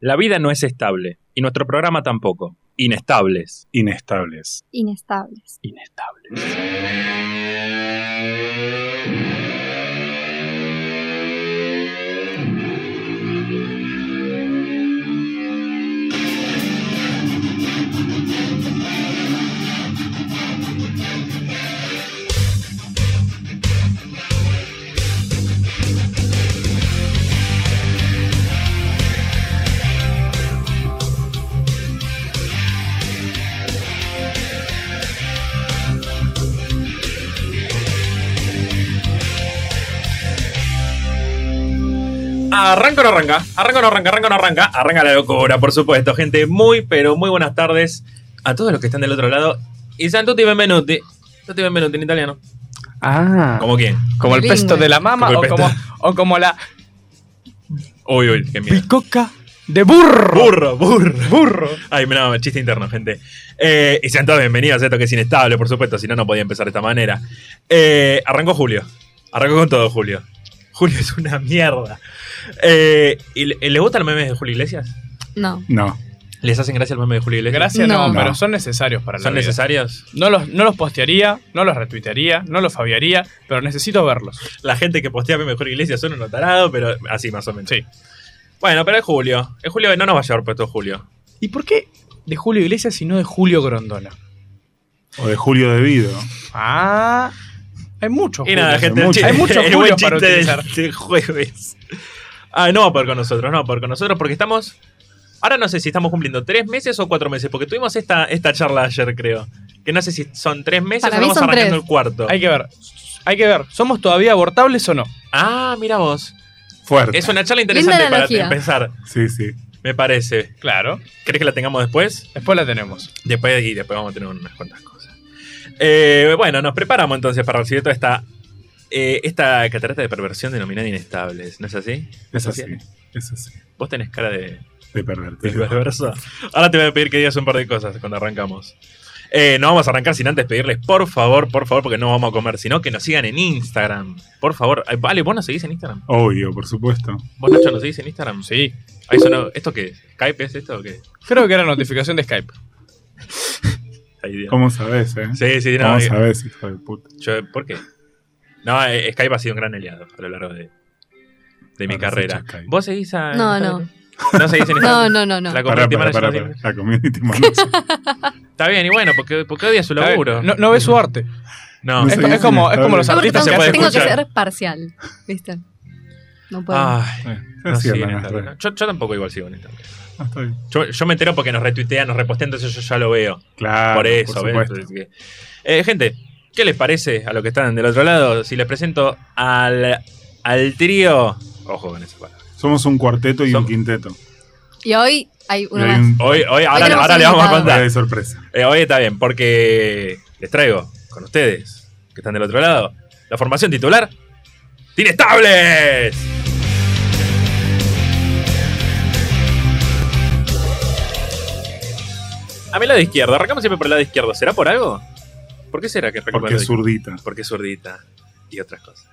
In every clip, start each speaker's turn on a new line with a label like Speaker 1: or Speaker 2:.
Speaker 1: La vida no es estable y nuestro programa tampoco. Inestables.
Speaker 2: Inestables.
Speaker 3: Inestables.
Speaker 1: Inestables. Arranca o no arranca, arranca o no arranca, arranca o no arranca, arranca la locura, por supuesto, gente. Muy, pero muy buenas tardes a todos los que están del otro lado. Y sean tutti benvenuti, tutti benvenuti en italiano.
Speaker 2: Ah.
Speaker 1: ¿Como quién?
Speaker 2: Como el
Speaker 3: Bilingüe.
Speaker 2: pesto de la mama
Speaker 1: Como el
Speaker 2: o
Speaker 1: pesto.
Speaker 2: como, o como la
Speaker 1: Uy, uy, qué miedo.
Speaker 2: picoca de burro.
Speaker 1: Burro, burro.
Speaker 2: Burro.
Speaker 1: Ay, no, chiste interno, gente. Eh, y sean todos bienvenidos a esto que es inestable, por supuesto, si no, no podía empezar de esta manera. Eh, arrancó Julio. Arrancó con todo Julio. Julio es una mierda. Eh, ¿y le, ¿Le gustan los memes de Julio Iglesias?
Speaker 3: No.
Speaker 2: No.
Speaker 1: ¿Les hacen gracia los memes de Julio Iglesias?
Speaker 2: Gracias, no,
Speaker 3: No.
Speaker 2: pero
Speaker 3: No.
Speaker 2: son necesarios para la
Speaker 1: ¿Son
Speaker 2: vida.
Speaker 1: necesarios?
Speaker 2: No los, no los postearía, no los retuitearía, no los fabiaría, pero necesito verlos.
Speaker 1: La gente que postea memes de Julio Iglesias son unos tarados, pero así más o menos.
Speaker 2: Sí.
Speaker 1: Bueno, pero es Julio. Es Julio que no nos va a llevar puesto Julio.
Speaker 2: ¿Y por qué de Julio Iglesias y no de Julio Grondona?
Speaker 4: O de Julio Debido.
Speaker 2: Ah. Hay muchos.
Speaker 1: Y nada,
Speaker 2: Julios.
Speaker 1: gente,
Speaker 4: hay
Speaker 1: el
Speaker 4: mucho.
Speaker 1: chiste-
Speaker 2: Hay mucho
Speaker 1: el
Speaker 2: Julio
Speaker 1: buen
Speaker 2: para
Speaker 1: chiste de
Speaker 2: utilizar.
Speaker 1: este jueves. Ah, no va a poder con nosotros, no va a poder con nosotros porque estamos... Ahora no sé si estamos cumpliendo tres meses o cuatro meses, porque tuvimos esta, esta charla ayer, creo. Que no sé si son tres meses
Speaker 3: Para
Speaker 1: o
Speaker 3: mí
Speaker 1: vamos
Speaker 3: son
Speaker 1: arrancando
Speaker 3: tres.
Speaker 1: el cuarto.
Speaker 2: Hay que ver. Hay que ver. ¿Somos todavía abortables o no?
Speaker 1: Ah, mira vos.
Speaker 4: Fuerte.
Speaker 1: Es una charla interesante para
Speaker 3: analogía.
Speaker 1: empezar,
Speaker 4: Sí, sí.
Speaker 1: me parece.
Speaker 2: Claro.
Speaker 1: ¿Crees que la tengamos después?
Speaker 2: Después la tenemos.
Speaker 1: Después, y después vamos a tener unas cuantas cosas. Eh, bueno, nos preparamos entonces para recibir toda esta, eh, esta catarata de perversión denominada inestables, ¿no es así?
Speaker 4: Es así. Es así.
Speaker 1: Vos tenés cara de,
Speaker 4: De
Speaker 1: de
Speaker 4: perderte.
Speaker 1: perverso. Ahora te voy a pedir que digas un par de cosas cuando arrancamos. Eh, no vamos a arrancar sin antes pedirles, por favor, por favor, porque no vamos a comer, sino que nos sigan en Instagram. Por favor, Ay, vale, vos nos seguís en Instagram.
Speaker 4: Obvio, por supuesto.
Speaker 1: Vos, Nacho, nos seguís en Instagram.
Speaker 2: Sí.
Speaker 1: Ahí sonó- ¿Esto qué es? ¿Skype es esto o qué?
Speaker 2: Creo que era notificación de Skype.
Speaker 1: Ahí, Dios.
Speaker 4: ¿Cómo sabes, eh?
Speaker 1: Sí, sí, no.
Speaker 4: ¿Cómo
Speaker 1: eh,
Speaker 4: sabes, hijo de puta?
Speaker 1: Yo, ¿Por qué? No, eh, Skype ha sido un gran aliado a lo largo de, de mi
Speaker 4: Ahora se
Speaker 1: carrera.
Speaker 4: echa Skype.
Speaker 1: ¿Vos seguís a.?
Speaker 3: No, no.
Speaker 1: No seguís en
Speaker 3: No,
Speaker 1: Instagram.
Speaker 3: no, no, no.
Speaker 1: Ah, La
Speaker 4: Pará,
Speaker 1: community
Speaker 4: pará,
Speaker 1: manager
Speaker 4: pará,
Speaker 1: no sigue.
Speaker 4: pará. La community manager. Eh,
Speaker 1: Está bien, y bueno, porque, porque odia su laburo.
Speaker 2: No, no ve su arte.
Speaker 1: No.
Speaker 4: No
Speaker 2: Es,
Speaker 4: sé.
Speaker 2: co- es como, es como los
Speaker 3: Aparte
Speaker 2: artistas
Speaker 1: se
Speaker 2: que
Speaker 3: tengo,
Speaker 1: puede
Speaker 2: hacen
Speaker 3: tengo que
Speaker 1: escuchar. Ah.
Speaker 3: ser parcial, ¿viste? No puedo.
Speaker 1: Ay,
Speaker 4: Eh,
Speaker 1: no
Speaker 4: así
Speaker 1: sigo en
Speaker 4: andan las
Speaker 1: Instagram.
Speaker 4: redes.
Speaker 1: Yo, yo tampoco igual sigo en Instagram.
Speaker 4: Ah, está bien.
Speaker 1: Yo, yo me entero porque nos retuitean, nos repostean, entonces yo ya lo veo.
Speaker 4: Claro.
Speaker 1: por eso, ¿ves?
Speaker 4: supuesto.
Speaker 1: Entonces, que- Eh, gente, ¿qué les parece a los que están del otro lado? Si les presento al, al trío. Ojo con esa palabra.
Speaker 4: Somos un cuarteto y
Speaker 1: Som-
Speaker 4: un quinteto.
Speaker 3: Y hoy hay
Speaker 4: Y
Speaker 3: uno
Speaker 4: hay
Speaker 3: más.
Speaker 4: un-
Speaker 1: Hoy, hoy, ahora,
Speaker 3: tenemos
Speaker 1: ahora
Speaker 3: un
Speaker 1: le vamos a
Speaker 3: invitado.
Speaker 1: contar.
Speaker 4: Hay sorpresa.
Speaker 1: Eh, hoy está bien, porque les traigo con ustedes, que están del otro lado, la formación titular de Inestables. A mi lado izquierdo, arrancamos siempre por el lado izquierdo. ¿Será por algo? ¿Por qué será que arrancamos por
Speaker 4: Porque
Speaker 1: el
Speaker 4: es
Speaker 1: lado
Speaker 4: zurdita.
Speaker 1: izquierdo? Porque es zurdita y otras cosas.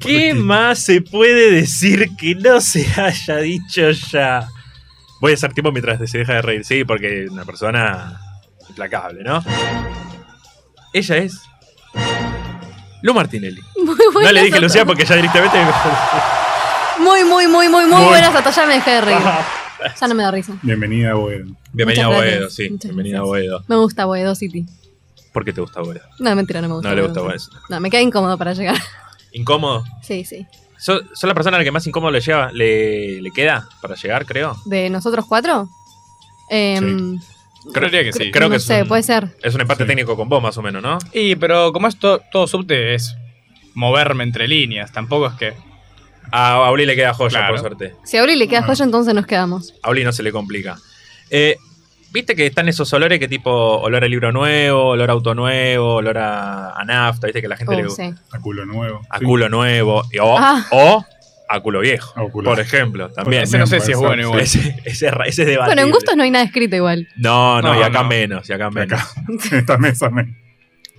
Speaker 1: ¿Qué más se puede decir que no se haya dicho ya? Voy a hacer tiempo mientras se deja de reír, sí, porque es una persona implacable, ¿no? Ella es. Lu Martinelli.
Speaker 3: Muy
Speaker 1: No
Speaker 3: buenas
Speaker 1: le dije
Speaker 3: a
Speaker 1: Lucía
Speaker 3: todos.
Speaker 1: porque ya directamente.
Speaker 3: Muy, muy, muy, muy, muy
Speaker 1: Muy- Ah.
Speaker 3: buenas. Hasta ya me dejé de reír. Ya no me da risa.
Speaker 4: Bienvenida, Boedo.
Speaker 1: Bienvenida a
Speaker 3: Muchas
Speaker 1: Boedo,
Speaker 3: gracias,
Speaker 1: sí.
Speaker 3: muchas
Speaker 1: Bienvenida a
Speaker 3: gracias.
Speaker 1: Boedo.
Speaker 3: Me gusta Boedo City.
Speaker 1: ¿Por qué te gusta Boedo?
Speaker 3: No, mentira, no me gusta.
Speaker 1: No le gusta Boedo.
Speaker 3: No, me queda incómodo para llegar.
Speaker 1: ¿Incómodo?
Speaker 3: Sí, sí.
Speaker 1: ¿Sos, sos la persona a la que más incómodo le, lleva, le, le queda para llegar, creo?
Speaker 3: ¿De nosotros cuatro? Em,
Speaker 2: Creería que
Speaker 3: cre-
Speaker 2: sí.
Speaker 1: creo
Speaker 3: no
Speaker 1: que es
Speaker 3: sé,
Speaker 1: un-
Speaker 3: puede ser.
Speaker 1: Es un empate
Speaker 4: Sí.
Speaker 1: técnico con vos, más o menos, ¿no?
Speaker 2: Y pero como es to- todo subte es moverme entre líneas, tampoco es que.
Speaker 1: A Auli le queda joya,
Speaker 2: Claro.
Speaker 1: por suerte.
Speaker 3: Si a Uri le queda
Speaker 4: Ah.
Speaker 3: joya, entonces nos quedamos.
Speaker 1: A Auli no se le complica. Eh, Viste que están esos olores que tipo olor a libro nuevo, olor a auto nuevo, olor a, a nafta, viste que la gente le
Speaker 3: Oh,
Speaker 1: gusta.
Speaker 3: sí.
Speaker 4: A culo nuevo.
Speaker 1: a
Speaker 4: Sí.
Speaker 1: culo nuevo y- o,
Speaker 3: Ah.
Speaker 1: o a culo viejo,
Speaker 4: A culo.
Speaker 1: por ejemplo, también.
Speaker 2: Ese no sé si es bueno igual.
Speaker 1: Ese, ese, es ra- ese es debatible.
Speaker 3: Bueno, en gustos no hay nada escrito igual.
Speaker 1: No, no,
Speaker 2: No,
Speaker 1: y acá
Speaker 2: no.
Speaker 1: menos, y acá menos.
Speaker 4: Acá, en esta mesa. me-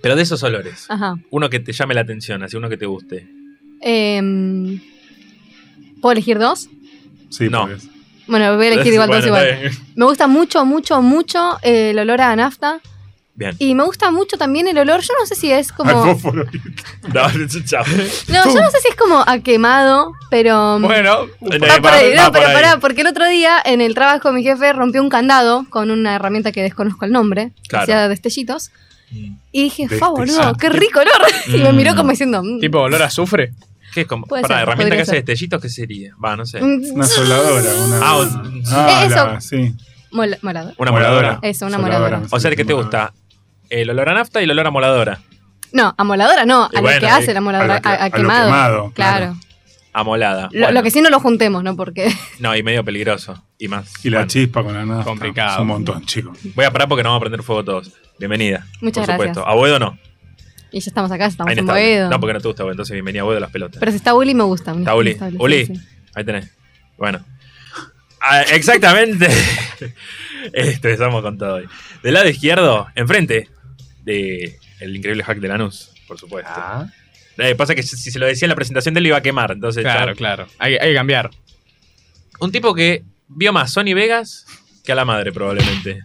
Speaker 1: Pero de esos olores,
Speaker 3: Ajá.
Speaker 1: uno que te llame la atención, así uno que te guste.
Speaker 3: Em, ¿Puedo elegir dos?
Speaker 4: Sí,
Speaker 1: No.
Speaker 4: por eso.
Speaker 3: Bueno, voy a elegir igual
Speaker 1: Bueno,
Speaker 3: todos igual.
Speaker 1: está bien.
Speaker 3: Me gusta mucho, mucho, mucho eh, el olor a nafta.
Speaker 1: Bien.
Speaker 3: Y me gusta mucho también el olor. Yo no sé si es como.
Speaker 4: Al
Speaker 3: No,
Speaker 4: fósforo.
Speaker 1: No, chao.
Speaker 3: yo no sé si es como a quemado, pero.
Speaker 5: Bueno,
Speaker 3: Va por ahí, no,
Speaker 1: va por
Speaker 3: pero
Speaker 1: ahí.
Speaker 3: pará, porque el otro día en el trabajo mi jefe rompió un candado con una herramienta que desconozco el nombre, que
Speaker 1: Claro.
Speaker 3: hacía destellitos, y dije, fa,
Speaker 4: Destellitos.
Speaker 3: boludo, qué rico olor. Y me miró como diciendo, mm,
Speaker 5: tipo olor a azufre.
Speaker 1: ¿Qué es como?
Speaker 3: Puede
Speaker 1: Para,
Speaker 3: ser,
Speaker 1: herramienta
Speaker 3: podría
Speaker 1: que hace
Speaker 3: ser.
Speaker 1: destellitos, ¿qué sería? Va, no sé.
Speaker 3: mm,
Speaker 4: Una soladora. Una,
Speaker 1: Ah, un-
Speaker 4: Ah,
Speaker 3: Eh, eso.
Speaker 4: la- sí.
Speaker 3: mola- molado.
Speaker 1: Una moladora.
Speaker 3: Eso, una
Speaker 4: Soladora,
Speaker 3: moladora.
Speaker 4: no sé
Speaker 1: O sea, el que te gusta. El olor a nafta y el olor a moladora. moladora.
Speaker 3: No, a moladora no,
Speaker 1: Y
Speaker 3: a
Speaker 1: bueno,
Speaker 3: lo que
Speaker 1: ahí,
Speaker 3: hace la moladora,
Speaker 4: a lo que-
Speaker 3: a, a
Speaker 4: a lo
Speaker 3: quemado.
Speaker 4: quemado,
Speaker 3: Claro.
Speaker 4: claro.
Speaker 1: Amolada.
Speaker 3: Lo, lo que sí no lo juntemos, ¿no? Porque
Speaker 1: No, y medio peligroso. Y más.
Speaker 4: Y la
Speaker 1: Bueno,
Speaker 4: chispa con la nada.
Speaker 5: Complicado.
Speaker 4: Es un montón, chicos.
Speaker 1: Voy a parar porque no vamos a prender fuego todos. Bienvenida.
Speaker 3: Muchas
Speaker 1: por
Speaker 3: gracias.
Speaker 1: supuesto. A Boedo no.
Speaker 3: Y ya estamos acá, estamos
Speaker 1: Ahí
Speaker 3: en
Speaker 1: está.
Speaker 3: Boedo.
Speaker 1: No, porque no te gusta Boedo. Entonces, bienvenida a Boedo a las pelotas.
Speaker 3: Pero si está Uli me gusta.
Speaker 1: Está Uli.
Speaker 3: sí,
Speaker 1: Uli.
Speaker 3: sí.
Speaker 1: Ahí tenés. Bueno. Ah, exactamente. este, estamos con todo hoy. Del lado izquierdo, enfrente de el increíble hack de Lanús, por supuesto. Eh, pasa que si se lo decía en la presentación de él iba a quemar. Entonces,
Speaker 5: Claro,
Speaker 1: ya-
Speaker 5: claro. Hay, hay que cambiar.
Speaker 1: Un tipo que vio más Sony Vegas que a la madre, probablemente.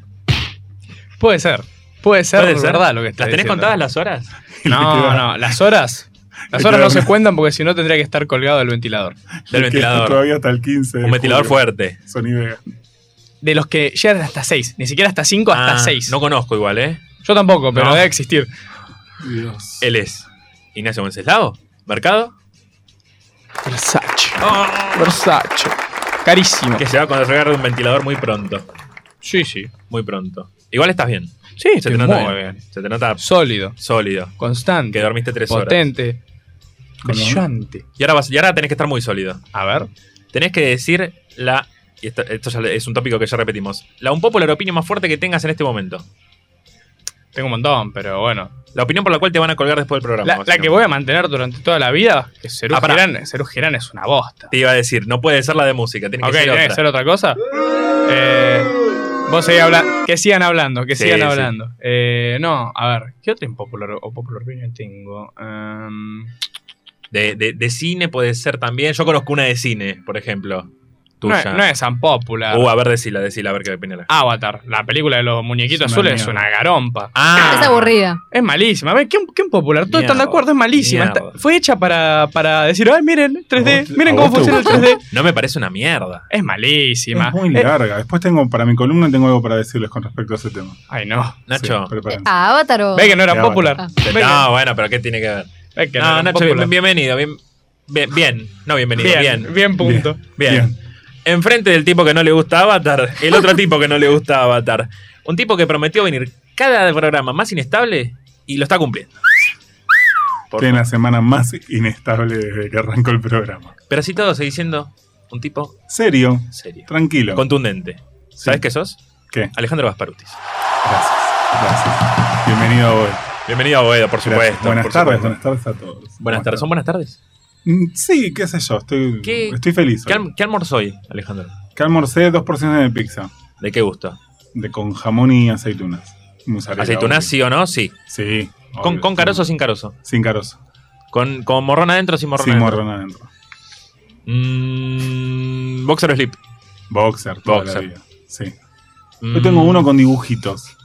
Speaker 5: Puede ser. Puede ser,
Speaker 1: Puede ser.
Speaker 5: verdad lo que
Speaker 1: ¿Las
Speaker 5: está
Speaker 1: tenés
Speaker 5: diciendo.
Speaker 1: contadas las horas?
Speaker 5: No, no, las horas. Las
Speaker 4: Le
Speaker 5: horas no
Speaker 4: queda
Speaker 5: se
Speaker 4: una-
Speaker 5: cuentan porque si no tendría que estar colgado del ventilador.
Speaker 1: Del
Speaker 4: Y que
Speaker 1: ventilador.
Speaker 4: Todavía hasta el 15. de
Speaker 1: Un ventilador
Speaker 4: julio.
Speaker 1: fuerte.
Speaker 4: Sony Vega.
Speaker 5: De los que llegan hasta 6, ni siquiera hasta 5,
Speaker 1: Ah,
Speaker 5: hasta 6.
Speaker 1: No conozco igual, ¿eh?
Speaker 5: Yo tampoco, pero
Speaker 1: No.
Speaker 5: debe existir.
Speaker 4: Dios.
Speaker 1: Él es Ignacio Wenceslao, Mercado,
Speaker 5: Versace. Oh. Versace. Carísimo.
Speaker 1: que se va a consagrado de un ventilador muy pronto.
Speaker 5: Sí, sí.
Speaker 1: Muy pronto. Igual estás bien.
Speaker 5: Sí,
Speaker 1: Se
Speaker 5: estoy
Speaker 1: te nota
Speaker 5: muy
Speaker 1: bien.
Speaker 5: bien.
Speaker 1: Se te nota
Speaker 5: Sólido,
Speaker 1: sólido.
Speaker 5: constante,
Speaker 1: Que dormiste tres horas.
Speaker 5: potente,
Speaker 4: Con-
Speaker 5: brillante.
Speaker 1: Y ahora, vas, y ahora tenés que estar muy sólido.
Speaker 5: A ver.
Speaker 1: Tenés que decir la. Y esto, esto ya es un tópico que ya repetimos. La un popular opinión más fuerte que tengas en este momento.
Speaker 5: Tengo un montón, pero bueno.
Speaker 1: La opinión por la cual te van a colgar después del programa.
Speaker 5: La, la que
Speaker 1: básicamente.
Speaker 5: voy a mantener durante toda la vida, que Serú
Speaker 1: Ah, pará.
Speaker 5: Girán, Serú Girán es una bosta.
Speaker 1: Te iba a decir, no puede ser la de música, tiene
Speaker 5: Ok,
Speaker 1: que ser
Speaker 5: ¿tiene que
Speaker 1: otra.
Speaker 5: ser otra cosa? Eh, vos seguís hablando. Que sigan hablando, que
Speaker 1: Sí,
Speaker 5: sigan
Speaker 1: sí.
Speaker 5: hablando. Eh, no, a ver, ¿qué otra impopular o popular opinion tengo? Em,
Speaker 1: De, de- de cine puede ser también. Yo conozco una de cine, por ejemplo.
Speaker 5: no, es,
Speaker 1: Tuya.
Speaker 5: no es tan popular.
Speaker 1: Uh, a ver, decila, decila, a ver qué opina la
Speaker 5: Avatar, la película de los muñequitos
Speaker 4: Es una
Speaker 5: azules, es
Speaker 4: mierda.
Speaker 5: una garompa.
Speaker 1: Ah,
Speaker 3: Es aburrida.
Speaker 5: Es malísima. A ver, ¿qué, qué popular? Todos están de
Speaker 1: Mierda.
Speaker 5: acuerdo, es malísima.
Speaker 1: Mierda.
Speaker 5: Está- fue hecha para, para decir, ay, miren, 3D,
Speaker 4: ¿A vos-
Speaker 5: miren
Speaker 4: a
Speaker 5: cómo
Speaker 4: vos te
Speaker 5: funciona el 3D.
Speaker 1: No me parece una mierda.
Speaker 5: Es malísima.
Speaker 4: Es muy
Speaker 5: Eh,
Speaker 4: larga. Después tengo, para mi columna tengo algo para decirles con respecto a ese tema.
Speaker 5: ay, no.
Speaker 1: Nacho.
Speaker 4: Sí, prepárense.
Speaker 3: ¿A Ah, Avatar o.?
Speaker 5: Ve que no era
Speaker 4: Te
Speaker 5: popular.
Speaker 3: aguanto.
Speaker 5: Ve que-
Speaker 1: no, bueno, pero ¿qué tiene que ver?
Speaker 5: ve que
Speaker 1: No,
Speaker 5: era
Speaker 1: Nacho,
Speaker 5: popular.
Speaker 1: bien- bienvenido. Bien, bien, bien. No, bienvenido. Bien, bien.
Speaker 5: bien, bien punto.
Speaker 4: Bien.
Speaker 1: Enfrente del tipo que no le gusta Avatar, el otro tipo que no le gusta Avatar. Un tipo que prometió venir cada programa más inestable y lo está cumpliendo. Por
Speaker 4: Tiene la semana más inestable desde que arrancó el programa.
Speaker 1: Pero así todo, sigue siendo un tipo
Speaker 4: Serio,
Speaker 1: serio,
Speaker 4: tranquilo.
Speaker 1: contundente. ¿Sabes qué sos?
Speaker 4: ¿Qué?
Speaker 1: Alejandro Gasparutis.
Speaker 4: Gracias. Gracias. Bienvenido a hoy.
Speaker 1: Bienvenido a Boedo, por
Speaker 4: Gracias.
Speaker 1: supuesto.
Speaker 4: buenas
Speaker 1: por
Speaker 4: tardes,
Speaker 1: supuesto.
Speaker 4: buenas tardes a todos.
Speaker 1: Buenas tardes. ¿Son buenas tardes?
Speaker 4: Mm, Sí, qué sé yo, estoy,
Speaker 1: ¿Qué-
Speaker 4: estoy feliz.
Speaker 1: ¿Qué,
Speaker 4: hoy.
Speaker 1: alm- qué almorzó hoy, Alejandro?
Speaker 4: Que almorcé dos porciones de pizza
Speaker 1: ¿De qué gusto?
Speaker 4: de, con jamón y aceitunas. Mozzarella,
Speaker 1: ¿Aceitunas
Speaker 4: obvio.
Speaker 1: sí o no? Sí.
Speaker 4: Sí.
Speaker 1: ¿Con,
Speaker 4: obvio,
Speaker 1: con
Speaker 4: sí.
Speaker 1: carozo o sin carozo?
Speaker 4: Sin carozo.
Speaker 1: ¿Con, con morrón adentro o sin morrón
Speaker 4: sin
Speaker 1: adentro?
Speaker 4: morrón adentro.
Speaker 1: Mm, boxer o slip.
Speaker 4: Boxer, toda
Speaker 1: Boxer.
Speaker 4: la vida. Sí. Yo tengo
Speaker 1: Mm,
Speaker 4: uno con dibujitos.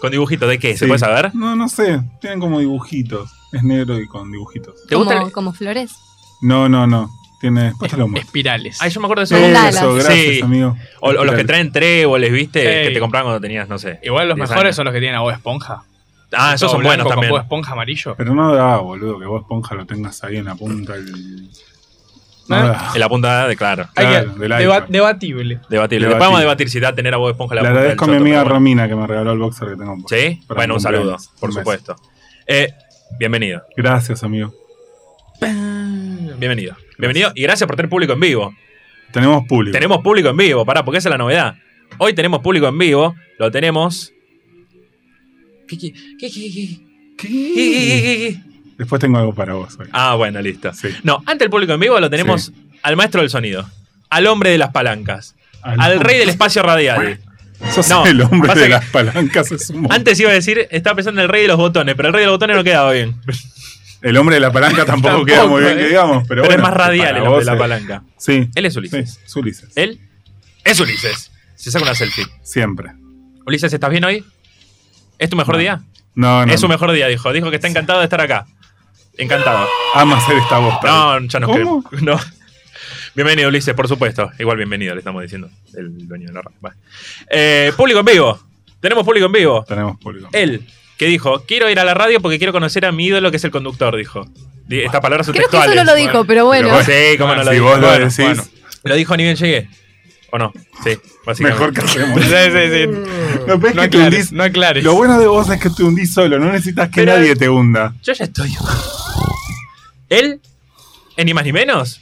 Speaker 1: Con dibujito, ¿de qué? ¿Se
Speaker 4: Sí.
Speaker 1: puede saber?
Speaker 4: No, no sé. Tienen como dibujitos. Es negro y con dibujitos.
Speaker 1: ¿Te gusta
Speaker 3: como,
Speaker 1: el-
Speaker 3: como flores.
Speaker 4: No, no, no. Tiene. Después te lo muestro.
Speaker 5: Espirales.
Speaker 1: Ay, yo me acuerdo de eso.
Speaker 3: Con
Speaker 4: Eh,
Speaker 3: alas.
Speaker 4: Eso, gracias,
Speaker 1: Sí.
Speaker 4: amigo.
Speaker 1: O, o los que
Speaker 4: Espirales.
Speaker 1: traen tréboles, ¿viste?
Speaker 5: Ey.
Speaker 1: Que te compraban cuando tenías, no sé.
Speaker 5: Igual los
Speaker 1: Diez
Speaker 5: mejores
Speaker 1: años.
Speaker 5: son los que tienen agua de esponja.
Speaker 1: Ah, esos
Speaker 5: Todo
Speaker 1: son
Speaker 5: blanco
Speaker 1: buenos
Speaker 5: con
Speaker 1: también.
Speaker 5: agua de esponja amarillo.
Speaker 4: Pero no da, boludo, que vos esponja lo tengas ahí en la punta del. No
Speaker 5: ¿Eh?
Speaker 4: da.
Speaker 1: En la punta de, claro,
Speaker 5: Hay que-
Speaker 4: Claro, del
Speaker 5: deba-
Speaker 4: iPad.
Speaker 5: debatible.
Speaker 1: debatible.
Speaker 4: Debatible.
Speaker 1: Después vamos a debatir si da tener a Bob Esponja
Speaker 4: Le
Speaker 1: en la punta del
Speaker 4: agradezco a mi
Speaker 1: choto,
Speaker 4: amiga
Speaker 1: pero bueno.
Speaker 4: Romina que me regaló el boxer que tengo.
Speaker 1: ¿Sí?
Speaker 4: Para
Speaker 1: bueno, un
Speaker 4: mi
Speaker 1: saludo,
Speaker 4: cumpleaños.
Speaker 1: por
Speaker 4: Un beso.
Speaker 1: supuesto. Eh, bienvenido.
Speaker 4: Gracias, amigo.
Speaker 1: Bienvenido. Bienvenido y gracias por tener público en vivo.
Speaker 4: Tenemos público.
Speaker 1: Tenemos público en vivo, pará, porque esa es la novedad. Hoy tenemos público en vivo, lo tenemos. ¿Qué, qué, qué, qué, qué, qué,
Speaker 4: ¿Qué?
Speaker 1: qué, qué?
Speaker 4: Después tengo algo para vos hoy.
Speaker 1: Ah, bueno, listo.
Speaker 4: Sí.
Speaker 1: No, ante el público en vivo lo tenemos al maestro del sonido, al hombre de las palancas, al rey del espacio radial.
Speaker 4: Sos
Speaker 1: Ah, No,
Speaker 4: el hombre
Speaker 1: pasa
Speaker 4: de
Speaker 1: que-
Speaker 4: las palancas. Es un mon-
Speaker 1: Antes iba a decir, estaba pensando en el rey de los botones, pero el rey de los botones no quedaba bien.
Speaker 4: El hombre de la palanca tampoco queda
Speaker 5: Tampoco,
Speaker 4: muy bien,
Speaker 5: eh.
Speaker 4: que digamos.
Speaker 1: Pero
Speaker 4: Pero,
Speaker 1: es
Speaker 4: bueno,
Speaker 1: más radial
Speaker 4: para
Speaker 1: el hombre de
Speaker 4: vos
Speaker 1: la
Speaker 4: es-
Speaker 1: palanca.
Speaker 4: eh. Sí.
Speaker 1: Él es
Speaker 4: Sí,
Speaker 1: Ulises. Eh.
Speaker 4: es Ulises.
Speaker 1: Él Es Ulises. Se saca una selfie.
Speaker 4: Siempre.
Speaker 1: Ulises, ¿estás bien hoy? ¿Es tu mejor
Speaker 4: No.
Speaker 1: día?
Speaker 4: No, no.
Speaker 1: es su mejor día, dijo. Dijo que está encantado de estar acá. Encantado.
Speaker 4: Ama hacer esta voz.
Speaker 1: No, ya nos
Speaker 4: ¿Cómo?
Speaker 1: quedamos. No. Bienvenido, Ulises, por supuesto. Igual bienvenido, le estamos diciendo. El dueño de la radio. Vale. Eh, público en vivo. Tenemos público en vivo.
Speaker 4: Tenemos público.
Speaker 1: Él, que dijo, quiero ir a la radio porque quiero conocer a mi ídolo que es el conductor, dijo. Di- Estas palabras son
Speaker 3: Creo que eso
Speaker 1: textuales.
Speaker 3: no lo dijo, pero bueno.
Speaker 4: Pero bueno.
Speaker 1: Sí, cómo no lo
Speaker 4: Ah, si
Speaker 1: dijo.
Speaker 4: vos lo
Speaker 1: Bueno,
Speaker 4: decís,
Speaker 1: bueno. Lo dijo ni bien llegué. ¿O no? Sí, básicamente.
Speaker 4: mejor que hacemos.
Speaker 2: Sí, sí, sí.
Speaker 4: Lo, peor es
Speaker 2: No
Speaker 4: que te
Speaker 2: aclares,
Speaker 4: hundís-
Speaker 2: no aclares.
Speaker 4: lo bueno de vos es que te hundís solo, no necesitas que
Speaker 1: Pero-
Speaker 4: nadie te hunda.
Speaker 1: Yo ya estoy. Él es ni más ni menos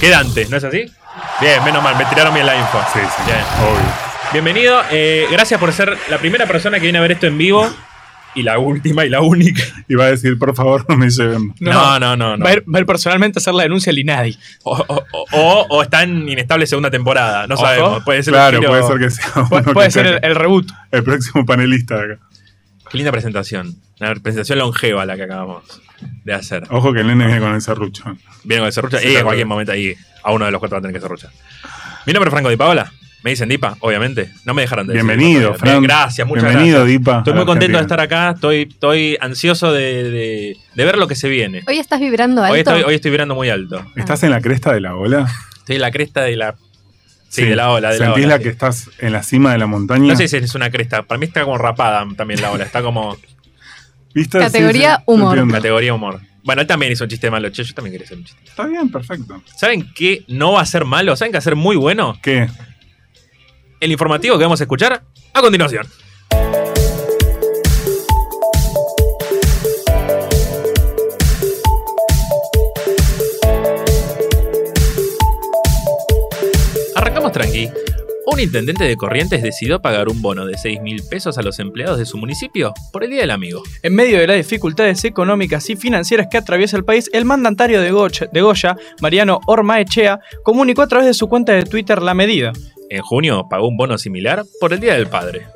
Speaker 1: que Dante, ¿no es así? Bien, menos mal, me tiraron bien la info.
Speaker 4: Sí, sí,
Speaker 1: Bien.
Speaker 4: obvio.
Speaker 1: Bienvenido, eh, gracias por ser la primera persona que viene a ver esto en vivo y la última y la única.
Speaker 4: Y va a decir, por favor, no me lleven.
Speaker 1: No, no, no. no.
Speaker 2: Va, a ir, va a ir personalmente a hacer la denuncia al INADI.
Speaker 1: O, o- o- o- o está en inestable segunda temporada, no
Speaker 2: Ojo.
Speaker 1: sabemos. Puede ser
Speaker 4: Claro,
Speaker 1: un giro-
Speaker 4: puede ser que sea
Speaker 2: Pu-
Speaker 4: uno
Speaker 2: puede
Speaker 4: que
Speaker 2: ser
Speaker 4: sea
Speaker 2: el, el reboot.
Speaker 4: el próximo panelista de acá.
Speaker 1: Qué linda presentación. Una presentación longeva la que acabamos de hacer.
Speaker 4: Ojo que el nene viene con el serrucho.
Speaker 1: Viene con el serrucha
Speaker 4: Sí,
Speaker 1: y en
Speaker 4: claro.
Speaker 1: cualquier momento ahí a uno de los cuatro va a tener que serruchar. Mi nombre es Franco Di Paola. Me dicen Dipa, obviamente. No me dejaron de decir.
Speaker 4: Bienvenido,
Speaker 1: Bien,
Speaker 4: Fran.
Speaker 1: Gracias, muchas
Speaker 4: Bienvenido,
Speaker 1: gracias.
Speaker 4: Dipa.
Speaker 1: Estoy muy contento de estar acá. Estoy, estoy ansioso de, de- de ver lo que se viene.
Speaker 3: Hoy estás vibrando alto.
Speaker 1: Hoy estoy, hoy estoy vibrando muy alto.
Speaker 4: ¿Estás en la cresta de la ola?
Speaker 1: Estoy en la cresta de la. Sí, de la ola. De la
Speaker 4: ¿Sentís
Speaker 1: ola,
Speaker 4: la
Speaker 1: sí.
Speaker 4: que estás en la cima de la montaña?
Speaker 1: No sé si es una cresta. Para mí está como rapada también la ola. Está como
Speaker 4: ¿Viste?
Speaker 3: Categoría
Speaker 4: te
Speaker 3: humor.
Speaker 4: entiendo.
Speaker 1: categoría humor. Bueno, él también hizo un chiste malo. Che, yo también quería hacer un chiste.
Speaker 4: Está bien, perfecto.
Speaker 1: ¿Saben qué no va a ser malo? ¿Saben qué va a ser muy bueno?
Speaker 4: ¿Qué?
Speaker 1: el informativo que vamos a escuchar a continuación. Arrancamos tranqui. Un intendente de Corrientes decidió pagar un bono de 6 mil pesos a los empleados de su municipio por el Día del Amigo.
Speaker 2: En medio de las dificultades económicas y financieras que atraviesa el país, el mandatario de, Gocha- de Goya, Mariano Ormaechea, comunicó a través de su cuenta de Twitter la medida.
Speaker 1: En junio pagó un bono similar por el Día del Padre.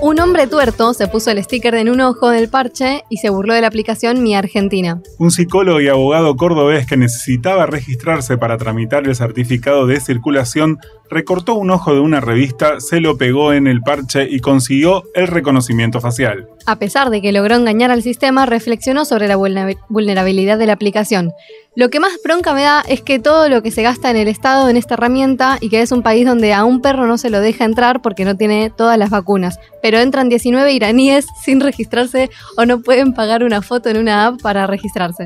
Speaker 3: Un hombre tuerto se puso el sticker en un ojo del parche y se burló de la aplicación Mi Argentina.
Speaker 4: Un psicólogo y abogado cordobés que necesitaba registrarse para tramitar el certificado de circulación recortó un ojo de una revista, se lo pegó en el parche y consiguió el reconocimiento facial.
Speaker 3: A pesar de que logró engañar al sistema, reflexionó sobre la vulne- vulnerabilidad de la aplicación. Lo que más bronca me da es que todo lo que se gasta en el Estado en esta herramienta y que es un país donde a un perro no se lo deja entrar porque no tiene todas las vacunas. Pero entran 19 iraníes sin registrarse o no pueden pagar una foto en una app para registrarse.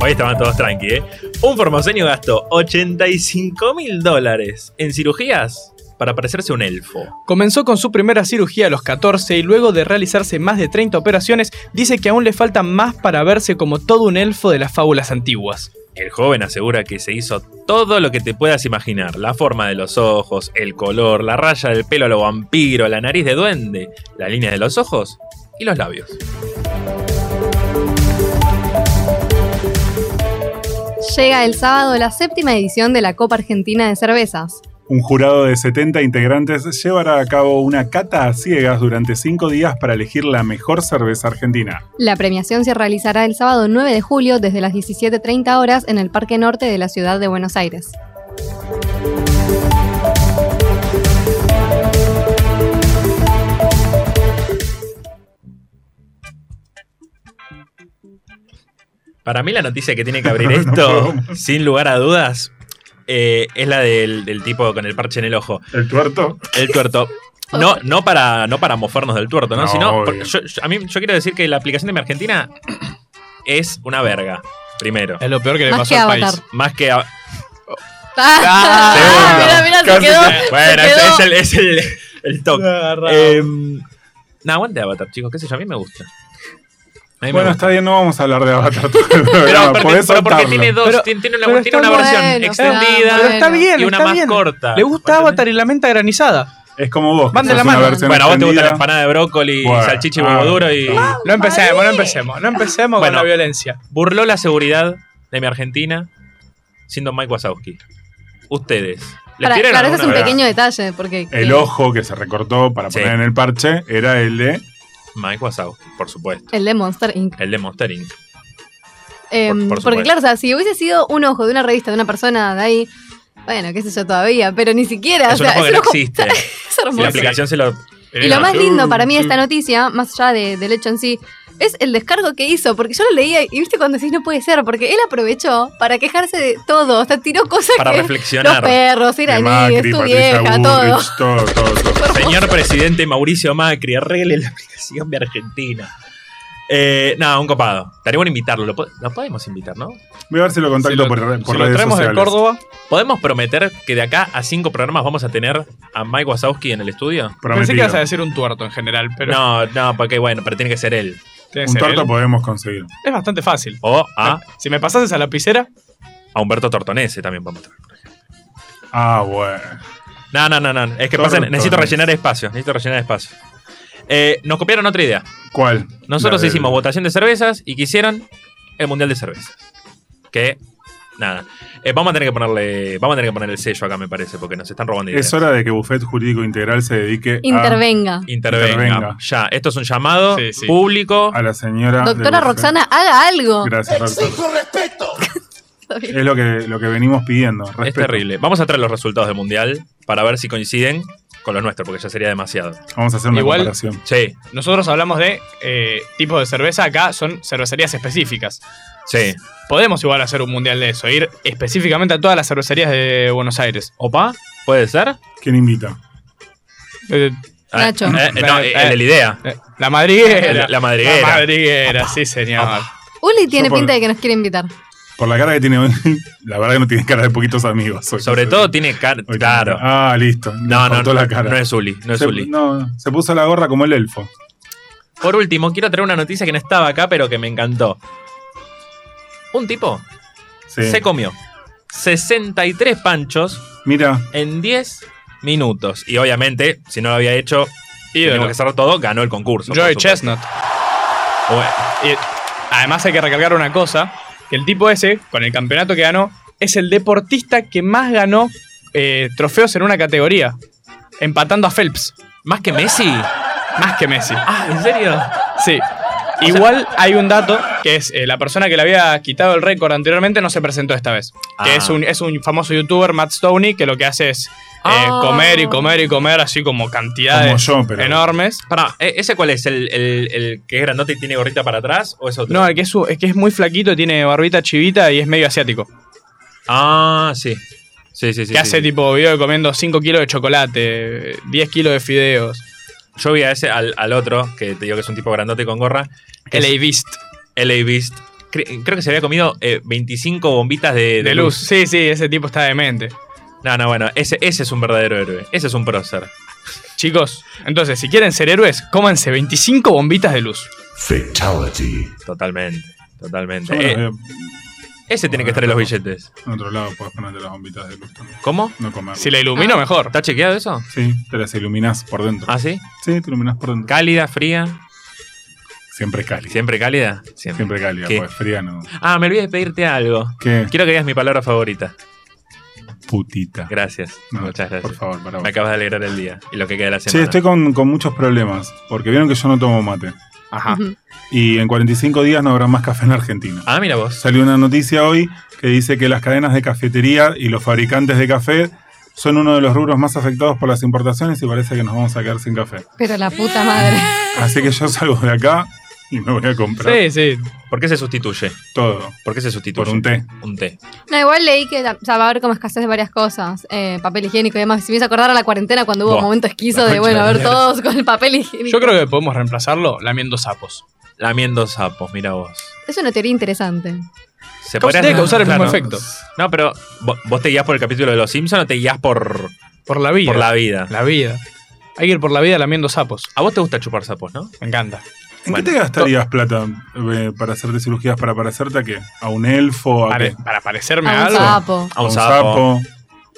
Speaker 1: Hoy estaban todos tranqui, ¿eh? Un formoseño gastó 85 mil dólares en cirugías para parecerse un elfo.
Speaker 2: Comenzó con su primera cirugía a los 14 y luego de realizarse más de 30 operaciones, dice que aún le faltan más para verse como todo un elfo de las fábulas antiguas.
Speaker 1: El joven asegura que se hizo todo lo que te puedas imaginar: la forma de los ojos, el color, la raya del pelo a lo vampiro, la nariz de duende, la línea de los ojos y los labios.
Speaker 3: Llega el sábado la séptima edición de la Copa Argentina de Cervezas.
Speaker 4: Un jurado de 70 integrantes llevará a cabo una cata a ciegas durante 5 días para elegir la mejor cerveza argentina.
Speaker 3: La premiación se realizará el sábado 9 de julio desde las 17.30 horas en el Parque Norte de la ciudad de Buenos Aires.
Speaker 1: Para mí, la noticia que tiene que abrir
Speaker 4: No
Speaker 1: esto,
Speaker 4: puedo
Speaker 1: sin lugar a dudas, eh, es la del, del tipo con el parche en el ojo,
Speaker 4: ¿El tuerto?
Speaker 1: el tuerto. No, no, para, no para mofarnos del tuerto, ¿no?
Speaker 4: No,
Speaker 1: Sino,
Speaker 4: obvio.
Speaker 1: porque yo, yo- a mí, yo quiero decir que la aplicación de mi Argentina es una verga, primero.
Speaker 2: Es lo peor que le
Speaker 3: Más
Speaker 2: pasó
Speaker 3: que
Speaker 2: al país.
Speaker 3: Avatar.
Speaker 1: Más que. a-
Speaker 3: Ah, mira, mira, se
Speaker 4: Casi
Speaker 3: quedó.
Speaker 1: Bueno,
Speaker 3: se
Speaker 1: es,
Speaker 3: quedó.
Speaker 1: es el, es el- el toque.
Speaker 2: Eh,
Speaker 1: Em, nah, aguante Avatar, chicos, qué sé yo, a mí me gusta. A mí me
Speaker 4: Bueno,
Speaker 1: gusta.
Speaker 4: está bien, no vamos a hablar de Avatar todo el
Speaker 1: Pero
Speaker 4: programa,
Speaker 1: porque,
Speaker 4: podés
Speaker 1: pero porque
Speaker 4: soltarlo.
Speaker 1: tiene dos,
Speaker 2: Pero-
Speaker 1: tiene, tiene una,
Speaker 2: pero
Speaker 1: tiene
Speaker 2: está
Speaker 1: una versión
Speaker 3: bueno,
Speaker 1: extendida
Speaker 2: pero está
Speaker 3: Bueno.
Speaker 2: bien,
Speaker 1: y una
Speaker 2: está
Speaker 1: más
Speaker 2: bien.
Speaker 1: corta.
Speaker 2: Le gusta
Speaker 1: ¿Entendés?
Speaker 2: Avatar y la menta granizada.
Speaker 4: Es como vos. que
Speaker 2: Van de la
Speaker 4: sos una
Speaker 2: mano.
Speaker 4: versión
Speaker 1: Bueno, a vos te gusta la
Speaker 4: extendida.
Speaker 1: empanada de brócoli,
Speaker 4: Bueno,
Speaker 1: salchicha y
Speaker 4: ah,
Speaker 1: huevo duro y
Speaker 4: está.
Speaker 2: No empecemos, no empecemos, no empecemos
Speaker 1: Bueno.
Speaker 2: con la violencia.
Speaker 1: burló la seguridad de mi Argentina siendo Mike Wazowski. Ustedes. ¿les
Speaker 3: Para-
Speaker 1: tiran
Speaker 3: claro,
Speaker 1: alguna
Speaker 3: ese es un
Speaker 1: vez?
Speaker 4: verdad.
Speaker 3: pequeño detalle, porque
Speaker 4: El ojo que se recortó para
Speaker 1: Sí.
Speaker 4: poner en el parche era el de
Speaker 1: Mike Wazowski, por supuesto.
Speaker 3: El de Monster Inc.
Speaker 1: El de Monster Inc.
Speaker 3: Eh,
Speaker 1: por supuesto.
Speaker 3: porque claro, o sea, si hubiese sido un ojo de una revista, de una persona de ahí, bueno, qué sé yo todavía, pero ni siquiera,
Speaker 1: Es
Speaker 3: o
Speaker 1: un ojo
Speaker 3: sea, es
Speaker 1: que no
Speaker 3: un ojo-
Speaker 1: existe.
Speaker 3: es hermoso.
Speaker 1: Y la aplicación se lo.
Speaker 3: Y lo más lindo para mí de esta noticia, más allá de- del hecho en sí, es el descargo que hizo, porque yo lo leía y viste cuando decís no puede ser, porque él aprovechó para quejarse de todo, hasta tiró cosas
Speaker 1: Para
Speaker 3: que los
Speaker 1: reflexionar.
Speaker 3: perros, ir
Speaker 4: De
Speaker 3: a mí, tu
Speaker 4: Patricia
Speaker 3: vieja, todo.
Speaker 4: Bullrich, todo, todo, todo.
Speaker 1: Señor presidente Mauricio Macri, arregle la aplicación de Argentina. Eh, nada, un copado. Estaríamos invitarlo. Lo, po- lo podemos invitar, ¿no?
Speaker 4: Voy a ver si lo contacto
Speaker 5: Si lo-
Speaker 4: por, re- por
Speaker 5: si lo
Speaker 4: redes
Speaker 5: traemos de
Speaker 4: sociales.
Speaker 5: Córdoba,
Speaker 1: ¿Podemos prometer que de acá a cinco programas vamos a tener a Mike Wazowski en el estudio?
Speaker 5: pensé que
Speaker 4: Prometido.
Speaker 5: ibas a decir un tuerto en general, pero
Speaker 1: No, no, porque bueno, pero tiene que ser él.
Speaker 5: tiene que
Speaker 4: Un
Speaker 5: ser
Speaker 1: ¿eh?
Speaker 4: torto
Speaker 5: él.
Speaker 4: podemos conseguir.
Speaker 5: es bastante fácil.
Speaker 1: O a,
Speaker 5: Si me pasases a la lapicera,
Speaker 1: a Humberto Tortonese también podemos traer.
Speaker 4: Ah, bueno.
Speaker 1: No, no, no, no. Es que pasa,
Speaker 4: Tortonese.
Speaker 1: necesito rellenar espacio. Necesito rellenar espacio. Eh, nos copiaron otra idea.
Speaker 4: ¿Cuál?
Speaker 1: Nosotros
Speaker 4: La del-
Speaker 1: hicimos votación de cervezas y quisieron el Mundial de Cervezas. Que, nada. Eh, vamos a tener que ponerle. Vamos a tener que poner el sello acá, me parece, porque nos están robando ideas.
Speaker 4: Es hora de que Buffet Jurídico Integral se dedique a,
Speaker 3: Intervenga.
Speaker 1: Intervenga.
Speaker 4: Intervenga.
Speaker 1: Ya, esto es un llamado
Speaker 5: Sí, sí.
Speaker 1: público.
Speaker 4: a la señora. de
Speaker 3: Doctora
Speaker 4: Buffet.
Speaker 3: Roxana, haga algo.
Speaker 4: Gracias, doctora.
Speaker 6: Exijo respeto.
Speaker 4: Es lo que, lo que venimos pidiendo.
Speaker 1: Es
Speaker 4: respeto.
Speaker 1: terrible. Vamos a traer los resultados del Mundial para ver si coinciden con los nuestros, porque ya sería demasiado.
Speaker 4: Vamos a hacer una
Speaker 5: Igual-
Speaker 4: comparación.
Speaker 1: Sí,
Speaker 5: nosotros hablamos de eh, tipos de cerveza, acá son cervecerías específicas.
Speaker 1: sí.
Speaker 5: Podemos igual hacer un mundial de eso, ir específicamente a todas las cervecerías de Buenos Aires.
Speaker 1: ¿Opa? ¿Puede ser?
Speaker 4: ¿Quién invita?
Speaker 5: Eh,
Speaker 1: Ah,
Speaker 3: Nacho.
Speaker 1: eh, eh, no, eh, el de la idea.
Speaker 5: eh, la madriguera.
Speaker 1: La- la madriguera.
Speaker 5: La madriguera, sí, señor.
Speaker 3: Uli tiene
Speaker 4: Yo por-
Speaker 3: pinta de que nos quiere invitar.
Speaker 4: Por la cara que tiene hoy, la verdad que no tiene cara de poquitos amigos. hoy.
Speaker 1: Sobre
Speaker 4: No sé.
Speaker 1: todo tiene cara.
Speaker 4: Hoy tiene-
Speaker 1: Claro.
Speaker 4: Ah, listo.
Speaker 1: No, no, no.
Speaker 4: la cara.
Speaker 1: No es Uli. No es
Speaker 4: se,
Speaker 1: Uli.
Speaker 4: no, se puso la gorra como el elfo.
Speaker 1: Por último, quiero traer una noticia que no estaba acá, pero que me encantó. Un tipo
Speaker 4: Sí.
Speaker 1: se comió 63 panchos
Speaker 4: Mira,
Speaker 1: en 10 minutos. Y obviamente, si no lo había hecho, tenemos
Speaker 5: Ídolo.
Speaker 1: que cerrar todo, ganó el concurso. por
Speaker 5: Joey
Speaker 1: supuesto.
Speaker 5: Chestnut.
Speaker 1: Bueno,
Speaker 5: Y además hay que recalcar una cosa, que el tipo ese, con el campeonato que ganó, es el deportista que más ganó eh, trofeos en una categoría, empatando a Phelps,
Speaker 1: Más que Messi.
Speaker 5: más que Messi.
Speaker 1: Ah, ¿en serio?
Speaker 5: Sí. Igual hay un dato que es eh, la persona que le había quitado el récord anteriormente no se presentó esta vez.
Speaker 1: Ah.
Speaker 5: Que es un, es un famoso youtuber, Matt Stoney, que lo que hace es eh,
Speaker 1: Ah.
Speaker 5: comer y comer y comer así como
Speaker 4: como
Speaker 5: cantidades
Speaker 4: yo, pero.
Speaker 5: enormes.
Speaker 1: Pará, ¿e- ¿ese cuál es? ¿El, el- el que es grandote y tiene gorrita para atrás? ¿O es otro?
Speaker 5: No, el que es, su- el que es muy flaquito, tiene barbita chivita y es medio asiático.
Speaker 1: Ah, sí. Sí, sí, sí.
Speaker 5: que
Speaker 1: sí,
Speaker 5: hace
Speaker 1: sí.
Speaker 5: tipo video de comiendo 5 kilos de chocolate, 10 kilos de fideos.
Speaker 1: Yo vi a ese, al, al otro, que te digo que es un tipo grandote con gorra. que es-
Speaker 5: LA Beast.
Speaker 1: LA Beast. Cre- Creo que se había comido eh, 25 bombitas de,
Speaker 5: De, luz. Sí, sí, ese tipo está demente.
Speaker 1: No, no, bueno, ese, ese es un verdadero héroe. Ese es un prócer.
Speaker 5: Chicos, entonces, si quieren ser héroes, cómanse 25 bombitas de luz.
Speaker 6: Fatality.
Speaker 1: Totalmente, totalmente.
Speaker 4: Yo me
Speaker 1: Eh,
Speaker 4: los veo
Speaker 1: ese tiene que estar en los billetes.
Speaker 4: en otro lado, puedes ponerte las bombitas de luz también.
Speaker 1: ¿Cómo?
Speaker 4: No comer.
Speaker 5: Si la ilumino, mejor.
Speaker 1: ¿Está chequeado eso?
Speaker 4: Sí, te las iluminás por dentro.
Speaker 1: ¿Ah, sí?
Speaker 4: Sí, te iluminás por dentro.
Speaker 1: Cálida, fría.
Speaker 4: Siempre cálida. Siempre,
Speaker 1: ¿Siempre cálida? Siempre.
Speaker 4: cálida,
Speaker 1: ¿Qué?
Speaker 4: pues fría no.
Speaker 1: Ah, me olvidé de pedirte algo.
Speaker 4: Qué
Speaker 1: Quiero que digas mi palabra favorita.
Speaker 4: putita.
Speaker 1: Gracias.
Speaker 4: No,
Speaker 1: Muchas gracias.
Speaker 4: Por favor, para vos.
Speaker 1: Me acabas de alegrar el día y lo que queda de la
Speaker 4: Che,
Speaker 1: semana.
Speaker 4: estoy con, con muchos problemas, porque vieron que yo no tomo mate.
Speaker 5: Ajá.
Speaker 3: Ujú.
Speaker 4: Y en 45 días no habrá más café en la Argentina.
Speaker 1: Ah, mira vos.
Speaker 4: Salió una noticia hoy que dice que las cadenas de cafetería y los fabricantes de café son uno de los rubros más afectados por las importaciones y parece que nos vamos a quedar sin café.
Speaker 3: Pero la puta madre.
Speaker 4: Así que yo salgo de acá y me voy a comprar
Speaker 5: Sí, sí.
Speaker 1: ¿Por qué se sustituye?
Speaker 4: todo
Speaker 1: ¿Por qué se sustituye?
Speaker 4: por un té.
Speaker 1: Un té.
Speaker 3: No, igual leí que la- o sea, va a haber como escasez de varias cosas. eh, papel higiénico y demás. Si me hizo acordar a la cuarentena cuando hubo
Speaker 1: Buah,
Speaker 3: momentos esquizo
Speaker 1: la
Speaker 3: de, bueno, a
Speaker 1: concha de
Speaker 3: ver
Speaker 1: la
Speaker 3: todos con el papel higiénico.
Speaker 5: Yo creo que podemos reemplazarlo lamiendo sapos.
Speaker 1: Lamiendo sapos, mira vos.
Speaker 3: Es una teoría interesante.
Speaker 1: Se
Speaker 5: Causa-
Speaker 1: podría-
Speaker 5: Debe causar el mismo
Speaker 1: Claro.
Speaker 5: efecto.
Speaker 1: No, pero ¿vo- vos te guías por el capítulo de los Simpsons o te guías por,
Speaker 5: Por la vida.
Speaker 1: por la vida.
Speaker 5: La vida. Hay que ir por la vida lamiendo sapos.
Speaker 1: A vos te gusta chupar sapos, ¿no?
Speaker 5: Me encanta.
Speaker 4: ¿En
Speaker 1: Bueno.
Speaker 4: qué te gastarías plata eh, para hacerte cirugías? ¿Para parecerte a qué? ¿A un elfo? ¿A,
Speaker 5: Para,
Speaker 4: qué?
Speaker 5: para parecerme a
Speaker 3: A un
Speaker 5: algo.
Speaker 3: sapo.
Speaker 1: A un sapo.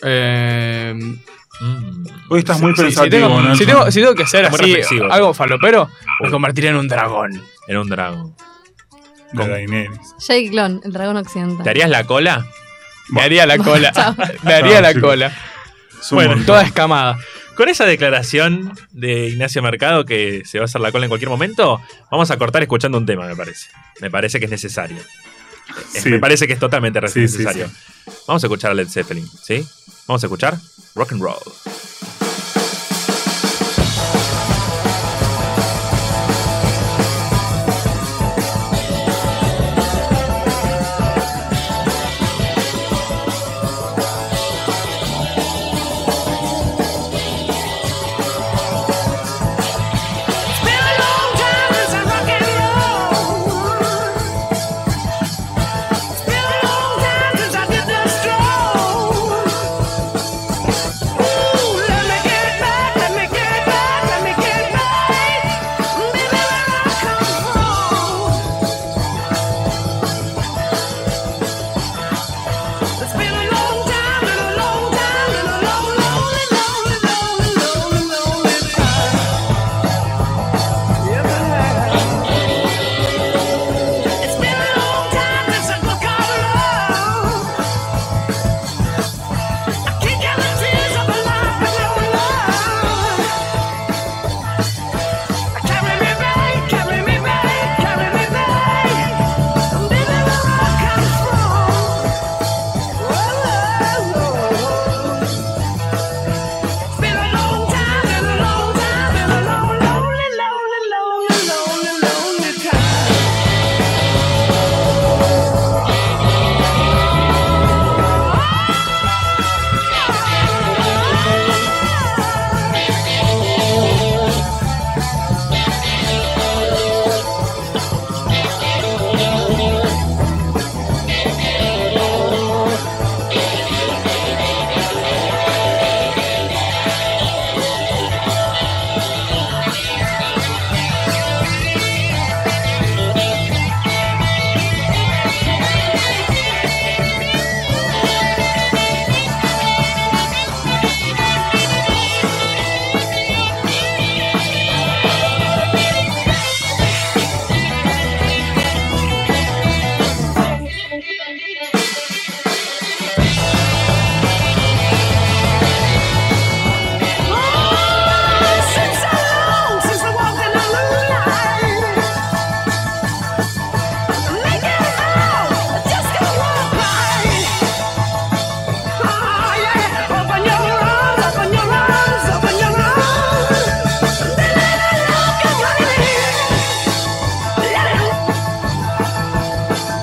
Speaker 5: Eh,
Speaker 1: Mm.
Speaker 4: Hoy estás muy
Speaker 5: sí,
Speaker 4: pensativo,
Speaker 5: si, tengo,
Speaker 4: Nelson.
Speaker 5: si tengo- si tengo que ser
Speaker 1: Está muy
Speaker 5: así,
Speaker 1: reflexivo.
Speaker 5: algo falopero, me
Speaker 1: Uy.
Speaker 5: convertiré en un dragón.
Speaker 1: Era un dragón.
Speaker 5: Ah.
Speaker 4: De Daenerys.
Speaker 3: Jake Glon, el dragón occidental.
Speaker 1: ¿Te harías la cola?
Speaker 5: Me haría la cola.
Speaker 3: Chao.
Speaker 5: Me haría
Speaker 4: Chao,
Speaker 5: la
Speaker 4: chicos.
Speaker 5: cola.
Speaker 4: Es un
Speaker 5: Bueno,
Speaker 4: montón.
Speaker 5: toda escamada.
Speaker 1: Con esa declaración de Ignacio Mercado que se va a hacer la cola en cualquier momento, vamos a cortar escuchando un tema, me parece. Me parece que es necesario. Es-
Speaker 4: Sí.
Speaker 1: Me parece que es totalmente
Speaker 4: Sí, sí,
Speaker 1: necesario. Vamos a escuchar a Led Zeppelin, ¿sí? Vamos a escuchar Rock and Roll.
Speaker 6: It's been a long time, been a long time, been a long, lonely, lonely, lonely, lonely, lonely time. Yes, it has. It's been a long time since I broke out of love. I can't get the tears of a life without love. Carry me back, carry me back, carry me back. Baby, where I come from.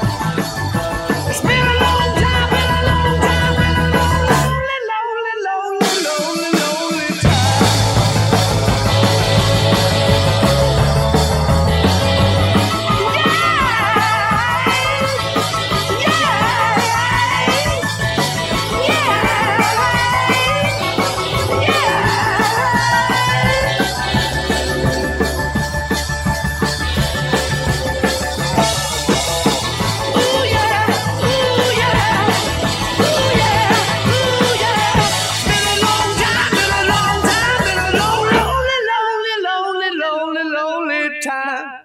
Speaker 6: It's been a long time, been a long time, been a lonely, lonely, lonely, lonely, lonely time. Yeah, yeah, yeah, yeah. Ooh yeah, ooh yeah, ooh yeah, ooh yeah. Been a long time, been a long time, been a long, lonely, lonely, lonely, lonely, lonely time.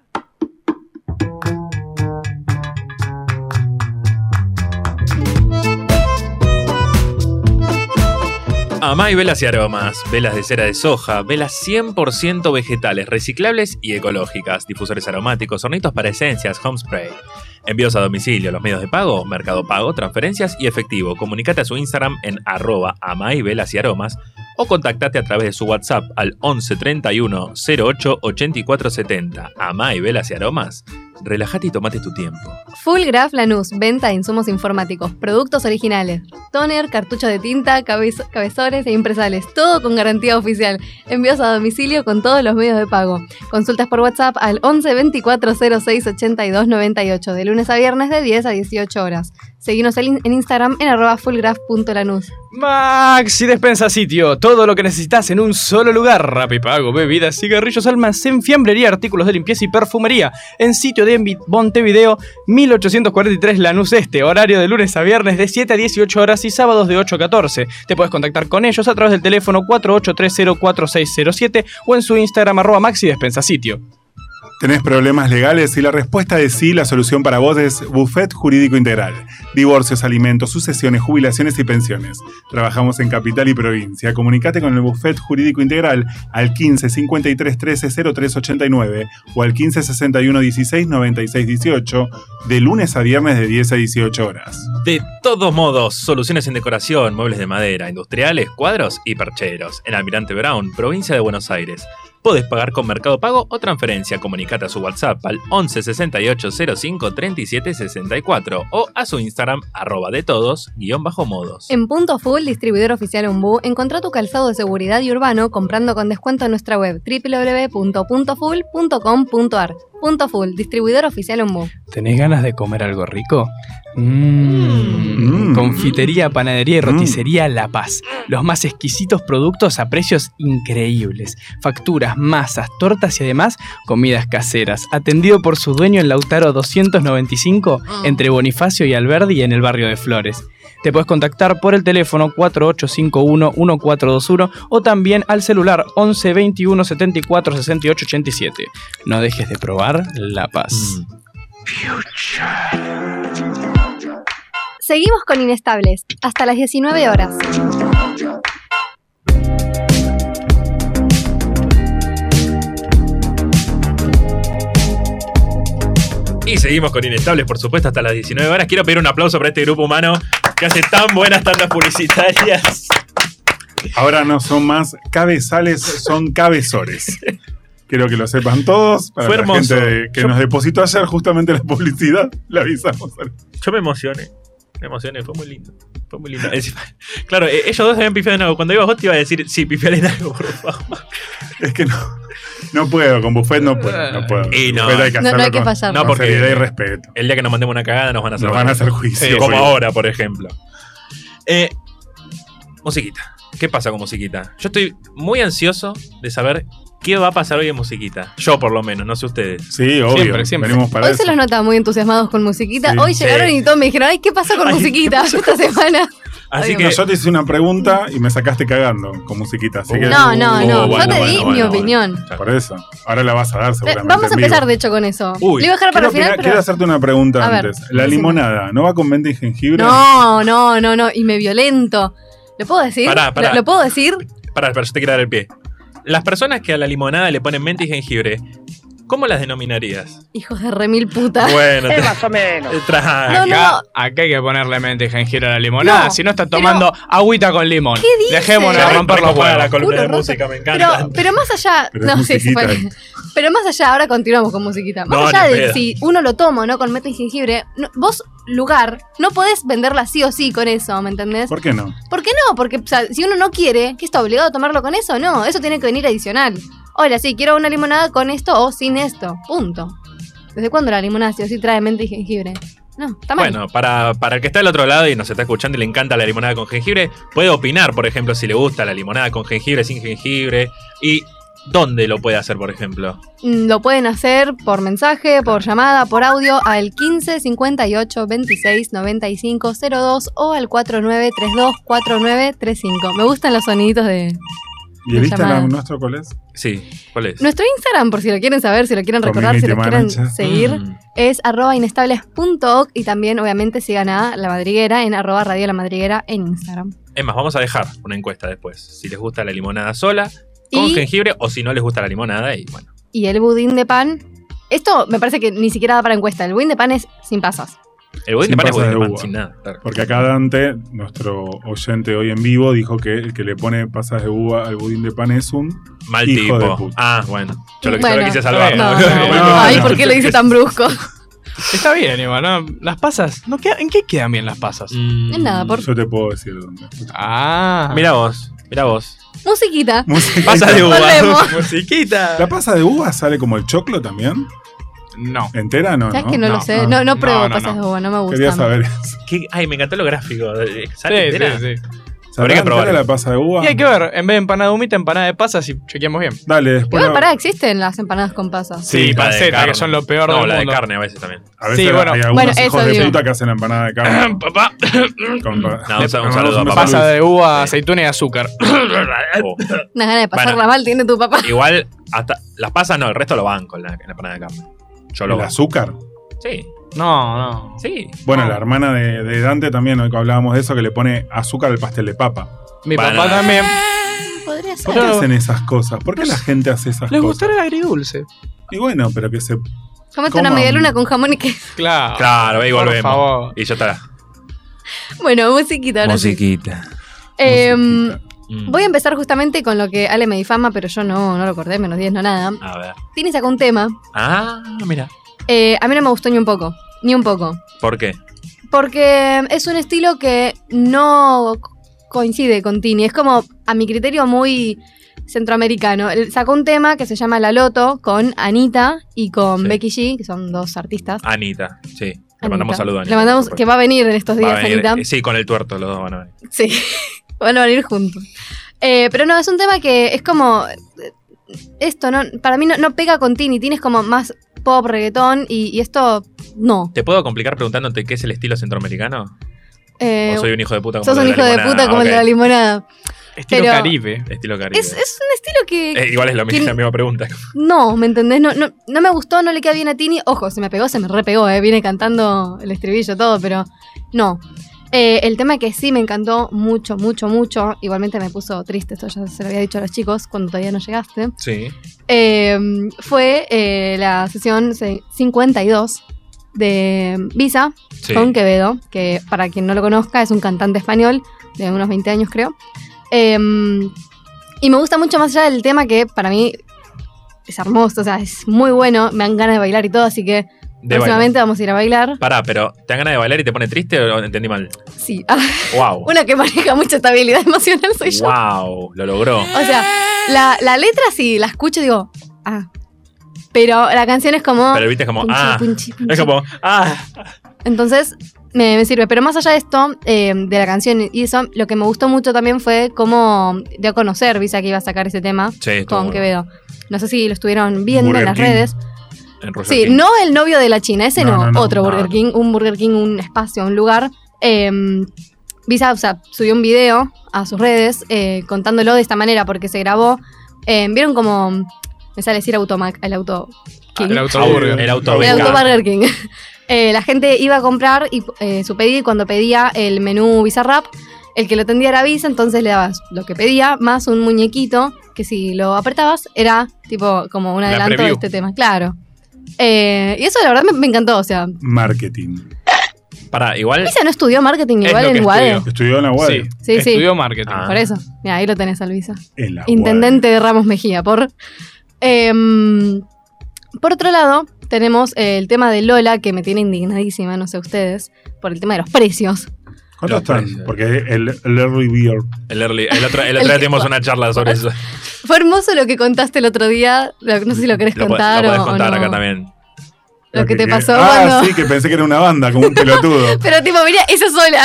Speaker 1: Amá y velas y aromas, velas de cera de soja, velas 100% vegetales, reciclables y ecológicas, difusores aromáticos, hornitos para esencias, home spray. Envíos a domicilio, los medios de pago, mercado pago, transferencias y efectivo. Comunicate a su Instagram en arroba amá y velas y aromas o contactate a través de su WhatsApp al 11 31 08 84 70. Amá y velas y aromas, relájate y tomate tu tiempo.
Speaker 3: Full Graph Lanús, venta de insumos informáticos, productos originales, toner, cartuchos de tinta, cabez- cabezores e impresales, todo con garantía oficial. Envíos a domicilio con todos los medios de pago. Consultas por WhatsApp al 11 24 06 82 98, de lunes a viernes de 10 a 18 horas. Seguinos en in- en Instagram en arroba fullgraph.lanús.
Speaker 2: Maxi Despensa Sitio, todo lo que necesitas en un solo lugar. Rapipago, bebidas, cigarrillos, almacén, fiambrería, artículos de limpieza y perfumería. En sitio de Envi- Montevideo, 1843 Lanús Este. Horario de lunes a viernes de 7 a 18 horas y sábados de 8 a 14. Te puedes contactar con ellos a través del teléfono 48304607 o en su Instagram arroba Maxi Despensa Sitio.
Speaker 4: ¿Tenés problemas legales? Si la respuesta es sí, la solución para vos es Buffet Jurídico Integral. Divorcios, alimentos, sucesiones, jubilaciones y pensiones. Trabajamos en capital y provincia. Comunicate con el Buffet Jurídico Integral al 15 53 13 03 89 o al 15 61 16 96 18 de lunes a viernes de 10 a 18 horas.
Speaker 1: De todos modos, soluciones en decoración, muebles de madera, industriales, cuadros y percheros. En Almirante Brown, provincia de Buenos Aires. Podés pagar con Mercado Pago o transferencia. Comunicate a su WhatsApp al 11 68 05 37 64 o a su Instagram arroba de todos guión bajo modos.
Speaker 3: En Punto Full, distribuidor oficial Ombú, encontrá tu calzado de seguridad y urbano comprando con descuento en nuestra web www.puntofull.com.ar. Punto Full, distribuidor oficial Ombú.
Speaker 2: ¿Tenés ganas de comer algo rico?
Speaker 4: Mm.
Speaker 2: Mm. Confitería, panadería y roticería La Paz. Los más exquisitos productos a precios increíbles. Facturas, masas, tortas y además comidas caseras. Atendido por su dueño en Lautaro 295, entre Bonifacio y Alberdi en el barrio de Flores. Te puedes contactar por el teléfono 4851-1421 o también al celular 11 21 74 68 87. No dejes de probar La Paz.
Speaker 1: Mm.
Speaker 3: Seguimos con Inestables, hasta las 19 horas.
Speaker 1: Y seguimos con Inestables, por supuesto, hasta las 19 horas. Quiero pedir un aplauso para este grupo humano que hace tan buenas tandas publicitarias.
Speaker 4: Ahora no son más cabezales, son cabezores. Quiero que lo sepan todos. Para
Speaker 1: Fue
Speaker 4: la
Speaker 1: hermoso.
Speaker 4: gente que
Speaker 1: Yo-
Speaker 4: nos depositó ayer justamente la publicidad, le avisamos.
Speaker 1: Yo me emocioné. Me emocioné, fue muy lindo. Fue muy lindo. Encima- Claro, eh, ellos dos habían pifiado en algo. Cuando ibas vos te iba a decir, sí, pifiale en algo, por favor.
Speaker 4: Es que no, no puedo, con Buffet no puedo. No puedo.
Speaker 1: Y no.
Speaker 4: Buffet hay que
Speaker 3: No, no
Speaker 4: hacerlo
Speaker 3: hay que
Speaker 4: con-
Speaker 3: fallar.
Speaker 1: No,
Speaker 4: con
Speaker 1: porque-
Speaker 4: seriedad y respeto.
Speaker 1: El día que nos mandemos una cagada nos van a hacer,
Speaker 4: Nos van a hacer juicio.
Speaker 1: como
Speaker 4: Sí.
Speaker 1: ahora, por ejemplo. Eh, musiquita. ¿Qué pasa con musiquita? Yo estoy muy ansioso de saber qué va a pasar hoy en musiquita. Yo, por lo menos, no sé ustedes.
Speaker 4: Sí, obvio.
Speaker 2: Siempre, siempre.
Speaker 4: Venimos para
Speaker 3: Hoy
Speaker 4: eso.
Speaker 3: se los notaba muy entusiasmados con musiquita.
Speaker 4: Sí.
Speaker 3: Hoy llegaron
Speaker 1: Sí.
Speaker 3: y todos me dijeron, ay, ¿qué pasó con
Speaker 1: Ay, ¿qué
Speaker 3: musiquita esta semana?
Speaker 1: Así
Speaker 3: Ay,
Speaker 1: que.
Speaker 4: No, yo te hice una pregunta y me sacaste cagando con musiquita. Así que Uh,
Speaker 3: No, no, no.
Speaker 1: Oh,
Speaker 3: Yo
Speaker 1: bueno,
Speaker 3: te di
Speaker 1: bueno,
Speaker 3: mi
Speaker 1: bueno,
Speaker 3: opinión.
Speaker 4: por eso. Ahora la vas a dar
Speaker 3: Te-
Speaker 4: seguramente.
Speaker 3: Vamos a
Speaker 4: en vivo.
Speaker 3: empezar, de hecho, con eso.
Speaker 1: Uy,
Speaker 3: Le iba a dejar
Speaker 4: Quiero,
Speaker 3: para el final,
Speaker 4: opinar-
Speaker 3: pero...
Speaker 4: quiero hacerte una pregunta
Speaker 3: A ver,
Speaker 4: antes. la
Speaker 3: decime.
Speaker 4: limonada, ¿no va con venta y jengibre?
Speaker 3: No, no, no, no. Y me violento. ¿Lo puedo decir?
Speaker 1: Pará, pará.
Speaker 3: ¿Lo, lo puedo decir?
Speaker 1: Pará, pará, yo te quiero dar el pie. Las personas que a la limonada le ponen menta y jengibre, ¿cómo las denominarías?
Speaker 3: Hijos de remil puta.
Speaker 1: Bueno,
Speaker 6: Es
Speaker 1: te-
Speaker 6: más o menos.
Speaker 1: tra-
Speaker 3: No, no,
Speaker 2: Acá,
Speaker 3: no.
Speaker 2: acá hay que ponerle mente y jengibre a la limonada.
Speaker 3: No,
Speaker 2: si no está tomando agüita con limón.
Speaker 3: ¿Qué
Speaker 2: Dejémonos
Speaker 3: dice?
Speaker 2: de romper los
Speaker 1: Recopada la
Speaker 2: huevos.
Speaker 1: columna
Speaker 3: Culo
Speaker 1: de
Speaker 3: roto.
Speaker 1: música, me encanta.
Speaker 3: Pero, pero más allá.
Speaker 4: Pero es
Speaker 3: no, sí, se
Speaker 4: musiquita.
Speaker 3: fue. Pero más allá, ahora continuamos con musiquita. Más
Speaker 1: No,
Speaker 3: allá
Speaker 1: ni
Speaker 3: de
Speaker 1: pedo.
Speaker 3: si uno lo toma o no con meta y jengibre, no- vos, lugar, no podés venderla sí o sí con eso, ¿me entendés?
Speaker 4: ¿Por qué no?
Speaker 3: ¿Por qué no? Porque o sea, si uno no quiere, ¿qué está obligado a tomarlo con eso? No, eso tiene que venir adicional. Hola, sí, quiero una limonada con esto o sin esto. Punto. ¿Desde cuándo la limonada sí o sí trae mente y jengibre? No, está mal.
Speaker 1: Bueno, para, para el que está del otro lado y nos está escuchando y le encanta la limonada con jengibre, puede opinar, por ejemplo, si le gusta la limonada con jengibre, sin jengibre y dónde lo puede hacer, por ejemplo.
Speaker 3: Mm, Lo pueden hacer por mensaje, por llamada, por audio al 15 58 26 95 02 o al 49 32 49 35. Me gustan los soniditos de
Speaker 4: ¿Y el
Speaker 3: Me
Speaker 4: Instagram
Speaker 3: llamaron.
Speaker 4: nuestro cuál es?
Speaker 1: Sí, ¿cuál es?
Speaker 3: nuestro Instagram, por si lo quieren saber, si lo quieren recordar, si
Speaker 4: Community
Speaker 3: lo quieren
Speaker 4: manager.
Speaker 3: seguir.
Speaker 1: Mm.
Speaker 3: es arroba inestables.org y también obviamente sigan a La Madriguera en arroba radio La Madriguera en Instagram.
Speaker 1: Es más, vamos a dejar una encuesta después. Si les gusta la limonada sola, con
Speaker 3: Y-
Speaker 1: jengibre, o si no les gusta la limonada, y bueno.
Speaker 3: Y el budín de pan, esto me parece que ni siquiera da para encuesta, el budín de pan es sin pasas.
Speaker 1: El budín de
Speaker 4: Sin
Speaker 1: pan es
Speaker 4: pasas
Speaker 1: budín
Speaker 4: de
Speaker 1: de pan,
Speaker 4: uva.
Speaker 1: sin nada. claro.
Speaker 4: Porque acá Dante, nuestro oyente hoy en vivo, dijo que el que le pone pasas de uva al budín de pan es un...
Speaker 1: Mal
Speaker 4: Hijo de
Speaker 1: tipo.
Speaker 4: puta.
Speaker 1: Ah, bueno. Yo lo, yo lo
Speaker 3: Bueno.
Speaker 1: quise salvar.
Speaker 2: No,
Speaker 3: No,
Speaker 2: no,
Speaker 3: no,
Speaker 2: no.
Speaker 3: Ay, ¿por qué lo dice tan brusco?
Speaker 2: Está bien, igual. ¿no? Las pasas. ¿no queda- ¿En qué quedan bien las pasas?
Speaker 1: Mm.
Speaker 3: Nada, por-
Speaker 4: Yo te puedo decir dónde.
Speaker 2: Ah.
Speaker 1: Mirá vos, mirá vos.
Speaker 3: Musiquita.
Speaker 4: Música.
Speaker 1: Pasa de uva.
Speaker 3: Volvemos.
Speaker 2: Musiquita.
Speaker 4: ¿La pasa de uva sale como el choclo también?
Speaker 2: No.
Speaker 4: ¿Entera no?
Speaker 3: ¿Sabes
Speaker 4: no?
Speaker 3: que no, lo
Speaker 2: no,
Speaker 3: sé?
Speaker 4: no.
Speaker 3: No, no,
Speaker 2: No,
Speaker 3: pruebo
Speaker 2: no,
Speaker 3: pasas
Speaker 2: no.
Speaker 3: de uva, no me
Speaker 4: Quería
Speaker 3: gusta.
Speaker 4: saber eso.
Speaker 1: ¿Qué? Ay, me encantó lo gráfico. ¿Sale
Speaker 2: Sí,
Speaker 1: entera?
Speaker 2: sí, sí.
Speaker 1: Habría que
Speaker 4: ¿Sabrán
Speaker 1: probar.
Speaker 4: cara la pasa de uva?
Speaker 2: Y hay que ver, en vez de empanada de humita, empanada de pasas y chequeamos bien.
Speaker 4: Dale, después.
Speaker 3: Igual,
Speaker 4: la-
Speaker 3: pará, existen las empanadas con pasas.
Speaker 2: Sí,
Speaker 1: la de
Speaker 2: panceta,
Speaker 1: carne.
Speaker 2: que son lo peor
Speaker 1: no,
Speaker 2: del
Speaker 1: la
Speaker 2: mundo.
Speaker 1: de carne a veces también.
Speaker 4: A veces
Speaker 2: Sí, bueno.
Speaker 4: hay algunos
Speaker 3: Bueno, eso
Speaker 4: hijos de
Speaker 3: digo.
Speaker 4: puta que hacen la empanada de carne.
Speaker 2: Papá,
Speaker 4: con
Speaker 1: No, un sa-
Speaker 4: pa-
Speaker 1: un
Speaker 4: Le mandamos
Speaker 1: saludo a
Speaker 4: beso
Speaker 1: papá.
Speaker 2: pasa
Speaker 4: Luis.
Speaker 2: de uva, aceituna y azúcar.
Speaker 1: Oh.
Speaker 3: Una gana de pasarla
Speaker 1: Bueno.
Speaker 3: mal tiene tu papá.
Speaker 1: Igual, hasta las pasas no, el resto lo banco en la, en la empanada de carne. Yo lo
Speaker 4: El
Speaker 1: banco.
Speaker 4: azúcar.
Speaker 1: Sí,
Speaker 2: No, no.
Speaker 1: sí.
Speaker 4: Bueno, la hermana de, de Dante también, hoy que hablábamos de eso, que le pone azúcar al pastel de papa.
Speaker 2: Mi
Speaker 1: Banana.
Speaker 2: papá también.
Speaker 3: Podría ser.
Speaker 4: ¿Por qué
Speaker 2: Claro.
Speaker 4: hacen esas cosas? ¿Por qué
Speaker 3: Pues,
Speaker 4: la gente hace esas
Speaker 2: Les
Speaker 4: cosas?
Speaker 2: gustará el agridulce.
Speaker 4: Y bueno, pero que se.
Speaker 3: Comete una
Speaker 4: Coman.
Speaker 3: media luna con jamón y que.
Speaker 2: Claro.
Speaker 1: Claro, ahí
Speaker 2: Ah, Por
Speaker 1: volvemos.
Speaker 2: favor.
Speaker 1: Y ya está.
Speaker 3: Bueno, musiquita ahora sí.
Speaker 1: Musiquita.
Speaker 3: Eh,
Speaker 4: musiquita.
Speaker 1: Mm.
Speaker 3: voy a empezar justamente con lo que Ale me difama, pero yo no, no lo acordé, menos 10, no nada.
Speaker 1: A ver.
Speaker 3: Tini sacó un tema.
Speaker 1: Ah, mira.
Speaker 3: Eh, a mí no me gustó ni un poco. Ni un poco.
Speaker 1: ¿Por qué?
Speaker 3: Porque es un estilo que no co- coincide con Tini. Es como, a mi criterio, muy centroamericano. Él sacó un tema que se llama La Loto con Anita y con
Speaker 1: Sí.
Speaker 3: Becky G, que son dos artistas.
Speaker 1: Anita, sí. Le
Speaker 3: Anita.
Speaker 1: mandamos saludos a Anita.
Speaker 3: Le mandamos
Speaker 1: por
Speaker 3: que va a venir en estos días,
Speaker 1: supuesto. Va a venir-
Speaker 3: Anita.
Speaker 1: eh, Sí, con el tuerto los dos van a venir.
Speaker 3: Sí, van a venir juntos. Eh, pero no, es un tema que es como. eh, Esto, no, para mí no, no pega con Tini. Tini es como más pop, reggaetón y, y esto no.
Speaker 1: ¿Te puedo complicar preguntándote qué es el estilo centroamericano?
Speaker 3: Eh,
Speaker 1: ¿O soy un hijo de puta como
Speaker 3: sos
Speaker 1: el
Speaker 3: un
Speaker 1: de
Speaker 3: hijo
Speaker 1: la
Speaker 3: de
Speaker 1: limonada?
Speaker 3: puta como el de la
Speaker 1: Ok.
Speaker 3: limonada.
Speaker 2: Estilo
Speaker 3: Pero-
Speaker 2: Caribe.
Speaker 1: Estilo caribe.
Speaker 3: Es, es un estilo que.
Speaker 1: Eh, igual es lo mismo,
Speaker 3: Tiene-
Speaker 1: la misma pregunta.
Speaker 3: No, ¿me entendés? No, no, no me gustó, no le queda bien a Tini. Ojo, se me pegó, se me repegó, eh. Viene cantando el estribillo, todo, pero no. Eh, el tema que sí me encantó mucho, mucho, mucho. Igualmente me puso triste, esto ya se lo había dicho a los chicos cuando todavía no llegaste.
Speaker 1: Sí.
Speaker 3: Eh, fue eh, la sesión se- 52 de Visa
Speaker 1: sí.
Speaker 3: con Quevedo, que para quien no lo conozca es un cantante español de unos 20 años creo. Eh, y me gusta mucho más allá del tema que para mí es hermoso, o sea, es muy bueno, me dan ganas de bailar y todo, así
Speaker 1: De
Speaker 3: que
Speaker 1: bailar.
Speaker 3: próximamente vamos a ir a bailar.
Speaker 1: Pará, pero ¿te dan ganas de bailar y te pone triste o entendí mal?
Speaker 3: Sí, Ah,
Speaker 1: ¡Wow!
Speaker 3: una que maneja mucha estabilidad emocional soy yo.
Speaker 1: ¡Wow! Lo logró.
Speaker 3: O sea, la, la letra sí, la escucho y digo, ah. Pero la canción es como...
Speaker 1: Pero viste como,
Speaker 3: punchi,
Speaker 1: ah.
Speaker 3: punchi, punchi.
Speaker 1: Es como, ah.
Speaker 3: Entonces, me, me sirve. Pero más allá de esto, eh, de la canción y eso, lo que me gustó mucho también fue cómo dio a conocer Visa que iba a sacar ese tema
Speaker 1: Sí, estuvo
Speaker 3: con
Speaker 1: bueno.
Speaker 3: Quevedo. No sé si lo estuvieron viendo
Speaker 4: Burger
Speaker 3: en las
Speaker 4: King.
Speaker 3: redes.
Speaker 1: En Roger
Speaker 3: Sí,
Speaker 1: King.
Speaker 3: no el novio de la China, ese
Speaker 4: No,
Speaker 3: no,
Speaker 4: no, no,
Speaker 3: otro
Speaker 1: no,
Speaker 3: Burger
Speaker 1: no.
Speaker 3: King, un Burger King, un espacio, un lugar. Eh, Visa o sea, subió un video a sus redes eh, contándolo de esta manera porque se grabó. eh, ¿Vieron como me sale decir Automac, el auto
Speaker 2: Ah,
Speaker 3: King?
Speaker 2: el autoburger.
Speaker 1: El auto
Speaker 3: El
Speaker 1: Venga.
Speaker 3: auto Burger King. Eh, la gente iba a comprar y, eh, su pedido y cuando pedía el menú Bizarrap, el que lo atendía era Visa, entonces le dabas lo que pedía más un muñequito que si lo apretabas era tipo como un
Speaker 2: La
Speaker 3: adelanto de
Speaker 2: preview.
Speaker 3: este tema, claro. Eh, y eso la verdad me, me encantó, o sea,
Speaker 4: Marketing.
Speaker 1: Pará, igual.
Speaker 3: Visa no estudió marketing
Speaker 2: Es
Speaker 3: igual
Speaker 2: lo que
Speaker 3: en UADE.
Speaker 2: estudió.
Speaker 4: Estudió en la UAD.
Speaker 2: Sí,
Speaker 3: Sí, sí.
Speaker 2: Estudió marketing.
Speaker 1: Ah.
Speaker 3: Por eso, Mirá, ahí lo tenés al Visa.
Speaker 4: En la UAD.
Speaker 3: Intendente de Ramos Mejía, por... Em, por otro lado, tenemos el tema de Lola, que me tiene indignadísima, no sé ustedes, por el tema de los precios.
Speaker 4: ¿Cuántos
Speaker 1: Los
Speaker 4: están?
Speaker 1: precios.
Speaker 4: Porque el, el Early Beer.
Speaker 1: El, early, el otro, el
Speaker 3: El
Speaker 1: otro día
Speaker 3: que-
Speaker 1: tuvimos una charla sobre eso.
Speaker 3: Fue hermoso lo que contaste el otro día, lo- no sé si lo querés
Speaker 1: Lo, po-
Speaker 3: contar
Speaker 1: lo
Speaker 3: o,
Speaker 1: podés
Speaker 3: o
Speaker 1: contar
Speaker 3: no.
Speaker 1: acá también.
Speaker 3: Lo que te pasó
Speaker 4: Ah,
Speaker 3: cuando...
Speaker 4: sí, que pensé que era una banda, como un pelotudo.
Speaker 3: Pero tipo, venía esa sola.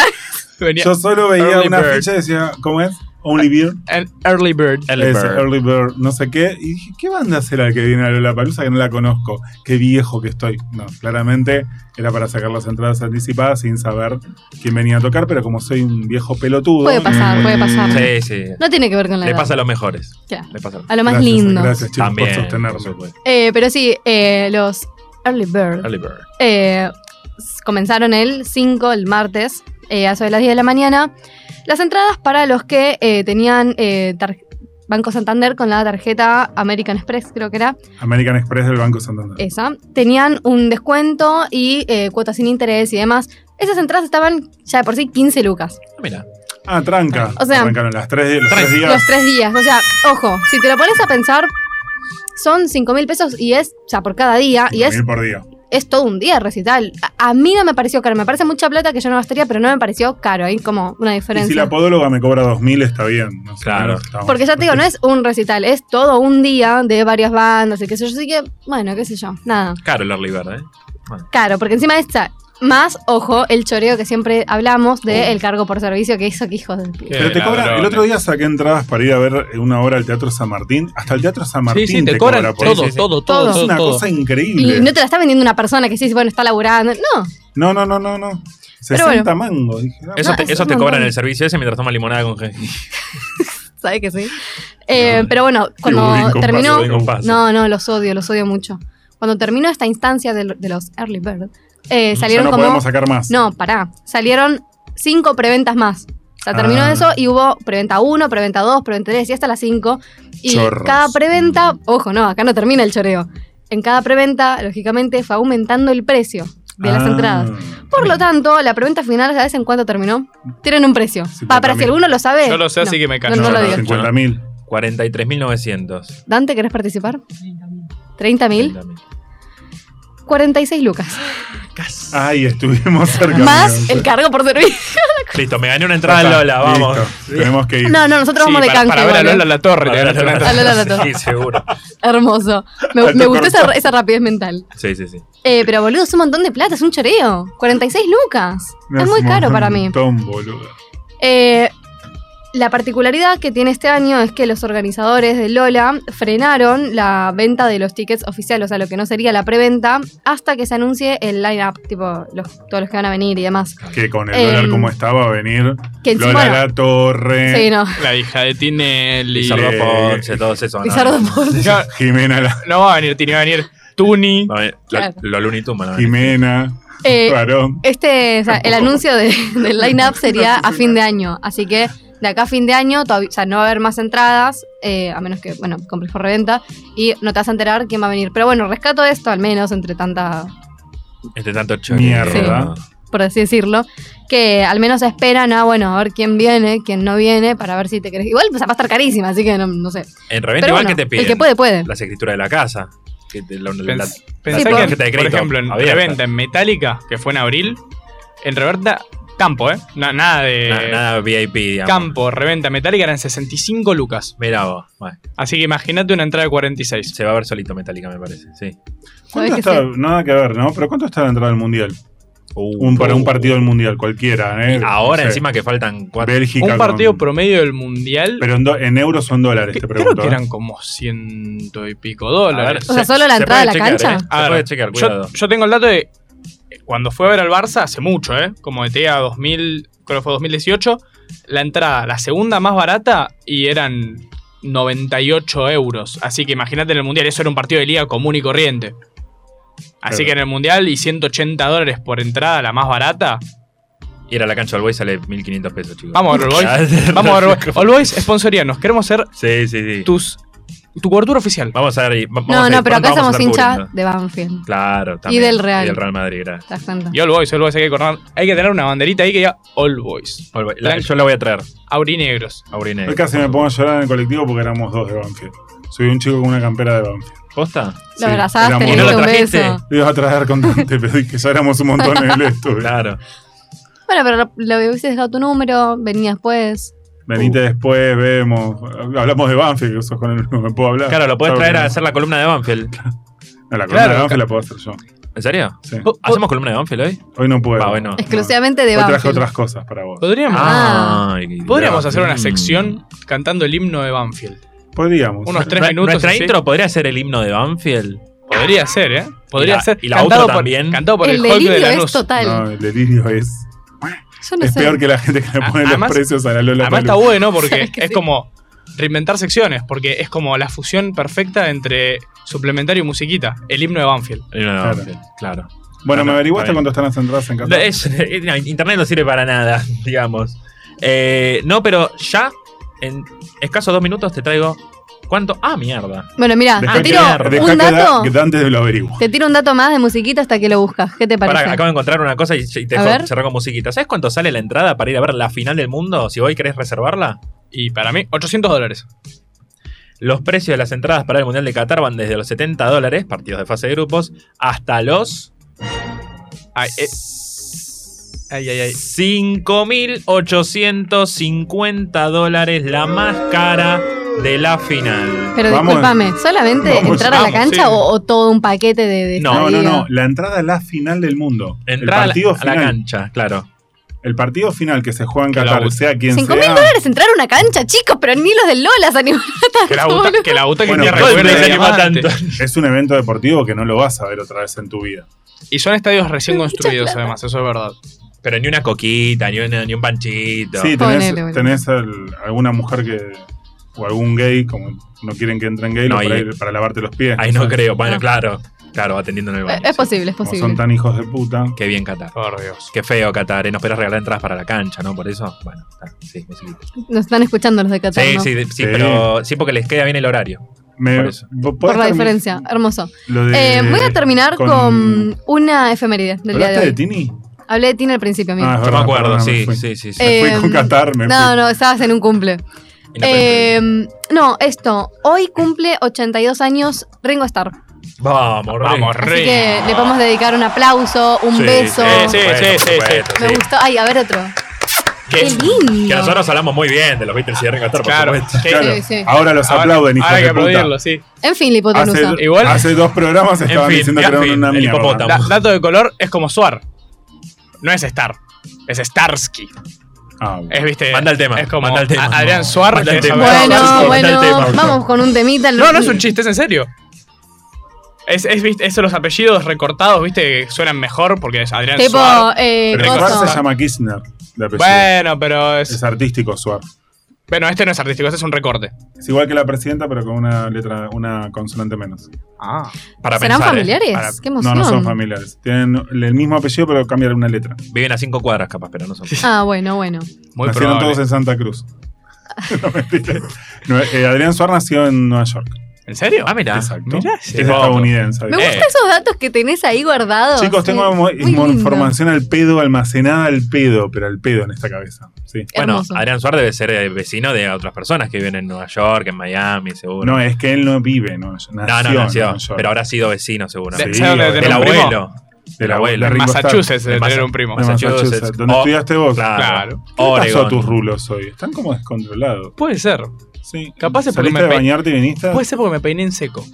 Speaker 2: Venía
Speaker 4: Yo solo veía
Speaker 2: Early
Speaker 4: una
Speaker 2: bird.
Speaker 4: fecha y decía, ¿cómo es? Only Beer.
Speaker 2: an early bird.
Speaker 1: El
Speaker 4: Ese,
Speaker 1: Bird.
Speaker 4: Early Bird, no sé qué. Y dije, ¿qué banda será el que viene a Lola Palusa que no la conozco? Qué viejo que estoy. No, claramente era para sacar las entradas anticipadas sin saber quién venía a tocar, pero como soy un viejo pelotudo.
Speaker 3: Puede pasar, puede pasar.
Speaker 1: Mm, Sí, sí.
Speaker 3: No tiene que ver con la
Speaker 1: Le
Speaker 3: edad.
Speaker 1: pasa a los mejores.
Speaker 3: Claro.
Speaker 1: Le pasa a los
Speaker 3: A lo más
Speaker 4: mm, Gracias,
Speaker 3: lindo.
Speaker 4: Gracias, chicos,
Speaker 1: También.
Speaker 4: por sostenerme.
Speaker 1: por supuesto.
Speaker 3: Eh, pero sí, eh, los Early Bird
Speaker 1: Early Bird.
Speaker 3: eh, s- comenzaron el 5, el martes, eh, a eso de las 10 de la mañana. Las entradas para los que eh, tenían eh, tar- Banco Santander con la tarjeta American Express, creo que era
Speaker 4: American Express del Banco Santander.
Speaker 3: esa, tenían un descuento y eh, cuotas sin interés y demás. Esas entradas estaban ya de por sí 15 lucas.
Speaker 1: Ah, mira.
Speaker 4: Ah, tranca.
Speaker 3: O sea-
Speaker 4: Arrancaron las tres, los tres días.
Speaker 3: Los tres días. O sea, ojo, si te lo pones a pensar, son 5 mil pesos y es, o sea, por cada día, y es,
Speaker 4: mil por día.
Speaker 3: es todo un día de recital. A, a mí no me pareció caro, me parece mucha plata que yo no gastaría, pero no me pareció caro, hay como una
Speaker 4: Y
Speaker 3: diferencia.
Speaker 4: si la podóloga me cobra 2.000 está bien. no sé,
Speaker 1: Claro.
Speaker 4: no estamos-
Speaker 3: Porque ya te digo, no es un recital, es todo un día de varias bandas y qué sé yo. Así que, bueno, qué sé yo, nada.
Speaker 1: Caro el Early Bird, ¿eh? Bueno.
Speaker 3: Claro, porque encima está más, ojo, el choreo que siempre hablamos
Speaker 4: Oh.
Speaker 3: del el cargo por servicio que hizo que hijos del pi-
Speaker 5: Qué
Speaker 4: Pero te cobran. El
Speaker 5: ladrones.
Speaker 4: otro día saqué entradas para ir a ver una hora al Teatro San Martín. Hasta el Teatro San Martín
Speaker 5: Sí, sí, te cobran
Speaker 4: cobra por
Speaker 5: todo,
Speaker 1: sí, sí.
Speaker 5: todo,
Speaker 3: Todo.
Speaker 5: todo,
Speaker 4: Es
Speaker 5: todo,
Speaker 4: una
Speaker 5: todo.
Speaker 4: cosa
Speaker 3: Y
Speaker 4: increíble.
Speaker 3: no te la está vendiendo una persona que sí, bueno, está laburando. No,
Speaker 4: No, no, no, no, no.
Speaker 3: Pero
Speaker 4: 60 mangos. Dije, ah, no,
Speaker 1: Eso,
Speaker 3: No,
Speaker 1: te,
Speaker 3: es
Speaker 1: eso
Speaker 3: un
Speaker 1: te
Speaker 3: montón.
Speaker 1: cobran el servicio ese mientras tomas limonada con jengibre.
Speaker 3: sabe que sí. Eh, pero bueno,
Speaker 4: budín
Speaker 3: cuando
Speaker 4: con
Speaker 3: terminó.
Speaker 4: paso, budín con
Speaker 1: paso.
Speaker 3: No, no, los odio, los odio mucho. Cuando terminó esta instancia del- de, los Early Bird, eh,
Speaker 4: ya
Speaker 3: salieron
Speaker 4: no
Speaker 3: como.
Speaker 4: podemos sacar más.
Speaker 3: No, pará. Salieron cinco preventas más. O sea, terminó
Speaker 4: Ah.
Speaker 3: eso y hubo preventa 1, preventa 2, preventa 3 y hasta las 5. Y
Speaker 4: Chorros.
Speaker 3: cada preventa, ojo, no, acá no termina el choreo. En cada preventa, lógicamente, fue aumentando el precio de las
Speaker 4: Ah.
Speaker 3: entradas. Por lo tanto, la preventa final, ¿sabes en cuánto terminó? Tienen un precio.
Speaker 4: Sí,
Speaker 3: Pa, para si
Speaker 4: también.
Speaker 3: alguno lo sabe.
Speaker 5: Yo lo sé, así que me callo.
Speaker 3: No, no
Speaker 5: No,
Speaker 3: lo
Speaker 5: no,
Speaker 3: digas.
Speaker 4: 50.000.
Speaker 1: 43.900.
Speaker 3: Dante, ¿querés participar? 30.000. ¿30.000? 46 lucas.
Speaker 4: Ay, estuvimos cerca.
Speaker 3: Más
Speaker 4: amigos.
Speaker 3: el cargo por servicio.
Speaker 1: Listo, me gané una
Speaker 5: Ah,
Speaker 1: entrada en Ah, Lola,
Speaker 4: Listo,
Speaker 1: vamos.
Speaker 4: Tenemos que ir.
Speaker 3: No, no, nosotros
Speaker 5: Sí,
Speaker 3: vamos de
Speaker 5: para,
Speaker 3: canje.
Speaker 5: para ver a
Speaker 3: igual, ¿eh?
Speaker 5: Lola la torre. te ganas una-
Speaker 3: A Ah, Lola Lato.
Speaker 1: Sí, seguro.
Speaker 3: Hermoso. Me,
Speaker 4: Alto
Speaker 3: me gustó
Speaker 4: corto.
Speaker 3: esa, esa rapidez mental.
Speaker 1: Sí, sí, sí.
Speaker 3: Eh, pero boludo, es un montón de plata, es un choreo. 46 lucas.
Speaker 4: No,
Speaker 3: es muy
Speaker 4: un
Speaker 3: caro para mí.
Speaker 4: montón, boludo.
Speaker 3: Eh, la particularidad que tiene este año es que los organizadores de Lola frenaron la venta de los tickets oficiales, o sea, lo que no sería la preventa, hasta que se anuncie el line-up, tipo, los- todos los que van a venir y demás.
Speaker 4: Que con el
Speaker 3: Em,
Speaker 4: dólar como estaba, venir
Speaker 3: Que
Speaker 4: Lola
Speaker 3: encima.
Speaker 4: la Torre,
Speaker 3: sí, no.
Speaker 5: La hija de Tinelli.
Speaker 1: Lizardo
Speaker 4: eh,
Speaker 1: Ponce, todos esos. ¿no?
Speaker 3: Lizardo Ponce.
Speaker 5: Ya,
Speaker 4: Jimena, la,
Speaker 5: No va a venir Tini, va a venir Tuni.
Speaker 1: No, eh, lo-
Speaker 3: Claro.
Speaker 1: Los Looney Tunes, ¿no?
Speaker 4: Jimena,
Speaker 3: Eh,
Speaker 4: Varón.
Speaker 3: Este, o sea, el anuncio de- del line-up sería a fin de año. Así que de acá a fin de año todavía, o sea, no va a haber más entradas, eh, a menos que, bueno, compres por reventa y no te vas a enterar quién va a venir. Pero bueno, rescato esto al menos, entre tanta,
Speaker 1: Este tanto choreo.
Speaker 4: Mierda.
Speaker 3: por así decirlo, que al menos esperan a, bueno, a ver quién viene, quién no viene, para ver si te querés. Igual, o sea, va a estar carísima, así que no, no sé.
Speaker 1: En reventa,
Speaker 3: Pero
Speaker 1: igual
Speaker 3: bueno,
Speaker 1: que te piden.
Speaker 3: el que puede, puede.
Speaker 1: Las escrituras de la casa. Que te- la- la- la-
Speaker 5: Pens- Pensá
Speaker 3: Sí,
Speaker 5: que,
Speaker 3: por-
Speaker 5: en-
Speaker 1: tarjeta de
Speaker 5: por
Speaker 1: crédito
Speaker 5: ejemplo, en
Speaker 1: abierta.
Speaker 5: reventa en Metallica, que fue en abril, en reventa, campo, ¿eh? Na- nada de.
Speaker 1: na- nada VIP, digamos.
Speaker 5: Campo, reventa Metallica eran 65 lucas.
Speaker 1: Mirá vos. Bueno,
Speaker 5: Así que imagínate una entrada de 46.
Speaker 1: se va a ver solito Metallica, me parece. Sí.
Speaker 4: ¿Cuánto
Speaker 3: que
Speaker 4: está?
Speaker 3: sí.
Speaker 4: Nada que ver, ¿no? Pero ¿cuánto está la entrada del Mundial? Un, para un partido del Mundial, cualquiera, ¿eh?
Speaker 1: Uh, Ahora
Speaker 4: No sé.
Speaker 1: encima que faltan cuatro.
Speaker 4: Bélgica.
Speaker 5: Un
Speaker 4: con-
Speaker 5: partido promedio del mundial.
Speaker 4: Pero en, do- en euros son dólares,
Speaker 5: que-
Speaker 4: te
Speaker 5: creo
Speaker 4: pregunto.
Speaker 5: que
Speaker 4: ¿eh?
Speaker 5: eran como ciento y pico
Speaker 1: A ver,
Speaker 5: dólares.
Speaker 3: O sea, solo la
Speaker 1: puede
Speaker 3: entrada a la
Speaker 1: chequear,
Speaker 3: cancha.
Speaker 1: ¿eh?
Speaker 5: A
Speaker 1: Se
Speaker 5: ver,
Speaker 1: puede chequear, cuidado.
Speaker 5: Yo, yo tengo el dato de eh, cuando fue a ver al Barça hace mucho, ¿eh? Como de TEA 2000, creo que fue 2018, la entrada, la segunda más barata y eran 98 euros. Así que imagínate en el Mundial, eso era un partido de liga común y corriente. Así
Speaker 4: Claro.
Speaker 5: que en el Mundial y 180 dólares por entrada, la más barata.
Speaker 1: Ir a la cancha al Boy sale 1500 pesos, chicos.
Speaker 5: Vamos a ver, All Boys. Vamos a ver, All Boys. All Boys, sponsorianos. Queremos ser
Speaker 1: Sí, sí, sí.
Speaker 5: tus, tu cobertura oficial.
Speaker 1: Vamos a ver. Vamos
Speaker 3: No,
Speaker 1: a
Speaker 3: no, pero acá
Speaker 1: vamos a
Speaker 3: somos
Speaker 1: estar
Speaker 3: hinchas
Speaker 1: cubriendo.
Speaker 3: de Banfield.
Speaker 1: Claro, también.
Speaker 3: del Real.
Speaker 1: Y del Real Madrid, gracias.
Speaker 3: ¿Te das cuenta?
Speaker 5: Y All Boys, All Boys, hay que, correr- hay que tener una banderita ahí que diga All Boys.
Speaker 1: All Boy. La-
Speaker 5: Blanco.
Speaker 1: yo la voy a traer,
Speaker 5: Aurinegros.
Speaker 1: Aurine.
Speaker 4: Yo casi me pongo a llorar en el colectivo porque éramos dos de Banfield. Soy un chico con una campera de Banfield.
Speaker 1: ¿Posta?
Speaker 3: Lo
Speaker 4: Sí,
Speaker 3: abrazaste,
Speaker 4: éramos
Speaker 3: le
Speaker 1: dos.
Speaker 3: diste
Speaker 1: ¿No
Speaker 3: un
Speaker 1: lo trajiste?
Speaker 3: beso.
Speaker 4: Lo iba a traer contante, pero dije, ya éramos un montón en el estudio.
Speaker 1: Claro.
Speaker 3: Bueno, pero lo, lo hubieses dejado tu número, pues. venía después.
Speaker 4: Venite después, vemos. Hablamos de Banfield, que sos con el único que puedo hablar.
Speaker 1: Claro, lo puedes
Speaker 4: Claro
Speaker 1: traer
Speaker 4: que
Speaker 1: a
Speaker 4: no.
Speaker 1: hacer la columna de Banfield.
Speaker 4: No, la columna
Speaker 5: Claro,
Speaker 4: de Banfield la puedo hacer yo.
Speaker 1: ¿En serio?
Speaker 4: Sí.
Speaker 5: Po- po-
Speaker 1: ¿Hacemos columna de Banfield hoy?
Speaker 4: Hoy no puedo.
Speaker 1: Va, hoy no.
Speaker 3: Exclusivamente de
Speaker 4: Hoy traje
Speaker 3: Banfield.
Speaker 4: otras cosas para vos.
Speaker 5: Podríamos,
Speaker 3: Ah.
Speaker 1: Ay, qué
Speaker 5: podríamos
Speaker 1: idea.
Speaker 5: hacer una
Speaker 1: Mm.
Speaker 5: sección cantando el himno de Banfield.
Speaker 4: Podríamos.
Speaker 5: Unos tres
Speaker 1: Nue-
Speaker 5: minutos.
Speaker 1: Nuestra
Speaker 5: así.
Speaker 1: intro podría ser el himno de Banfield.
Speaker 5: Podría ser, ¿eh? Podría
Speaker 1: Y la-
Speaker 5: ser.
Speaker 1: y la
Speaker 5: cantado
Speaker 1: outro
Speaker 5: por,
Speaker 1: también.
Speaker 5: Cantado por
Speaker 3: El
Speaker 5: el, Hulk de
Speaker 3: delirio es
Speaker 5: Lanús.
Speaker 3: total.
Speaker 4: No, el delirio es.
Speaker 3: Yo no
Speaker 4: es
Speaker 3: sé.
Speaker 4: peor que la gente que le
Speaker 5: A-
Speaker 4: pone
Speaker 5: además-
Speaker 4: los precios a la Lola
Speaker 5: Además está
Speaker 4: Palusa.
Speaker 5: bueno porque
Speaker 3: Sabes que
Speaker 5: es
Speaker 3: sí.
Speaker 5: como reinventar secciones, porque es como la fusión perfecta entre suplementario y musiquita, el himno de Banfield.
Speaker 1: El himno de
Speaker 4: Claro.
Speaker 1: Banfield, claro.
Speaker 4: Bueno, ¿me
Speaker 1: Bueno,
Speaker 4: averiguaste
Speaker 1: está bien.
Speaker 4: cuánto están las entradas en
Speaker 1: No,
Speaker 4: Qatar?
Speaker 1: es- es- no, Internet no sirve para nada, digamos. Eh, no, pero ya, en escasos dos minutos, te traigo. ¿Cuánto? Ah, mierda.
Speaker 3: Bueno, mira,
Speaker 4: Dejá
Speaker 3: te
Speaker 4: que
Speaker 3: tiro
Speaker 4: da- dejá
Speaker 3: Ah, un
Speaker 4: que da-
Speaker 3: dato.
Speaker 4: que Dante lo averigua.
Speaker 3: Te tiro un dato más de musiquita hasta que lo buscas. ¿Qué te
Speaker 1: Pará,
Speaker 3: parece?
Speaker 1: acabo de encontrar una cosa y, y te
Speaker 3: A
Speaker 1: dejo
Speaker 3: ver.
Speaker 1: cerrar con musiquita. ¿Sabes cuánto sale la entrada para ir a ver la final del mundo? Si hoy querés reservarla.
Speaker 5: Y para mí, 800 dólares.
Speaker 1: Los precios de las entradas para el Mundial de Qatar van desde los 70 dólares, partidos de fase de grupos, hasta los
Speaker 5: Ay, eh, ay, ay, ay.
Speaker 1: 5.850 dólares, la más cara de la final.
Speaker 3: Pero
Speaker 4: Vamos.
Speaker 3: discúlpame, ¿solamente
Speaker 4: Vamos,
Speaker 3: entrar a la
Speaker 1: vamos,
Speaker 3: cancha
Speaker 1: sí.
Speaker 3: o, o todo un paquete de, de
Speaker 1: No,
Speaker 4: No, no,
Speaker 3: estadía?
Speaker 4: no. La entrada a la final del mundo.
Speaker 1: Entrar
Speaker 4: el
Speaker 1: a la,
Speaker 4: partido
Speaker 1: a la
Speaker 4: final.
Speaker 1: cancha, claro.
Speaker 4: El partido final que se juega en
Speaker 5: Que la
Speaker 4: Qatar,
Speaker 5: bus-
Speaker 4: sea quien sea.
Speaker 3: Cinco mil dólares entrar a una cancha, chicos, pero ni los del Lola se animaron
Speaker 5: Que la UTA que, la UTA que
Speaker 4: Bueno,
Speaker 5: te
Speaker 4: pero-
Speaker 5: recuerde
Speaker 4: Goldberg
Speaker 1: se
Speaker 5: de
Speaker 1: anima
Speaker 5: diamante.
Speaker 1: tanto.
Speaker 4: Es un evento deportivo que no lo vas a ver otra vez en tu vida.
Speaker 5: Y son estadios recién
Speaker 3: Mucha
Speaker 5: construidos,
Speaker 3: plata.
Speaker 5: además, eso es verdad.
Speaker 1: Pero ni una coquita, ni, una- ni un panchito.
Speaker 4: Sí, tenés,
Speaker 3: Ponele, bueno.
Speaker 4: tenés al- alguna mujer que. o algún gay, como no quieren que entren gay,
Speaker 1: No,
Speaker 4: para,
Speaker 1: ahí-
Speaker 4: ir- para lavarte los pies.
Speaker 1: Ahí no creo. Bueno,
Speaker 3: Ah.
Speaker 1: claro. Claro, atendiendo en el baño.
Speaker 3: Eh, Es
Speaker 1: sí.
Speaker 3: posible, es
Speaker 4: Como
Speaker 3: posible.
Speaker 4: son tan hijos de puta.
Speaker 1: Qué bien Qatar.
Speaker 5: Por Dios.
Speaker 1: Qué feo Qatar. eh, Nos esperas regalar entradas para la cancha, ¿no? Por eso, bueno, está. Sí, me sirve.
Speaker 3: Nos están escuchando los de Qatar.
Speaker 1: Sí,
Speaker 3: ¿no?
Speaker 1: sí, de- sí,
Speaker 4: Sí.
Speaker 1: pero sí porque les queda bien el horario.
Speaker 4: Me-
Speaker 1: Por eso.
Speaker 4: ¿vo- podés
Speaker 3: Por la
Speaker 4: termi-
Speaker 3: diferencia, hermoso.
Speaker 4: lo de-
Speaker 3: Eh, voy a terminar con, una efeméride del día de
Speaker 4: ¿Hablaste de,
Speaker 3: hoy.
Speaker 4: Tini?
Speaker 3: Hablé de ti en el principio, amigo.
Speaker 4: Ah, es
Speaker 1: Yo me
Speaker 4: verdad,
Speaker 1: acuerdo,
Speaker 4: perdón, me
Speaker 1: sí,
Speaker 4: fui.
Speaker 1: sí, sí, sí.
Speaker 4: Me fui
Speaker 3: Eh,
Speaker 4: con Qatar, me
Speaker 3: no,
Speaker 4: fui.
Speaker 3: no, estabas en un cumple.
Speaker 1: Y no pensé.
Speaker 3: Eh, no, esto. Hoy cumple 82 años Ringo Starr.
Speaker 1: vamos, Rey.
Speaker 5: Vamos,
Speaker 3: Así
Speaker 5: Ringo.
Speaker 3: que le podemos dedicar un aplauso, un
Speaker 1: Sí,
Speaker 3: beso.
Speaker 5: sí,
Speaker 1: por
Speaker 5: sí,
Speaker 1: supuesto, por
Speaker 5: sí, sí.
Speaker 1: supuesto,
Speaker 3: Me
Speaker 1: sí.
Speaker 3: gustó. Ay, a ver otro.
Speaker 1: Que-
Speaker 3: Qué lindo.
Speaker 1: Que nosotros hablamos muy bien de los Beatles y de Ringo Starr, por
Speaker 5: Claro.
Speaker 1: supuesto.
Speaker 5: que-
Speaker 4: Claro,
Speaker 3: Sí, sí.
Speaker 4: Ahora los aplauden, hijos
Speaker 5: ahora hay que
Speaker 4: de puta.
Speaker 5: aplaudirlo, sí.
Speaker 3: En fin, la
Speaker 4: Hace,
Speaker 3: hipotenusa.
Speaker 5: Igual-
Speaker 4: hace dos programas estaban
Speaker 1: fin,
Speaker 4: diciendo que
Speaker 1: en
Speaker 4: eran
Speaker 1: fin,
Speaker 4: una
Speaker 1: el
Speaker 4: mierda.
Speaker 1: hipopótamo.
Speaker 5: Da- dato de color es como Suar. No es Star. Es Starsky.
Speaker 4: Ah, bueno.
Speaker 3: Eh,
Speaker 5: Es, viste.
Speaker 1: Manda el tema,
Speaker 5: Es como
Speaker 1: manda el tema.
Speaker 5: A- Adrián Suar.
Speaker 1: Manda el
Speaker 5: que es
Speaker 1: tema.
Speaker 5: Adrián
Speaker 3: Bueno,
Speaker 5: Suar.
Speaker 1: Vamos,
Speaker 3: bueno,
Speaker 1: vamos al tema.
Speaker 3: vamos con un temita.
Speaker 5: No, no es un chiste, es en serio. Es, es, viste, es los apellidos recortados, viste, que suenan mejor porque es Adrián
Speaker 3: Tipo,
Speaker 5: Suar.
Speaker 3: eh,
Speaker 4: Pero
Speaker 5: Cosa.
Speaker 4: Suar
Speaker 3: coso.
Speaker 4: se llama Kirchner, de apellido.
Speaker 5: Bueno, pero es.
Speaker 4: Es artístico Suar.
Speaker 5: Bueno, este no es artístico, este es un recorte.
Speaker 4: Es igual que la presidenta, pero con una letra, una consonante menos.
Speaker 5: Ah.
Speaker 1: Para
Speaker 3: ¿Serán
Speaker 1: pensar, eh.
Speaker 3: familiares?
Speaker 1: Para-
Speaker 3: Qué
Speaker 4: No,
Speaker 3: emoción.
Speaker 4: no son familiares. Tienen el mismo apellido, pero cambian una letra.
Speaker 1: Viven a cinco cuadras, capaz, pero no son.
Speaker 3: Ah, bueno, bueno.
Speaker 5: Muy
Speaker 4: Nacieron
Speaker 5: probable.
Speaker 4: todos en Santa Cruz. No, mentira. No, eh, Adrián Suar nació en Nueva York.
Speaker 5: ¿En serio?
Speaker 1: Ah, mira.
Speaker 4: Exacto.
Speaker 5: mirá
Speaker 4: este es
Speaker 5: ese dato.
Speaker 4: estadounidense.
Speaker 3: Me
Speaker 4: además.
Speaker 3: gustan esos datos que tenés ahí guardados. eh.
Speaker 4: Chicos, tengo mo-
Speaker 3: Muy lindo.
Speaker 4: información al pedo, almacenada al pedo, pero al pedo en esta cabeza. Sí.
Speaker 1: Bueno,
Speaker 3: Hermoso.
Speaker 1: Adrián Suárez debe ser eh, vecino de otras personas que viven en Nueva York, en Miami, seguro.
Speaker 4: No, es que él no vive en Nueva York. Nació,
Speaker 1: no, no,
Speaker 4: en
Speaker 1: nació,
Speaker 4: Nueva York.
Speaker 1: pero habrá sido vecino, seguro.
Speaker 5: ¿De-
Speaker 4: Sí,
Speaker 5: ¿sabes dónde
Speaker 4: obvio.
Speaker 1: Del
Speaker 5: tener un primo?
Speaker 1: abuelo.
Speaker 4: Del
Speaker 1: la
Speaker 4: abuelo.
Speaker 1: abuela.
Speaker 4: Ringo Starr.
Speaker 5: Massachusetts de
Speaker 1: De
Speaker 5: tener
Speaker 1: Massa-
Speaker 5: un primo.
Speaker 1: de
Speaker 4: Massachusetts.
Speaker 1: Massachusetts.
Speaker 4: ¿Dónde
Speaker 1: Oh,
Speaker 4: estudiaste vos?
Speaker 1: Claro.
Speaker 5: Claro.
Speaker 4: ¿Qué le pasó a
Speaker 1: Oregon.
Speaker 4: tus rulos hoy? Están como descontrolados.
Speaker 5: Puede ser.
Speaker 4: Sí.
Speaker 5: Capaz es porque
Speaker 4: ¿Saliste
Speaker 5: me
Speaker 4: de
Speaker 5: pe-
Speaker 4: bañarte y viniste?
Speaker 3: Pues-
Speaker 5: Puede ser porque me peiné en seco.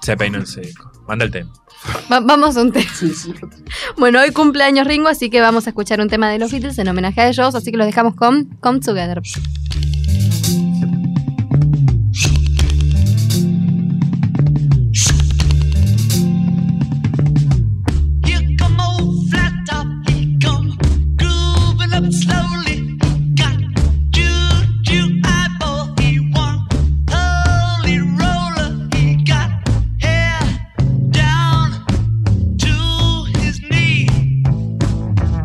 Speaker 1: Se peinó en seco. Manda el tema.
Speaker 3: Va- vamos a un tema. Bueno, hoy cumpleaños Ringo, así que vamos a escuchar un tema de los Beatles en homenaje a ellos, así que los dejamos con Come Together.
Speaker 7: Here come old flat top, he come grooving up slowly. Got juju eyeball, he one holy roller. He got hair down to his knee.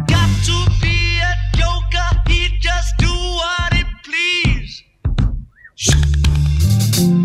Speaker 7: Got to be a joker, he just do what he please. oh,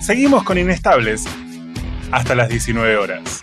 Speaker 4: Seguimos con Inestables hasta las 19 horas.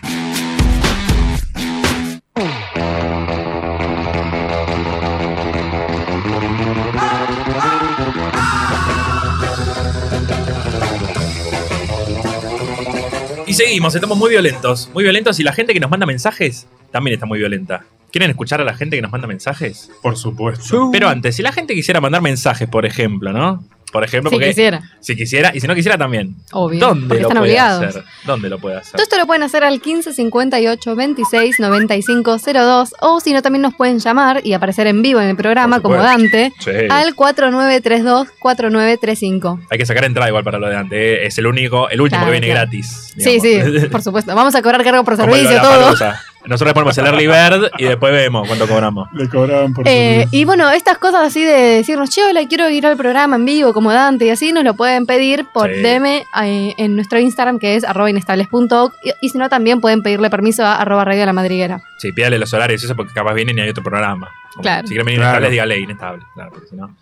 Speaker 1: Y seguimos, estamos muy violentos, muy violentos. Y la gente que nos manda mensajes también está muy violenta. ¿Quieren escuchar a la gente que nos manda mensajes?
Speaker 4: Por supuesto.
Speaker 1: Pero antes, si la gente quisiera mandar mensajes, por ejemplo, ¿no? Por ejemplo,
Speaker 3: Si
Speaker 1: porque
Speaker 3: quisiera,
Speaker 1: si quisiera, y si no quisiera también.
Speaker 3: obvio.
Speaker 1: ¿Dónde
Speaker 3: porque
Speaker 1: lo
Speaker 3: están
Speaker 1: puede
Speaker 3: obligados.
Speaker 1: hacer? ¿Dónde lo puede hacer?
Speaker 3: Todo esto lo pueden hacer al 15 58 26 95 02 o si no también nos pueden llamar y aparecer en vivo en el programa
Speaker 1: Por
Speaker 3: como
Speaker 1: supuesto.
Speaker 3: Dante
Speaker 1: Sí.
Speaker 3: al 4932 4935.
Speaker 1: Hay que sacar entrada igual para lo de antes. ¿eh? Es el único, el último
Speaker 3: Claro,
Speaker 1: que viene
Speaker 3: claro.
Speaker 1: gratis.
Speaker 3: Sí,
Speaker 1: digamos.
Speaker 3: sí, por supuesto. Vamos a cobrar cargo por
Speaker 1: Como el
Speaker 3: servicio, todo.
Speaker 1: Lollapalooza. Nosotros ponemos el early bird y después vemos cuánto cobramos.
Speaker 4: Le cobraban por
Speaker 3: Eh,
Speaker 4: su-
Speaker 3: y bueno, estas cosas así de decirnos, che, hola, quiero ir al programa en vivo como Dante y así, nos lo pueden pedir por
Speaker 1: Sí.
Speaker 3: DM eh, en nuestro Instagram que es arroba inestables.org y, y si no también pueden pedirle permiso a arroba radio la madriguera.
Speaker 1: Sí, pídale los horarios, y eso porque capaz vienen y hay otro programa. Como,
Speaker 3: Claro.
Speaker 1: Si quieren venir
Speaker 4: Claro.
Speaker 1: inestables, dígale inestable. Claro, porque si no.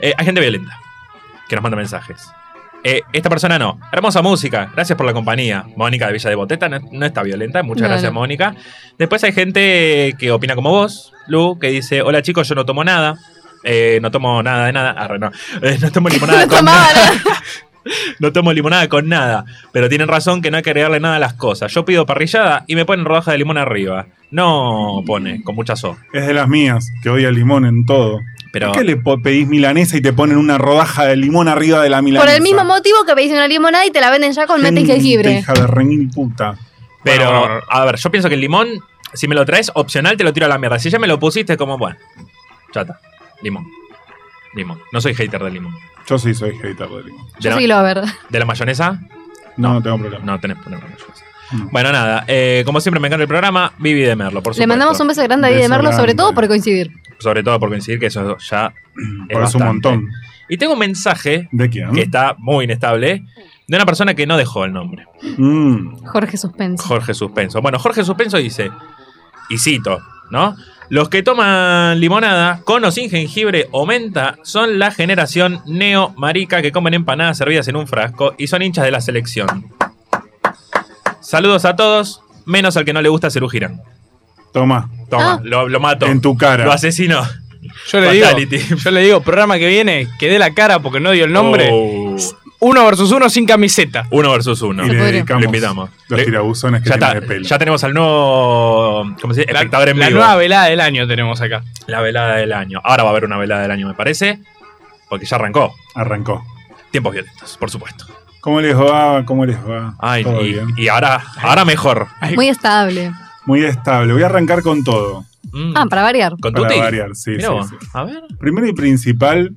Speaker 1: Eh, hay gente violenta que nos manda mensajes. Eh, esta persona no. Hermosa música. Gracias por la compañía. Mónica de Villa de Boteta no, no está violenta. Muchas
Speaker 3: No,
Speaker 1: gracias,
Speaker 3: no.
Speaker 1: Mónica. Después hay gente que opina como vos, Lu, que dice: Hola chicos, yo no tomo nada. Eh, no tomo nada de nada. Arre, no. Eh, no tomo limonada
Speaker 3: No
Speaker 1: con
Speaker 3: tomaba
Speaker 1: nada.
Speaker 3: nada.
Speaker 1: No tomo limonada con nada, pero tienen razón que no hay que agregarle nada a las cosas. Yo pido parrillada y me ponen rodaja de limón arriba. No pone, con mucha so.
Speaker 4: Es de las mías, que odia el limón en todo.
Speaker 1: Pero
Speaker 4: ¿Por qué le po- pedís milanesa y te ponen una rodaja de limón arriba de la milanesa?
Speaker 3: Por el mismo motivo que pedís una limonada y te la venden ya con mate y
Speaker 4: Gente,
Speaker 3: jengibre.
Speaker 4: Hija de remil puta.
Speaker 1: Pero,
Speaker 4: Bueno, bueno, bueno.
Speaker 1: a ver, yo pienso que el limón, si me lo traes opcional, te lo tiro a la mierda. Si ya me lo pusiste, como, bueno, chata, limón. Limón. No soy hater del limón.
Speaker 4: Yo sí soy hater de limón.
Speaker 1: ¿De,
Speaker 3: Yo
Speaker 1: la,
Speaker 3: soy lover.
Speaker 1: de la mayonesa?
Speaker 4: No, no tengo problema.
Speaker 1: No tenés problema con la mayonesa.
Speaker 4: No.
Speaker 1: Bueno, nada, eh, como siempre me encanta el programa, Vivi de Merlo, por supuesto.
Speaker 3: Le mandamos un beso grande a David de
Speaker 4: Beso
Speaker 3: Merlo, sobre
Speaker 4: grande.
Speaker 3: todo por coincidir.
Speaker 1: Sobre todo por coincidir que eso ya. es
Speaker 4: Por eso Mm,
Speaker 1: bastante.
Speaker 4: un montón.
Speaker 1: Y tengo un mensaje
Speaker 4: ¿De quién?
Speaker 1: que está muy inestable, de una persona que no dejó el nombre,
Speaker 4: Mm.
Speaker 3: Jorge Suspenso.
Speaker 1: Jorge Suspenso. Bueno, Jorge Suspenso dice, y cito, ¿no? Los que toman limonada con o sin jengibre o menta son la generación neo marica que comen empanadas servidas en un frasco y son hinchas de la selección. Saludos a todos, menos al que no le gusta Cerú Girán.
Speaker 4: Toma,
Speaker 1: Toma,
Speaker 3: Ah.
Speaker 1: lo, lo mato.
Speaker 4: en tu cara.
Speaker 1: Lo asesino.
Speaker 2: Yo le digo,
Speaker 1: Fatality.
Speaker 2: yo le digo, programa que viene, que dé la cara porque no dio el nombre.
Speaker 1: Oh.
Speaker 2: Uno versus uno sin camiseta.
Speaker 1: Uno versus uno.
Speaker 4: y
Speaker 3: Se
Speaker 4: le
Speaker 1: Lo
Speaker 3: podría.
Speaker 4: dedicamos
Speaker 1: invitamos.
Speaker 4: los
Speaker 1: Le-
Speaker 4: tirabuzones que
Speaker 1: ya,
Speaker 4: tiene
Speaker 1: está,
Speaker 4: de pelo.
Speaker 1: ya tenemos al nuevo ¿cómo se dice?
Speaker 2: La,
Speaker 1: espectador en
Speaker 2: la
Speaker 1: vivo.
Speaker 2: nueva velada del año tenemos acá.
Speaker 1: La velada del año. Ahora va a haber una velada del año, me parece. Porque ya arrancó.
Speaker 4: Arrancó.
Speaker 1: Tiempos violentos, por supuesto.
Speaker 4: ¿Cómo les va? ¿Cómo les va?
Speaker 1: Ay,
Speaker 4: Todo
Speaker 1: y,
Speaker 4: bien.
Speaker 1: y ahora, ahora mejor.
Speaker 3: Muy estable.
Speaker 4: Muy estable. Voy a arrancar con todo.
Speaker 1: Mm.
Speaker 3: Ah, para variar.
Speaker 1: Con
Speaker 4: Para
Speaker 1: Tuti.
Speaker 4: variar, sí,
Speaker 1: Mirá
Speaker 4: sí,
Speaker 1: vos.
Speaker 4: sí.
Speaker 1: A ver.
Speaker 4: Primero y principal,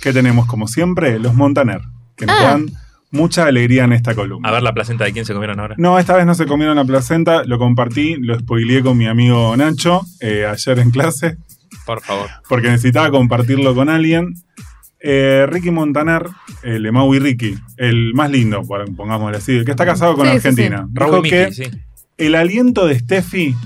Speaker 4: que tenemos como siempre, los Montaner, que nos
Speaker 3: Ah.
Speaker 4: dan mucha alegría en esta columna.
Speaker 1: A ver la placenta de quién se comieron ahora.
Speaker 4: No, esta vez no se comieron la placenta, lo compartí, lo spoileé con mi amigo Nacho eh, ayer en clase,
Speaker 2: Por favor.
Speaker 4: porque necesitaba compartirlo con alguien. Eh, Ricky Montaner, el de Maui Ricky, el más lindo, por- pongámosle así, el que está casado con
Speaker 3: Sí, sí,
Speaker 4: Argentina.
Speaker 1: Raúl y
Speaker 4: Dijo que
Speaker 1: Miki, sí.
Speaker 4: el aliento de Steffi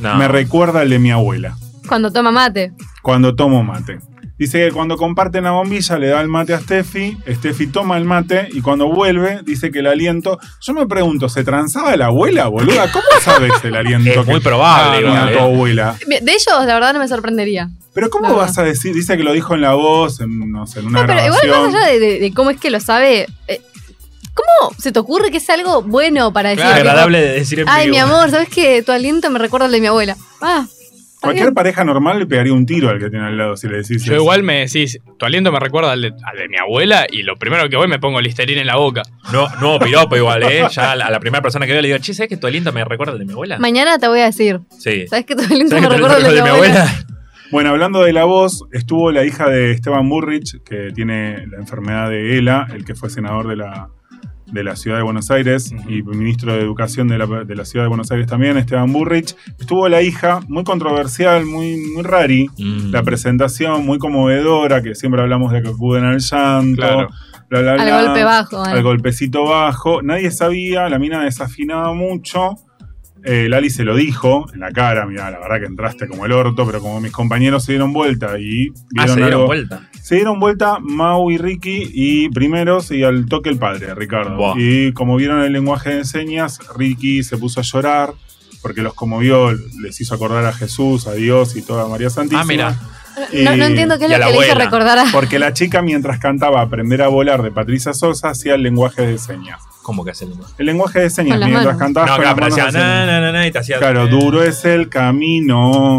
Speaker 1: No.
Speaker 4: me recuerda al de mi abuela.
Speaker 3: Cuando toma mate.
Speaker 4: cuando tomo mate. Dice que cuando comparten la bombilla le da el mate a Steffi, Steffi toma el mate y cuando vuelve dice que el aliento... Yo me pregunto, ¿se transaba la abuela, boluda? ¿Cómo sabes el aliento
Speaker 1: es
Speaker 4: que
Speaker 1: muy probable.
Speaker 4: tenía
Speaker 1: igual,
Speaker 4: tu
Speaker 1: eh.
Speaker 4: abuela?
Speaker 3: De ellos, la verdad, no me sorprendería.
Speaker 4: Pero ¿cómo
Speaker 3: Claro.
Speaker 4: vas a decir? Dice que lo dijo en la voz, en, no sé, en una
Speaker 3: No, pero igual
Speaker 4: grabación.
Speaker 3: más allá de, de- de cómo es que lo sabe, eh, ¿cómo se te ocurre que es algo bueno para decir?
Speaker 1: Claro,
Speaker 3: tipo,
Speaker 1: agradable de decir en
Speaker 3: Ay,
Speaker 1: vivo.
Speaker 3: mi amor, ¿sabes que tu aliento me recuerda al de mi abuela? Ah, está
Speaker 4: Cualquier
Speaker 3: bien.
Speaker 4: pareja normal le pegaría un tiro al que tiene al lado si le decís
Speaker 2: Yo
Speaker 4: eso.
Speaker 2: igual me decís, tu aliento me recuerda al de, al de mi abuela y lo primero que voy me pongo listerina en la boca.
Speaker 1: No, no, piropo igual, ¿eh? Ya a la, a la primera persona que veo le digo, che, ¿sabes que tu aliento me recuerda al de mi abuela?
Speaker 3: Mañana te voy a decir,
Speaker 1: sí.
Speaker 3: ¿sabes que tu aliento
Speaker 1: ¿Sabés
Speaker 3: me
Speaker 1: que tu aliento
Speaker 3: recuerda al de mi abuela?
Speaker 4: Bueno, hablando de la voz, estuvo la hija de Esteban Burrich, que tiene la enfermedad de ELA, el que fue senador de la, de la ciudad de Buenos Aires
Speaker 1: Ujú.
Speaker 4: y ministro de Educación de la, de la ciudad de Buenos Aires también, Esteban Burrich. Estuvo la hija, muy controversial, muy, muy rari.
Speaker 1: Mm.
Speaker 4: La presentación muy conmovedora, que siempre hablamos de que acuden al llanto,
Speaker 2: Claro.
Speaker 4: bla, bla,
Speaker 3: Al
Speaker 4: bla,
Speaker 3: golpe bajo.
Speaker 4: al golpecito bajo. Nadie sabía, la mina desafinaba mucho. Eh, Lali se lo dijo en la cara, mira, la verdad que entraste como el orto, pero como mis compañeros se dieron vuelta y
Speaker 1: Ah,
Speaker 4: vieron
Speaker 1: se dieron
Speaker 4: algo-
Speaker 1: vuelta.
Speaker 4: se Se dieron vuelta Mau y Ricky y primeros y al toque el padre, Ricardo.
Speaker 1: Buah.
Speaker 4: Y como vieron el lenguaje de señas, Ricky se puso a llorar porque los conmovió, les hizo acordar a Jesús, a Dios y toda María Santísima.
Speaker 2: Ah, mira.
Speaker 3: No,
Speaker 4: Y-
Speaker 3: no entiendo qué
Speaker 1: y
Speaker 3: es lo
Speaker 1: a
Speaker 3: que
Speaker 1: la
Speaker 3: le hizo
Speaker 1: abuela.
Speaker 3: recordar a.
Speaker 4: Porque la chica mientras cantaba Aprender a volar de Patricia Sosa hacía el lenguaje de señas.
Speaker 1: ¿Cómo que hace el lenguaje?
Speaker 4: El lenguaje de señas
Speaker 3: Con las
Speaker 4: mientras
Speaker 3: manos.
Speaker 4: cantabas
Speaker 1: No,
Speaker 4: con
Speaker 1: acá,
Speaker 4: las
Speaker 1: pero
Speaker 4: manos
Speaker 1: hacía
Speaker 4: hacían-
Speaker 1: na, na, na, na, y te hacía.
Speaker 4: Claro,
Speaker 1: eh,
Speaker 4: duro es el camino.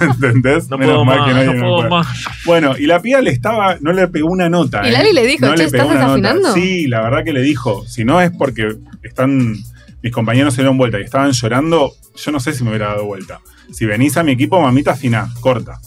Speaker 4: ¿Entendés?
Speaker 1: No
Speaker 4: Menos
Speaker 1: puedo
Speaker 4: mal
Speaker 1: más,
Speaker 4: que nadie
Speaker 1: no
Speaker 4: me
Speaker 1: puedo
Speaker 4: acuerda.
Speaker 1: más.
Speaker 4: Bueno, y la pía le estaba, no le pegó una nota.
Speaker 3: Y
Speaker 4: ¿eh?
Speaker 3: Lali le dijo,
Speaker 4: no
Speaker 3: "Che,
Speaker 4: pegó
Speaker 3: ¿estás
Speaker 4: una nota".
Speaker 3: desafinando?
Speaker 4: Sí, la verdad que le dijo, si no es porque están, mis compañeros se dieron vuelta y estaban llorando, yo no sé si me hubiera dado vuelta. Si venís a mi equipo, mamita, afiná, corta.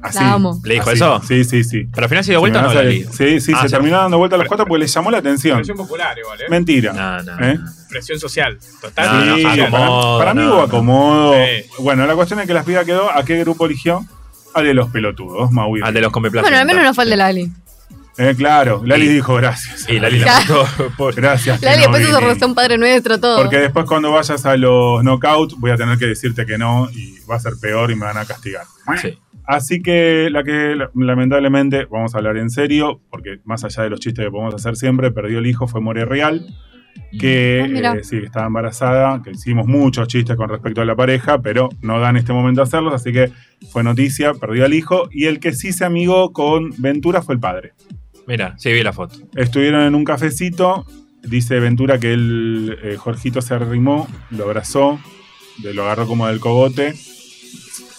Speaker 4: Así.
Speaker 3: La amo.
Speaker 1: ¿Le dijo
Speaker 4: Así.
Speaker 1: eso?
Speaker 4: Sí, sí, sí.
Speaker 1: Pero al final se dio vuelta o
Speaker 4: Si
Speaker 1: no,
Speaker 4: me vas a-
Speaker 1: Lali.
Speaker 4: Sí, sí,
Speaker 1: Ah,
Speaker 4: se
Speaker 1: sí.
Speaker 4: terminó dando vuelta a los cuatro porque les llamó la atención.
Speaker 5: Presión popular igual, ¿eh?
Speaker 4: Mentira.
Speaker 1: No, no.
Speaker 4: ¿Eh?
Speaker 5: Presión social. Total.
Speaker 1: No, Ah, no,
Speaker 4: Sí,
Speaker 1: no,
Speaker 4: para,
Speaker 1: acomodo,
Speaker 4: para mí
Speaker 1: no,
Speaker 4: hubo
Speaker 1: no.
Speaker 4: acomodo.
Speaker 5: Sí.
Speaker 4: Bueno, la cuestión es que la piba quedó. ¿A qué grupo eligió? Al de los pelotudos, Maui.
Speaker 1: Al de los come
Speaker 3: Bueno, al menos no fue el de Lali.
Speaker 4: Eh, claro, Lali
Speaker 1: Sí.
Speaker 4: dijo gracias.
Speaker 1: Y Lali la mató. pobre.
Speaker 4: Gracias. que
Speaker 3: Lali
Speaker 4: no
Speaker 3: después hizo
Speaker 4: vine.
Speaker 3: rezó un Padre Nuestro, todo.
Speaker 4: Porque después cuando vayas a los knockout voy a tener que decirte que no y va a ser peor y me van a castigar.
Speaker 1: Sí.
Speaker 4: Así que la que la- lamentablemente, vamos a hablar en serio, porque más allá de los chistes que podemos hacer siempre, perdió el hijo, fue More Real, que
Speaker 3: Ah, mira.
Speaker 4: eh, sí, que estaba embarazada, que hicimos muchos chistes con respecto a la pareja, pero no da en este momento hacerlos, así que fue noticia, perdió al hijo, y el que sí se amigó con Ventura fue el padre.
Speaker 1: Mira, sí, vi la foto.
Speaker 4: Estuvieron en un cafecito. Dice Ventura que él, eh, Jorgito se arrimó, lo abrazó, de- lo agarró como del cogote.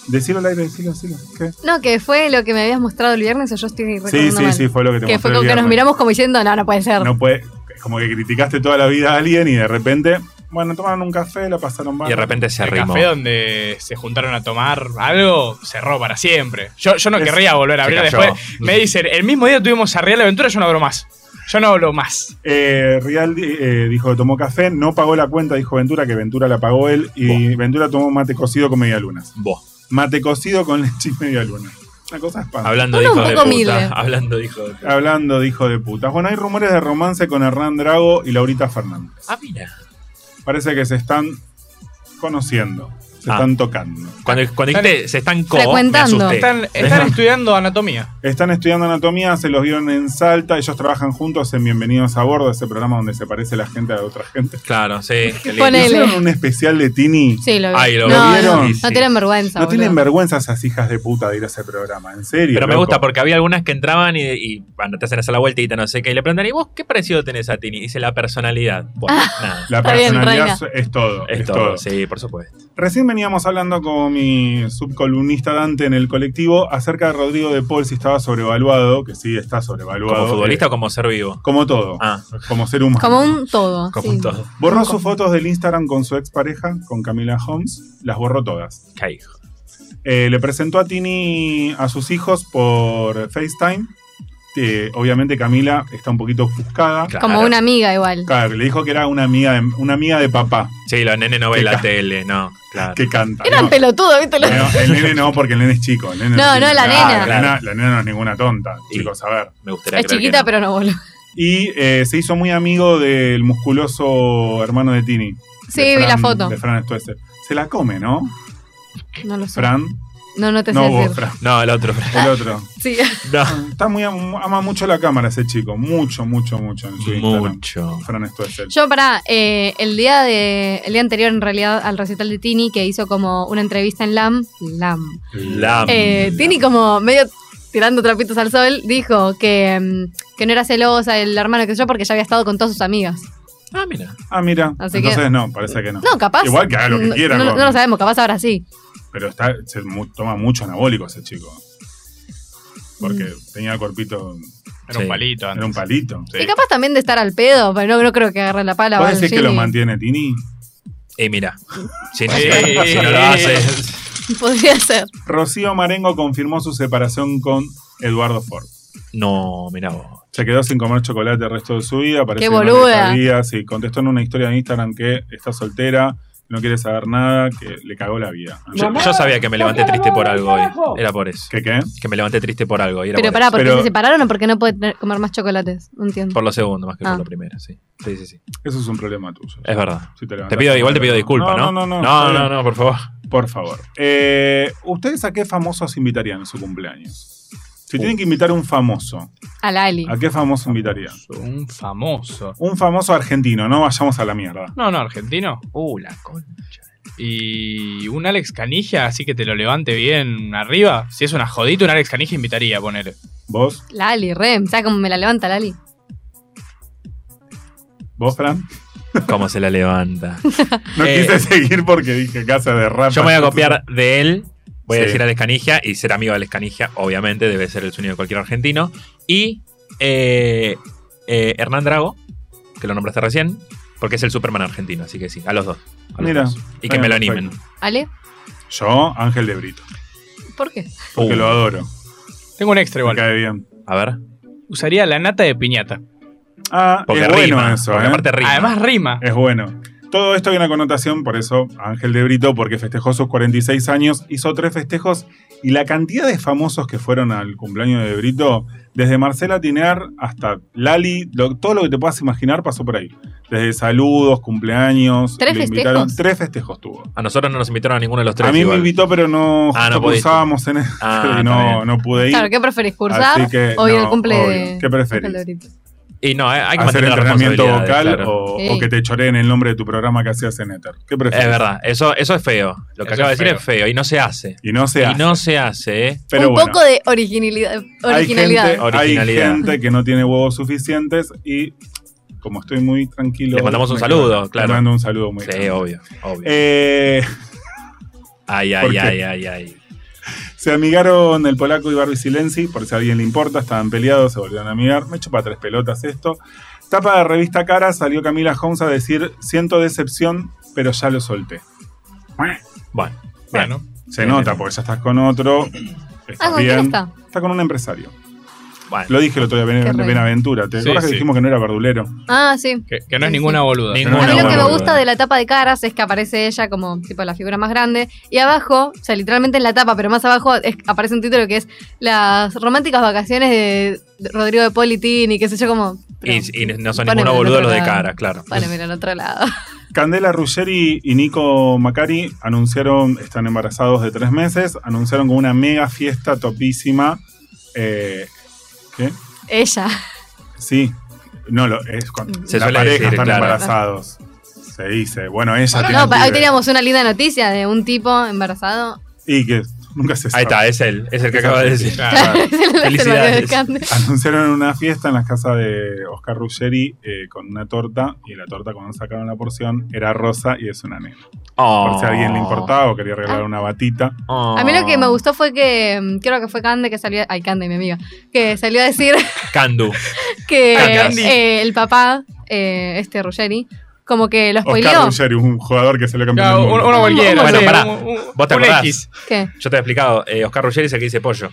Speaker 4: Decilo al aire, decilo, decilo. ¿Qué?
Speaker 3: No, que fue lo que me habías mostrado el viernes o yo estoy
Speaker 4: Sí,
Speaker 3: recordando
Speaker 4: sí,
Speaker 3: mal.
Speaker 4: sí, fue lo que te
Speaker 3: Que
Speaker 4: mostré
Speaker 3: fue
Speaker 4: el
Speaker 3: como que nos
Speaker 4: viernes.
Speaker 3: miramos como diciendo, no, no puede ser.
Speaker 4: No puede, como que criticaste toda la vida a alguien y de repente, bueno, tomaron un café, la pasaron mal.
Speaker 1: Y de repente se
Speaker 5: El
Speaker 1: arrimó.
Speaker 5: café donde se juntaron a tomar algo cerró para siempre. Yo, yo no querría volver a
Speaker 1: Se
Speaker 5: abrir
Speaker 1: cayó.
Speaker 5: después. Me dicen, el mismo día tuvimos a Real Aventura, yo no hablo más. Yo no hablo más.
Speaker 4: Eh, Rial eh, dijo que tomó café, no pagó la cuenta, dijo Ventura, que Ventura la pagó él. Y Ventura tomó mate cocido con medialunas.
Speaker 1: Vos.
Speaker 4: Mate cocido con leche y medialunas. Una cosa espantosa.
Speaker 1: Hablando
Speaker 3: Uno
Speaker 1: dijo
Speaker 3: un
Speaker 1: de
Speaker 3: poco
Speaker 1: puta.
Speaker 3: humilde.
Speaker 1: Hablando dijo de puta.
Speaker 4: Hablando de hijo de putas. Bueno, hay rumores de romance con Hernán Drago y Laurita Fernández.
Speaker 1: Ah, mira.
Speaker 4: Parece que se están conociendo, se
Speaker 1: Ah.
Speaker 4: están tocando.
Speaker 1: Cuando, cuando
Speaker 5: Están-
Speaker 1: dijiste, se están co, me
Speaker 3: Frecuentando.
Speaker 1: asusté.
Speaker 5: Están, están estudiando anatomía.
Speaker 4: Están estudiando anatomía, se los vieron en Salta, ellos trabajan juntos en Bienvenidos a Bordo, ese programa donde se parece la gente a otra gente.
Speaker 1: Claro, sí. qué lindo.
Speaker 3: Ponele.
Speaker 4: Hicieron un especial de Tini.
Speaker 3: eh. Sí, lo vi.
Speaker 1: Ay, lo
Speaker 3: no,
Speaker 4: vieron.
Speaker 3: no,
Speaker 1: Sí,
Speaker 3: no
Speaker 1: sí.
Speaker 3: tienen vergüenza.
Speaker 4: No tienen
Speaker 3: boludo.
Speaker 4: vergüenza esas hijas de puta de ir a ese programa, en serio.
Speaker 1: Pero me
Speaker 4: loco.
Speaker 1: gusta porque había algunas que entraban y, y, bueno, te hacen hacer la vueltita, no sé qué, y le preguntan, ¿y vos qué parecido tenés a Tini? Dice la personalidad. Bueno,
Speaker 3: Ah.
Speaker 1: nada.
Speaker 4: La
Speaker 3: Está bien,
Speaker 4: personalidad es todo.
Speaker 1: Es todo, sí, por supuesto.
Speaker 4: Recién veníamos hablando con mi subcolumnista Dante en el colectivo acerca de Rodrigo de Paul si estaba sobrevaluado, que sí está sobrevaluado.
Speaker 1: ¿Como futbolista
Speaker 4: Eh,
Speaker 1: o como ser vivo?
Speaker 4: como todo,
Speaker 1: Ah,
Speaker 4: como ser humano.
Speaker 3: Como un todo.
Speaker 1: como
Speaker 3: sí.
Speaker 1: un todo.
Speaker 4: Borró sus fotos del Instagram con su expareja, con Camila Holmes, las borró todas.
Speaker 1: Qué hijo.
Speaker 4: Eh, le presentó a Tini a sus hijos por FaceTime. Eh, obviamente Camila está un poquito ofuscada.
Speaker 1: Claro.
Speaker 3: Como una amiga igual.
Speaker 4: Claro, le dijo que era una amiga de, una amiga de papá
Speaker 1: Sí, los nene no ve
Speaker 4: Qué
Speaker 1: la
Speaker 4: ca-
Speaker 1: tele, no, claro.
Speaker 4: que canta.
Speaker 3: Eran
Speaker 4: No,
Speaker 3: pelotudos, ¿viste? Los-
Speaker 4: Bueno, el nene no, porque el nene es chico. el nene
Speaker 3: No,
Speaker 4: tiene-
Speaker 3: no, la
Speaker 4: Ah,
Speaker 3: nena.
Speaker 4: La nena. la nena no es ninguna tonta,
Speaker 1: Y-
Speaker 4: chicos, a ver.
Speaker 1: Me gustaría
Speaker 3: Es
Speaker 1: creer que
Speaker 3: chiquita,
Speaker 1: no.
Speaker 3: pero no, boludo.
Speaker 4: Y eh, se hizo muy amigo del musculoso hermano de Tini. de
Speaker 3: Sí, vi la
Speaker 4: Fran-
Speaker 3: foto.
Speaker 4: De Fran Stoessel. Se la come, ¿no?
Speaker 3: No lo sé.
Speaker 4: Fran.
Speaker 3: No, no te sé
Speaker 4: No,
Speaker 3: decir.
Speaker 4: vos, Fran.
Speaker 1: No, el otro.
Speaker 4: El otro.
Speaker 3: Sí.
Speaker 1: No.
Speaker 4: Está muy, am- ama mucho la cámara ese chico. Mucho, mucho, mucho en su Instagram.
Speaker 1: Mucho.
Speaker 4: Fran Stoessel.
Speaker 3: Yo, pará, eh, el día de el día anterior, en realidad, al recital de Tini, que hizo como una entrevista en LAM. LAM.
Speaker 4: Ah,
Speaker 1: La
Speaker 3: Eh, Tini, como medio tirando trapitos al sol, dijo que, mm, que no era celosa el hermano que yo porque ya había estado con todas sus amigas.
Speaker 1: Ah, mira.
Speaker 4: Ah, mira.
Speaker 3: Así
Speaker 4: Entonces
Speaker 3: que-
Speaker 4: no, parece que no.
Speaker 3: No, capaz.
Speaker 4: Igual que haga lo que
Speaker 3: no-
Speaker 4: quiera,
Speaker 3: No,
Speaker 4: con-
Speaker 3: no lo sabemos, capaz ahora sí.
Speaker 4: Pero está, se mu- toma mucho anabólico ese chico. Porque
Speaker 3: Mm.
Speaker 4: tenía cuerpito.
Speaker 5: Era
Speaker 1: Sí.
Speaker 5: un palito antes.
Speaker 4: Era un palito.
Speaker 3: Y capaz también de estar al pedo, pero no, no creo que agarre la pala. o
Speaker 4: ¿Vos
Speaker 3: algo
Speaker 4: decís que lo
Speaker 3: así.
Speaker 4: mantiene Tini?
Speaker 1: Y Eh, mira. Si no,
Speaker 5: Sí.
Speaker 1: si no lo haces.
Speaker 3: Podría ser.
Speaker 4: Rocío Marengo confirmó su separación con Eduardo Ford.
Speaker 1: No, mira vos.
Speaker 4: Se quedó sin comer chocolate el resto de su vida. Parece
Speaker 3: ¡Qué
Speaker 4: que no le
Speaker 3: boluda!
Speaker 4: cabía, sí, contestó en una historia de Instagram que está soltera, no quiere saber nada, que le cagó la vida.
Speaker 1: Yo, yo sabía que me levanté triste por algo hoy. Era por eso.
Speaker 4: ¿Qué qué?
Speaker 1: Que me levanté triste por algo. y era
Speaker 3: Pero
Speaker 1: por,
Speaker 3: pará,
Speaker 1: eso.
Speaker 3: ¿por qué
Speaker 4: Pero-
Speaker 3: se separaron o por qué no puede tener- comer más chocolates? No entiendo.
Speaker 1: Por lo segundo, más que
Speaker 3: Ah.
Speaker 1: por lo primero, sí. Sí, sí, sí.
Speaker 4: Eso es un problema tuyo.
Speaker 1: Es verdad.
Speaker 4: Si
Speaker 1: Te
Speaker 4: levantas
Speaker 1: pido,
Speaker 4: con
Speaker 1: igual te pido
Speaker 4: algo.
Speaker 1: disculpas, ¿no?
Speaker 4: No, no,
Speaker 1: No,
Speaker 4: no. está
Speaker 1: no,
Speaker 4: bien.
Speaker 1: no, por favor.
Speaker 4: Por favor. Eh, ¿Ustedes a qué famosos invitarían en su cumpleaños?
Speaker 1: Uh.
Speaker 4: Si tienen que invitar a un famoso,
Speaker 3: Al Ali.
Speaker 4: ¿a qué famoso invitaría?
Speaker 5: Un famoso.
Speaker 4: Un famoso argentino, no vayamos a la mierda.
Speaker 5: No, no, argentino. Uh, la concha. Y un Alex Canija, así que te lo levante bien arriba. Si es una jodita, un Alex Canija invitaría a poner.
Speaker 4: ¿Vos?
Speaker 3: La Ali, re. ¿Sabes cómo me la levanta la Ali?
Speaker 4: ¿Vos, Fran?
Speaker 1: ¿Cómo se la levanta?
Speaker 4: No
Speaker 1: Eh,
Speaker 4: quise seguir porque dije casa de rap.
Speaker 1: Yo me voy a copiar de él. Voy
Speaker 4: Sí.
Speaker 1: a decir Alex Canija y ser amigo de Alex Canija, obviamente, debe ser el sueño de cualquier argentino. Y eh, eh, Hernán Drago, que lo nombraste recién, porque es el Superman argentino, así que sí, a los dos. a los
Speaker 4: Mira,
Speaker 1: dos. Y que
Speaker 4: bueno,
Speaker 1: me lo animen.
Speaker 4: perfecto.
Speaker 3: ¿Ale?
Speaker 4: Yo, Ángel de Brito.
Speaker 3: ¿Por qué?
Speaker 4: Porque
Speaker 1: Uh.
Speaker 4: lo adoro.
Speaker 5: Tengo un extra
Speaker 4: Me
Speaker 5: igual.
Speaker 4: cae bien.
Speaker 1: A ver,
Speaker 5: Usaría la nata de piñata.
Speaker 4: Ah,
Speaker 1: porque
Speaker 4: es
Speaker 1: rima.
Speaker 4: bueno eso,
Speaker 1: porque
Speaker 4: ¿eh?
Speaker 1: aparte rima. Eh.
Speaker 5: Además, rima.
Speaker 4: Es bueno. Todo esto tiene una connotación, por eso Ángel de Brito, porque festejó sus 46 años, hizo tres festejos y la cantidad de famosos que fueron al cumpleaños de Brito, desde Marcela Tinear hasta Lali, lo- todo lo que te puedas imaginar pasó por ahí. Desde saludos, cumpleaños,
Speaker 3: ¿Tres
Speaker 4: le invitaron-
Speaker 3: festejos?
Speaker 4: tres festejos tuvo.
Speaker 1: a nosotros no nos invitaron a ninguno de los tres.
Speaker 4: a mí
Speaker 1: igual.
Speaker 4: me invitó, pero no,
Speaker 1: Ah, no
Speaker 4: justo
Speaker 1: pudiste.
Speaker 4: cursábamos en eso
Speaker 1: Ah,
Speaker 4: y
Speaker 1: está
Speaker 4: no,
Speaker 1: bien.
Speaker 4: no pude ir.
Speaker 3: Claro, ¿qué preferís? ¿Cursar
Speaker 4: Así que,
Speaker 3: o ir
Speaker 4: no,
Speaker 3: al cumple
Speaker 4: obvio.
Speaker 3: de...
Speaker 4: ¿Qué preferís?
Speaker 3: Ángel de Brito?
Speaker 1: Y no, eh, hay que
Speaker 4: hacer
Speaker 1: mantener la
Speaker 4: entrenamiento vocal
Speaker 1: responsabilidad, claro.
Speaker 4: o,
Speaker 3: Sí.
Speaker 4: o que te choreen el nombre de tu programa que hacías en Ether. ¿Qué prefieres?
Speaker 1: Es verdad, eso, eso es feo. Lo que
Speaker 5: Eso
Speaker 1: acaba de
Speaker 5: es
Speaker 1: decir es feo y no se hace.
Speaker 4: Y no se
Speaker 1: y
Speaker 4: hace.
Speaker 1: no se hace, ¿eh?
Speaker 4: Pero
Speaker 3: un
Speaker 4: bueno,
Speaker 3: poco de originalidad.
Speaker 4: hay gente,
Speaker 3: originalidad.
Speaker 4: hay
Speaker 1: Originalidad.
Speaker 4: gente que no tiene huevos suficientes y como estoy muy tranquilo.
Speaker 1: Les mandamos un
Speaker 4: me-
Speaker 1: saludo, claro.
Speaker 4: Les mando un saludo muy
Speaker 1: Sí,
Speaker 4: grande.
Speaker 1: obvio, obvio.
Speaker 4: Eh,
Speaker 1: ay,
Speaker 4: ¿por
Speaker 1: ay,
Speaker 4: qué?
Speaker 1: ay, ay, ay.
Speaker 4: se amigaron el polaco y Barbie Silenzi, por si a alguien le importa, estaban peleados, se volvieron a amigar. Me chupa tres pelotas esto. Tapa de revista Cara salió Camila Holmes a decir: Siento decepción, pero ya lo solté.
Speaker 1: Bueno,
Speaker 5: Bueno,
Speaker 4: Se nota, porque ya estás con otro.
Speaker 3: Ah,
Speaker 4: Estás
Speaker 3: ¿con quién
Speaker 4: bien.
Speaker 3: está?
Speaker 4: Está con un empresario.
Speaker 1: bueno.
Speaker 4: Lo dije el otro día, Bene-
Speaker 3: Qué raro.
Speaker 4: Benaventura. ¿Te
Speaker 5: Sí,
Speaker 4: acuerdas que
Speaker 5: sí.
Speaker 4: dijimos que no era verdulero?
Speaker 3: Ah, sí.
Speaker 5: que, que no es
Speaker 3: Sí,
Speaker 5: ninguna
Speaker 3: sí.
Speaker 5: boluda.
Speaker 1: Ninguna
Speaker 3: A mí lo que me
Speaker 1: boluda.
Speaker 3: gusta de la tapa de caras es que aparece ella como tipo la figura más grande y abajo, o sea, literalmente en la tapa, pero más abajo es- aparece un título que es Las románticas vacaciones de Rodrigo de Politín y qué sé yo como... pero-
Speaker 1: Y, y no son
Speaker 3: Poneme
Speaker 1: ninguno
Speaker 3: en
Speaker 1: boludo
Speaker 3: otro
Speaker 1: los de
Speaker 3: lado.
Speaker 1: cara, claro.
Speaker 3: Bueno, mira, al otro lado.
Speaker 4: Candela Ruggeri y Nico Macari anunciaron, están embarazados de tres meses, anunciaron con una mega fiesta topísima. eh, ¿Qué?
Speaker 3: Ella.
Speaker 4: Sí. No, lo, es cuando
Speaker 1: Se
Speaker 4: la
Speaker 1: suele
Speaker 4: pareja
Speaker 1: decir,
Speaker 4: están
Speaker 1: claro.
Speaker 4: embarazados. Se dice. Bueno, ella tiene
Speaker 3: No,
Speaker 4: un
Speaker 3: pa- hoy
Speaker 4: pibe.
Speaker 3: teníamos una linda noticia de un tipo embarazado.
Speaker 4: Y que nunca se sabe.
Speaker 1: Ahí está, es él, es el que
Speaker 4: Es
Speaker 1: acaba de
Speaker 4: él.
Speaker 1: decir.
Speaker 5: Claro.
Speaker 3: Es el- es el
Speaker 1: Felicidades.
Speaker 3: Mateo del Cande.
Speaker 4: Anunciaron una fiesta en la casa de Oscar Ruggeri eh, con una torta. Y la torta, cuando sacaron la porción, era rosa y es una nena. Por si a alguien le importaba o quería regalar
Speaker 3: Ah.
Speaker 4: una batita.
Speaker 1: Oh.
Speaker 3: A mí lo que me gustó fue que, mm, creo que fue Cande que salió, ay Cande, mi amiga, que salió a decir
Speaker 1: Candu.
Speaker 3: que
Speaker 1: Ah, Candy.
Speaker 3: eh, el papá, eh, este Ruggeri, como que lo
Speaker 4: Oscar
Speaker 3: spoileó.
Speaker 4: Ruggeri, un jugador que se le campeón
Speaker 5: Claro,
Speaker 4: del
Speaker 5: uno,
Speaker 4: mundo.
Speaker 5: uno cualquiera.
Speaker 1: Bueno,
Speaker 5: sí,
Speaker 1: pará.
Speaker 5: un- un-
Speaker 1: ¿Vos te
Speaker 5: un
Speaker 1: acordás?
Speaker 5: X.
Speaker 3: ¿Qué?
Speaker 1: Yo te he explicado, eh, Oscar Ruggeri es el que dice pollo.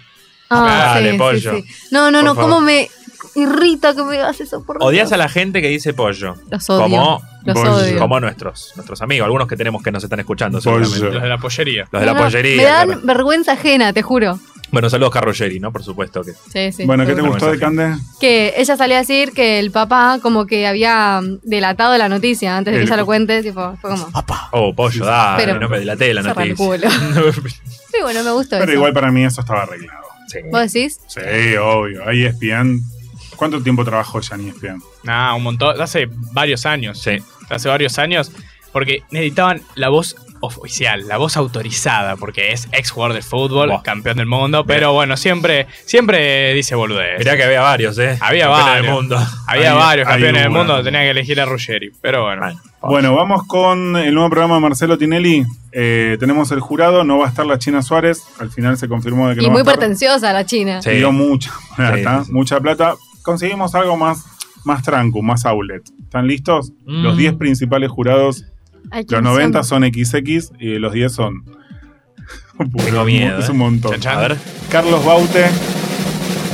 Speaker 3: Ah,
Speaker 1: Dale,
Speaker 3: sí, sí,
Speaker 1: pollo.
Speaker 3: sí. No, no,
Speaker 1: Por
Speaker 3: no,
Speaker 1: favor.
Speaker 3: cómo me irrita que me hagas eso por
Speaker 1: Odias a
Speaker 3: Dios.
Speaker 1: la gente que dice pollo.
Speaker 3: Los odio.
Speaker 1: Como,
Speaker 3: los
Speaker 4: Bollo.
Speaker 3: odio.
Speaker 1: como nuestros, nuestros amigos, algunos que tenemos que nos están escuchando.
Speaker 4: Pollo.
Speaker 1: seguramente.
Speaker 5: Los de la pollería.
Speaker 1: Los de la
Speaker 3: No, no,
Speaker 1: pollería.
Speaker 3: Me dan
Speaker 1: claro.
Speaker 3: vergüenza ajena, te juro.
Speaker 1: Bueno, saludos a Oscar Ruggeri, ¿no? Por supuesto que.
Speaker 3: Sí, sí.
Speaker 4: bueno, ¿qué te
Speaker 3: seguro.
Speaker 4: gustó de Cande?
Speaker 3: Que ella salió a decir que el papá como que había mm, delatado la noticia antes de que
Speaker 4: El-
Speaker 3: ella lo cuente, tipo, fue como
Speaker 1: Oh, pollo, dale,
Speaker 3: Pero-
Speaker 1: no me delaté la
Speaker 3: cerrar el
Speaker 1: noticia.
Speaker 3: culo. Sí, bueno, me gustó
Speaker 4: Pero
Speaker 3: eso.
Speaker 4: igual para mí eso estaba arreglado.
Speaker 1: Sí.
Speaker 3: ¿Vos decís?
Speaker 4: Sí, obvio. Ahí ESPN. ¿Cuánto tiempo trabajó ya en E ESPN?
Speaker 5: Nah, un montón. Hace varios años.
Speaker 1: Sí.
Speaker 5: Hace varios años. Porque necesitaban la voz oficial, la voz autorizada. Porque es ex jugador de fútbol,
Speaker 1: Buah.
Speaker 5: campeón del mundo. Pero bueno, siempre, siempre dice boludez.
Speaker 1: Mirá que había varios, ¿eh?
Speaker 5: Había
Speaker 1: Campeones
Speaker 5: varios.
Speaker 1: del mundo.
Speaker 5: había,
Speaker 4: hay-
Speaker 5: varios
Speaker 4: hay
Speaker 5: campeones del
Speaker 4: una.
Speaker 5: mundo, tenía que elegir a Ruggeri. Pero bueno.
Speaker 1: Bueno,
Speaker 4: Bueno, vamos con el nuevo programa de Marcelo Tinelli. Eh, tenemos el jurado, no va a estar la China Suárez. Al final se confirmó de que
Speaker 3: Y
Speaker 4: no va
Speaker 3: muy
Speaker 4: a estar.
Speaker 3: pretenciosa la China.
Speaker 1: Sí.
Speaker 4: Dio mucha plata,
Speaker 1: Sí, sí, sí.
Speaker 4: mucha plata. Conseguimos algo más, más tranco, más outlet. ¿Están listos?
Speaker 1: Mm.
Speaker 4: Los 10 principales jurados.
Speaker 3: Ay,
Speaker 4: Los
Speaker 3: ¿quiénes
Speaker 4: 90
Speaker 3: son?
Speaker 4: son XX y los 10 son.
Speaker 1: Tengo miedo,
Speaker 4: Es
Speaker 1: eh.
Speaker 4: un montón.
Speaker 5: Chan, chan.
Speaker 1: a ver.
Speaker 4: Carlos Baute.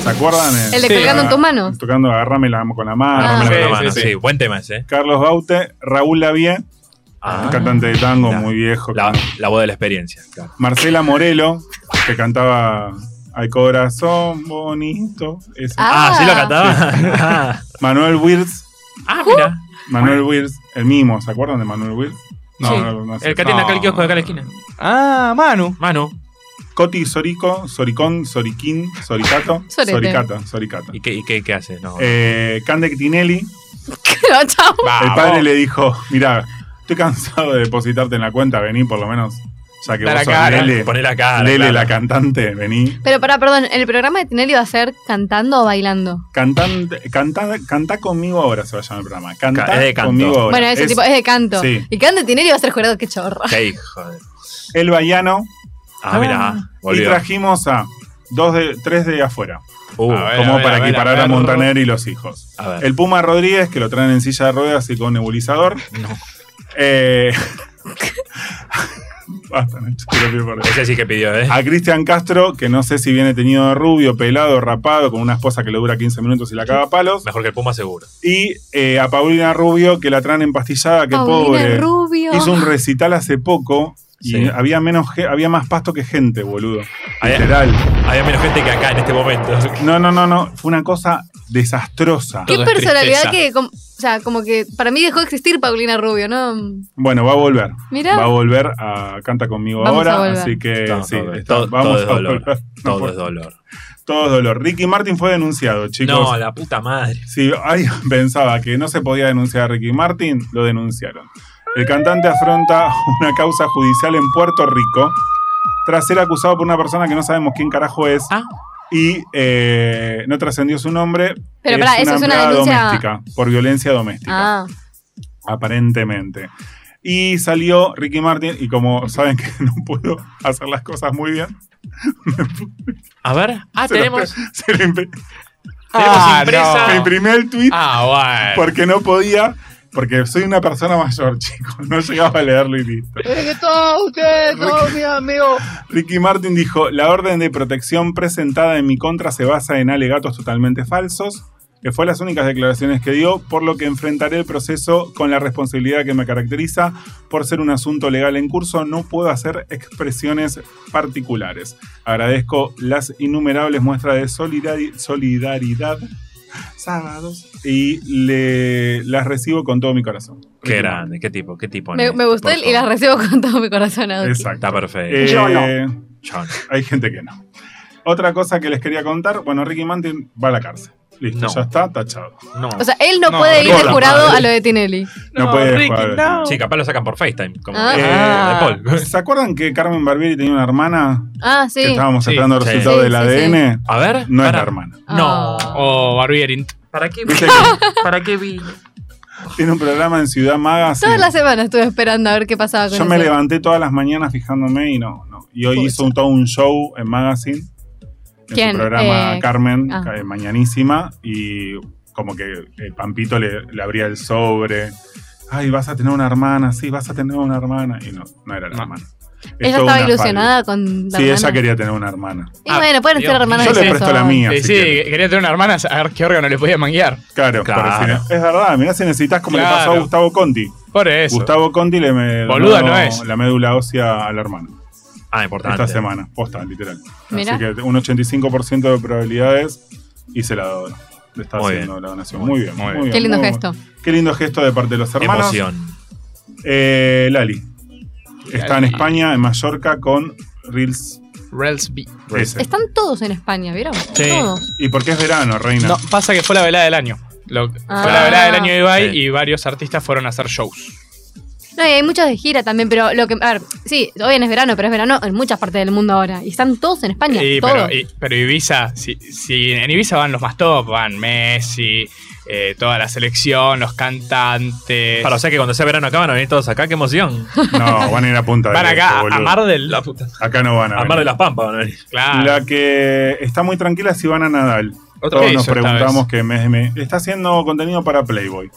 Speaker 4: ¿Se acuerdan?
Speaker 3: El de
Speaker 5: Sí,
Speaker 3: colgando
Speaker 4: Ah.
Speaker 3: en tus manos.
Speaker 4: Tocando Agarrame la- con la mano.
Speaker 3: Ah.
Speaker 1: Dame
Speaker 5: Sí,
Speaker 1: la
Speaker 5: sí,
Speaker 1: mano,
Speaker 5: sí.
Speaker 1: sí. Buen tema ese. ¿eh?
Speaker 4: Carlos Baute, Raúl Lavie,
Speaker 1: Ah.
Speaker 4: cantante de tango
Speaker 1: La-
Speaker 4: muy viejo.
Speaker 1: La, la voz de la experiencia. claro.
Speaker 4: Marcela Morelo, que cantaba Al corazón bonito. ese.
Speaker 3: Ah.
Speaker 1: Ah, sí lo cantaba. Ah,
Speaker 4: Manuel Wirtz,
Speaker 1: Ah, mira.
Speaker 4: Manuel Wirtz, el mimo, ¿se acuerdan de Manuel Wirtz?
Speaker 3: Sí.
Speaker 4: no, no sé.
Speaker 1: El que atiende acá el
Speaker 5: No.
Speaker 1: kiosco de acá a la esquina.
Speaker 2: Ah, Manu.
Speaker 1: Manu.
Speaker 4: Coti Sorico, Soricón, Soriquín, Soricato,
Speaker 3: Sorete.
Speaker 4: Soricata, Soricata.
Speaker 1: ¿Y qué, y qué, qué hace? No.
Speaker 4: Eh, Cande Tinelli,
Speaker 3: No, chao.
Speaker 1: Ah,
Speaker 4: el padre le dijo, mira, estoy cansado de depositarte en la cuenta, vení por lo menos, ya que
Speaker 5: Da
Speaker 4: vos
Speaker 5: la
Speaker 4: sos
Speaker 5: cara,
Speaker 4: Lele,
Speaker 1: Poné la cara.
Speaker 4: Lele
Speaker 1: claro.
Speaker 4: la cantante, vení.
Speaker 3: Pero pará, perdón, ¿el programa de Tinelli va a ser cantando o bailando?
Speaker 4: Cantante, canta, canta conmigo ahora se va a llamar el programa. Canta
Speaker 1: Ca- es de canto.
Speaker 4: conmigo ahora.
Speaker 3: bueno, ese
Speaker 4: Es
Speaker 3: tipo es de canto.
Speaker 4: sí.
Speaker 3: Y canta Tinelli va a ser jurado, qué chorro.
Speaker 1: Qué hijo de-
Speaker 4: El Bayano.
Speaker 1: Ah, mira.
Speaker 4: Y
Speaker 1: Volvió.
Speaker 4: trajimos a dos de, tres de afuera.
Speaker 1: Uh,
Speaker 5: A ver,
Speaker 4: como
Speaker 5: a ver,
Speaker 4: para
Speaker 5: a ver,
Speaker 4: equiparar
Speaker 5: a
Speaker 4: a,
Speaker 5: ver.
Speaker 4: Montaner y los hijos.
Speaker 1: a ver.
Speaker 4: El Puma Rodríguez, que lo traen en silla de ruedas y con nebulizador.
Speaker 1: No.
Speaker 4: Eh, Basta, Nacho, te lo pido por Dios.
Speaker 1: Ese sí que pidió, ¿eh?
Speaker 4: A Cristian Castro, que no sé si viene teñido de rubio, pelado, rapado, con una esposa que le dura 15 minutos y la caga a palos.
Speaker 1: Mejor que el Puma seguro.
Speaker 4: Y eh, a Paulina Rubio, que la traen empastillada, que
Speaker 3: Paulina
Speaker 4: pobre.
Speaker 3: Rubio.
Speaker 4: Hizo un recital hace poco y
Speaker 1: Sí.
Speaker 4: había, menos, ge- había más pasto que gente, boludo.
Speaker 1: Había-
Speaker 4: Literal.
Speaker 1: Había menos gente que acá en este momento.
Speaker 4: No, no, no, no. Fue una cosa desastrosa.
Speaker 3: Qué
Speaker 5: Todo es
Speaker 3: personalidad
Speaker 5: tristeza.
Speaker 3: que, com- o sea, como que para mí dejó de existir Paulina Rubio, ¿no?
Speaker 4: Bueno, va a volver.
Speaker 3: Mirá.
Speaker 4: Va a volver a Canta conmigo
Speaker 3: Vamos a
Speaker 4: ahora.
Speaker 3: volver.
Speaker 4: Así que
Speaker 1: Todo,
Speaker 4: sí,
Speaker 1: todo,
Speaker 4: está-
Speaker 1: todo,
Speaker 4: vamos
Speaker 1: todo es
Speaker 4: a
Speaker 1: dolor.
Speaker 4: volver. No,
Speaker 1: Todo
Speaker 4: por-
Speaker 1: es dolor.
Speaker 4: todo es dolor. Ricky Martin fue denunciado, chicos.
Speaker 1: No, la puta madre.
Speaker 4: Si alguien pensaba que no se podía denunciar a Ricky Martin, lo denunciaron. El cantante afronta una causa judicial en Puerto Rico tras ser acusado por una persona que no sabemos quién carajo es
Speaker 1: Ah.
Speaker 4: y eh, no trascendió su nombre.
Speaker 3: Pero pará, eso es una
Speaker 4: empleada
Speaker 3: denuncia-
Speaker 4: doméstica por violencia doméstica,
Speaker 3: Ah,
Speaker 4: aparentemente. Y salió Ricky Martin y como saben que no puedo hacer las cosas muy bien,
Speaker 1: A ver. Ah,
Speaker 4: se lo-
Speaker 1: tenemos.
Speaker 4: se lo impre-
Speaker 5: Ah,
Speaker 1: impresa.
Speaker 5: no.
Speaker 4: me imprimí el tweet
Speaker 5: Ah, bueno.
Speaker 4: porque no podía, porque soy una persona mayor, chicos. No llegaba a leerlo y listo.
Speaker 8: que todos ustedes, todos mis amigos.
Speaker 4: Ricky Martin dijo, la orden de protección presentada en mi contra se basa en alegatos totalmente falsos, que fue las únicas declaraciones que dio, por lo que enfrentaré el proceso con la responsabilidad que me caracteriza. Por ser un asunto legal en curso, no puedo hacer expresiones particulares. Agradezco las innumerables muestras de solidari- solidaridad sábados y le- las recibo con todo mi corazón.
Speaker 1: Qué
Speaker 4: Ricky
Speaker 1: grande, qué tipo, qué tipo.
Speaker 3: me,
Speaker 1: honesto,
Speaker 3: me gustó
Speaker 1: por
Speaker 3: el- y las
Speaker 1: favor.
Speaker 3: recibo con todo mi corazón. Aoki.
Speaker 4: Exacto.
Speaker 1: Está perfecto.
Speaker 4: Eh,
Speaker 8: Yo
Speaker 1: Yo no.
Speaker 4: hay gente que no. Otra cosa que les quería contar, bueno, Ricky Martin va a la cárcel. Listo,
Speaker 1: No.
Speaker 4: ya está tachado.
Speaker 1: No.
Speaker 3: O sea, él no,
Speaker 5: No,
Speaker 3: puede ir
Speaker 4: no,
Speaker 3: de
Speaker 4: la
Speaker 3: jurado
Speaker 4: madre.
Speaker 3: a lo de Tinelli.
Speaker 4: No, puede
Speaker 5: Ricky,
Speaker 4: jugar.
Speaker 5: no.
Speaker 1: sí, capaz lo sacan por FaceTime. Como
Speaker 3: Ah.
Speaker 1: eh, de Paul.
Speaker 4: ¿Se acuerdan que Carmen Barbieri tenía una hermana?
Speaker 3: Ah,
Speaker 4: Que
Speaker 3: sí.
Speaker 4: estábamos
Speaker 5: Sí.
Speaker 4: esperando el
Speaker 1: Sí.
Speaker 4: resultado
Speaker 3: Sí,
Speaker 4: del
Speaker 3: sí,
Speaker 4: ADN.
Speaker 1: A ver.
Speaker 4: No es
Speaker 1: para.
Speaker 4: la hermana.
Speaker 1: No.
Speaker 3: Ah.
Speaker 5: O Barbieri.
Speaker 1: ¿Para qué?
Speaker 4: Viste que
Speaker 1: ¿Para qué vi?
Speaker 4: tiene un programa en Ciudad Magazine.
Speaker 3: Todas las semanas estuve esperando a ver qué pasaba con
Speaker 4: Yo me
Speaker 3: eso.
Speaker 4: levanté todas las mañanas fijándome y no, no. Y hoy
Speaker 3: Pucha.
Speaker 4: hizo un, todo un show en Magazine. En
Speaker 3: ¿Quién?
Speaker 4: su programa
Speaker 3: Eh,
Speaker 4: Carmen,
Speaker 3: ah.
Speaker 4: eh, mañanísima. Y como que el Pampito le, le abría el sobre. Ay, vas a tener una hermana, sí, vas a tener una hermana. Y no, no era la
Speaker 5: No.
Speaker 4: hermana. Es
Speaker 3: Ella
Speaker 4: toda
Speaker 3: estaba
Speaker 4: una
Speaker 3: ilusionada con
Speaker 4: fal-
Speaker 3: la
Speaker 4: Sí,
Speaker 3: hermana.
Speaker 4: ella quería tener una hermana.
Speaker 3: Y bueno, pueden
Speaker 5: Ah, Dios
Speaker 3: ser hermanas
Speaker 4: Yo
Speaker 5: mío.
Speaker 3: de
Speaker 4: le
Speaker 5: sí,
Speaker 4: presto
Speaker 3: sexo.
Speaker 4: la mía.
Speaker 5: Sí,
Speaker 4: si
Speaker 5: sí,
Speaker 4: quiere.
Speaker 5: quería tener una hermana a ver qué órgano le podía manguear.
Speaker 4: Claro, por
Speaker 1: Claro.
Speaker 4: decir- es verdad, mirá, se necesitas como le pasó a
Speaker 5: Claro.
Speaker 4: Gustavo Conti.
Speaker 5: Por eso.
Speaker 4: Gustavo Conti le me
Speaker 5: Boluda
Speaker 4: donó
Speaker 5: no es.
Speaker 4: la médula ósea al hermano.
Speaker 1: Ah, importante.
Speaker 4: Esta semana, posta, literal.
Speaker 3: Mirá.
Speaker 4: Así que un 85% de probabilidades y se la doy. Le está
Speaker 1: Muy
Speaker 4: haciendo
Speaker 1: bien.
Speaker 4: la donación. Muy bien, muy bien.
Speaker 3: Qué lindo
Speaker 4: muy
Speaker 3: gesto.
Speaker 4: bueno. Qué lindo gesto de parte de los hermanos.
Speaker 1: Emoción.
Speaker 4: Eh, Lali. Está en
Speaker 5: Lali.
Speaker 4: España, en Mallorca, con Reels.
Speaker 5: Rels B.
Speaker 4: ese.
Speaker 3: Están todos en España, ¿vieron?
Speaker 5: Sí.
Speaker 3: Todos.
Speaker 4: Y porque es verano, reina.
Speaker 5: No, pasa que fue la velada del año. Lo-
Speaker 3: Ah.
Speaker 5: Fue la velada del año de Ibai
Speaker 1: Sí.
Speaker 5: y varios artistas fueron a hacer shows.
Speaker 3: No, y hay muchos de gira también, pero lo que. A ver, sí, hoy en es verano, pero es verano en muchas partes del mundo ahora. Y están todos en España.
Speaker 5: Y-
Speaker 3: todos.
Speaker 5: pero, y- pero Ibiza, si, si en Ibiza van los más top, van Messi, eh, toda la selección, los cantantes.
Speaker 1: Para, o sea que cuando sea verano acá van a venir todos acá. Qué emoción.
Speaker 4: No, van a ir a punta de
Speaker 5: van
Speaker 4: Este,
Speaker 5: acá a-
Speaker 4: boludo.
Speaker 5: a Mar del. La puta.
Speaker 4: Acá no van a.
Speaker 1: A
Speaker 4: venir.
Speaker 1: Mar de las Pampas van a venir.
Speaker 5: Claro.
Speaker 4: La que está muy tranquila es Ivana Nadal.
Speaker 5: Otra
Speaker 4: Todos
Speaker 5: vez
Speaker 4: nos
Speaker 5: hizo esta
Speaker 4: preguntamos
Speaker 5: vez.
Speaker 4: que me, me- está haciendo contenido para Playboy.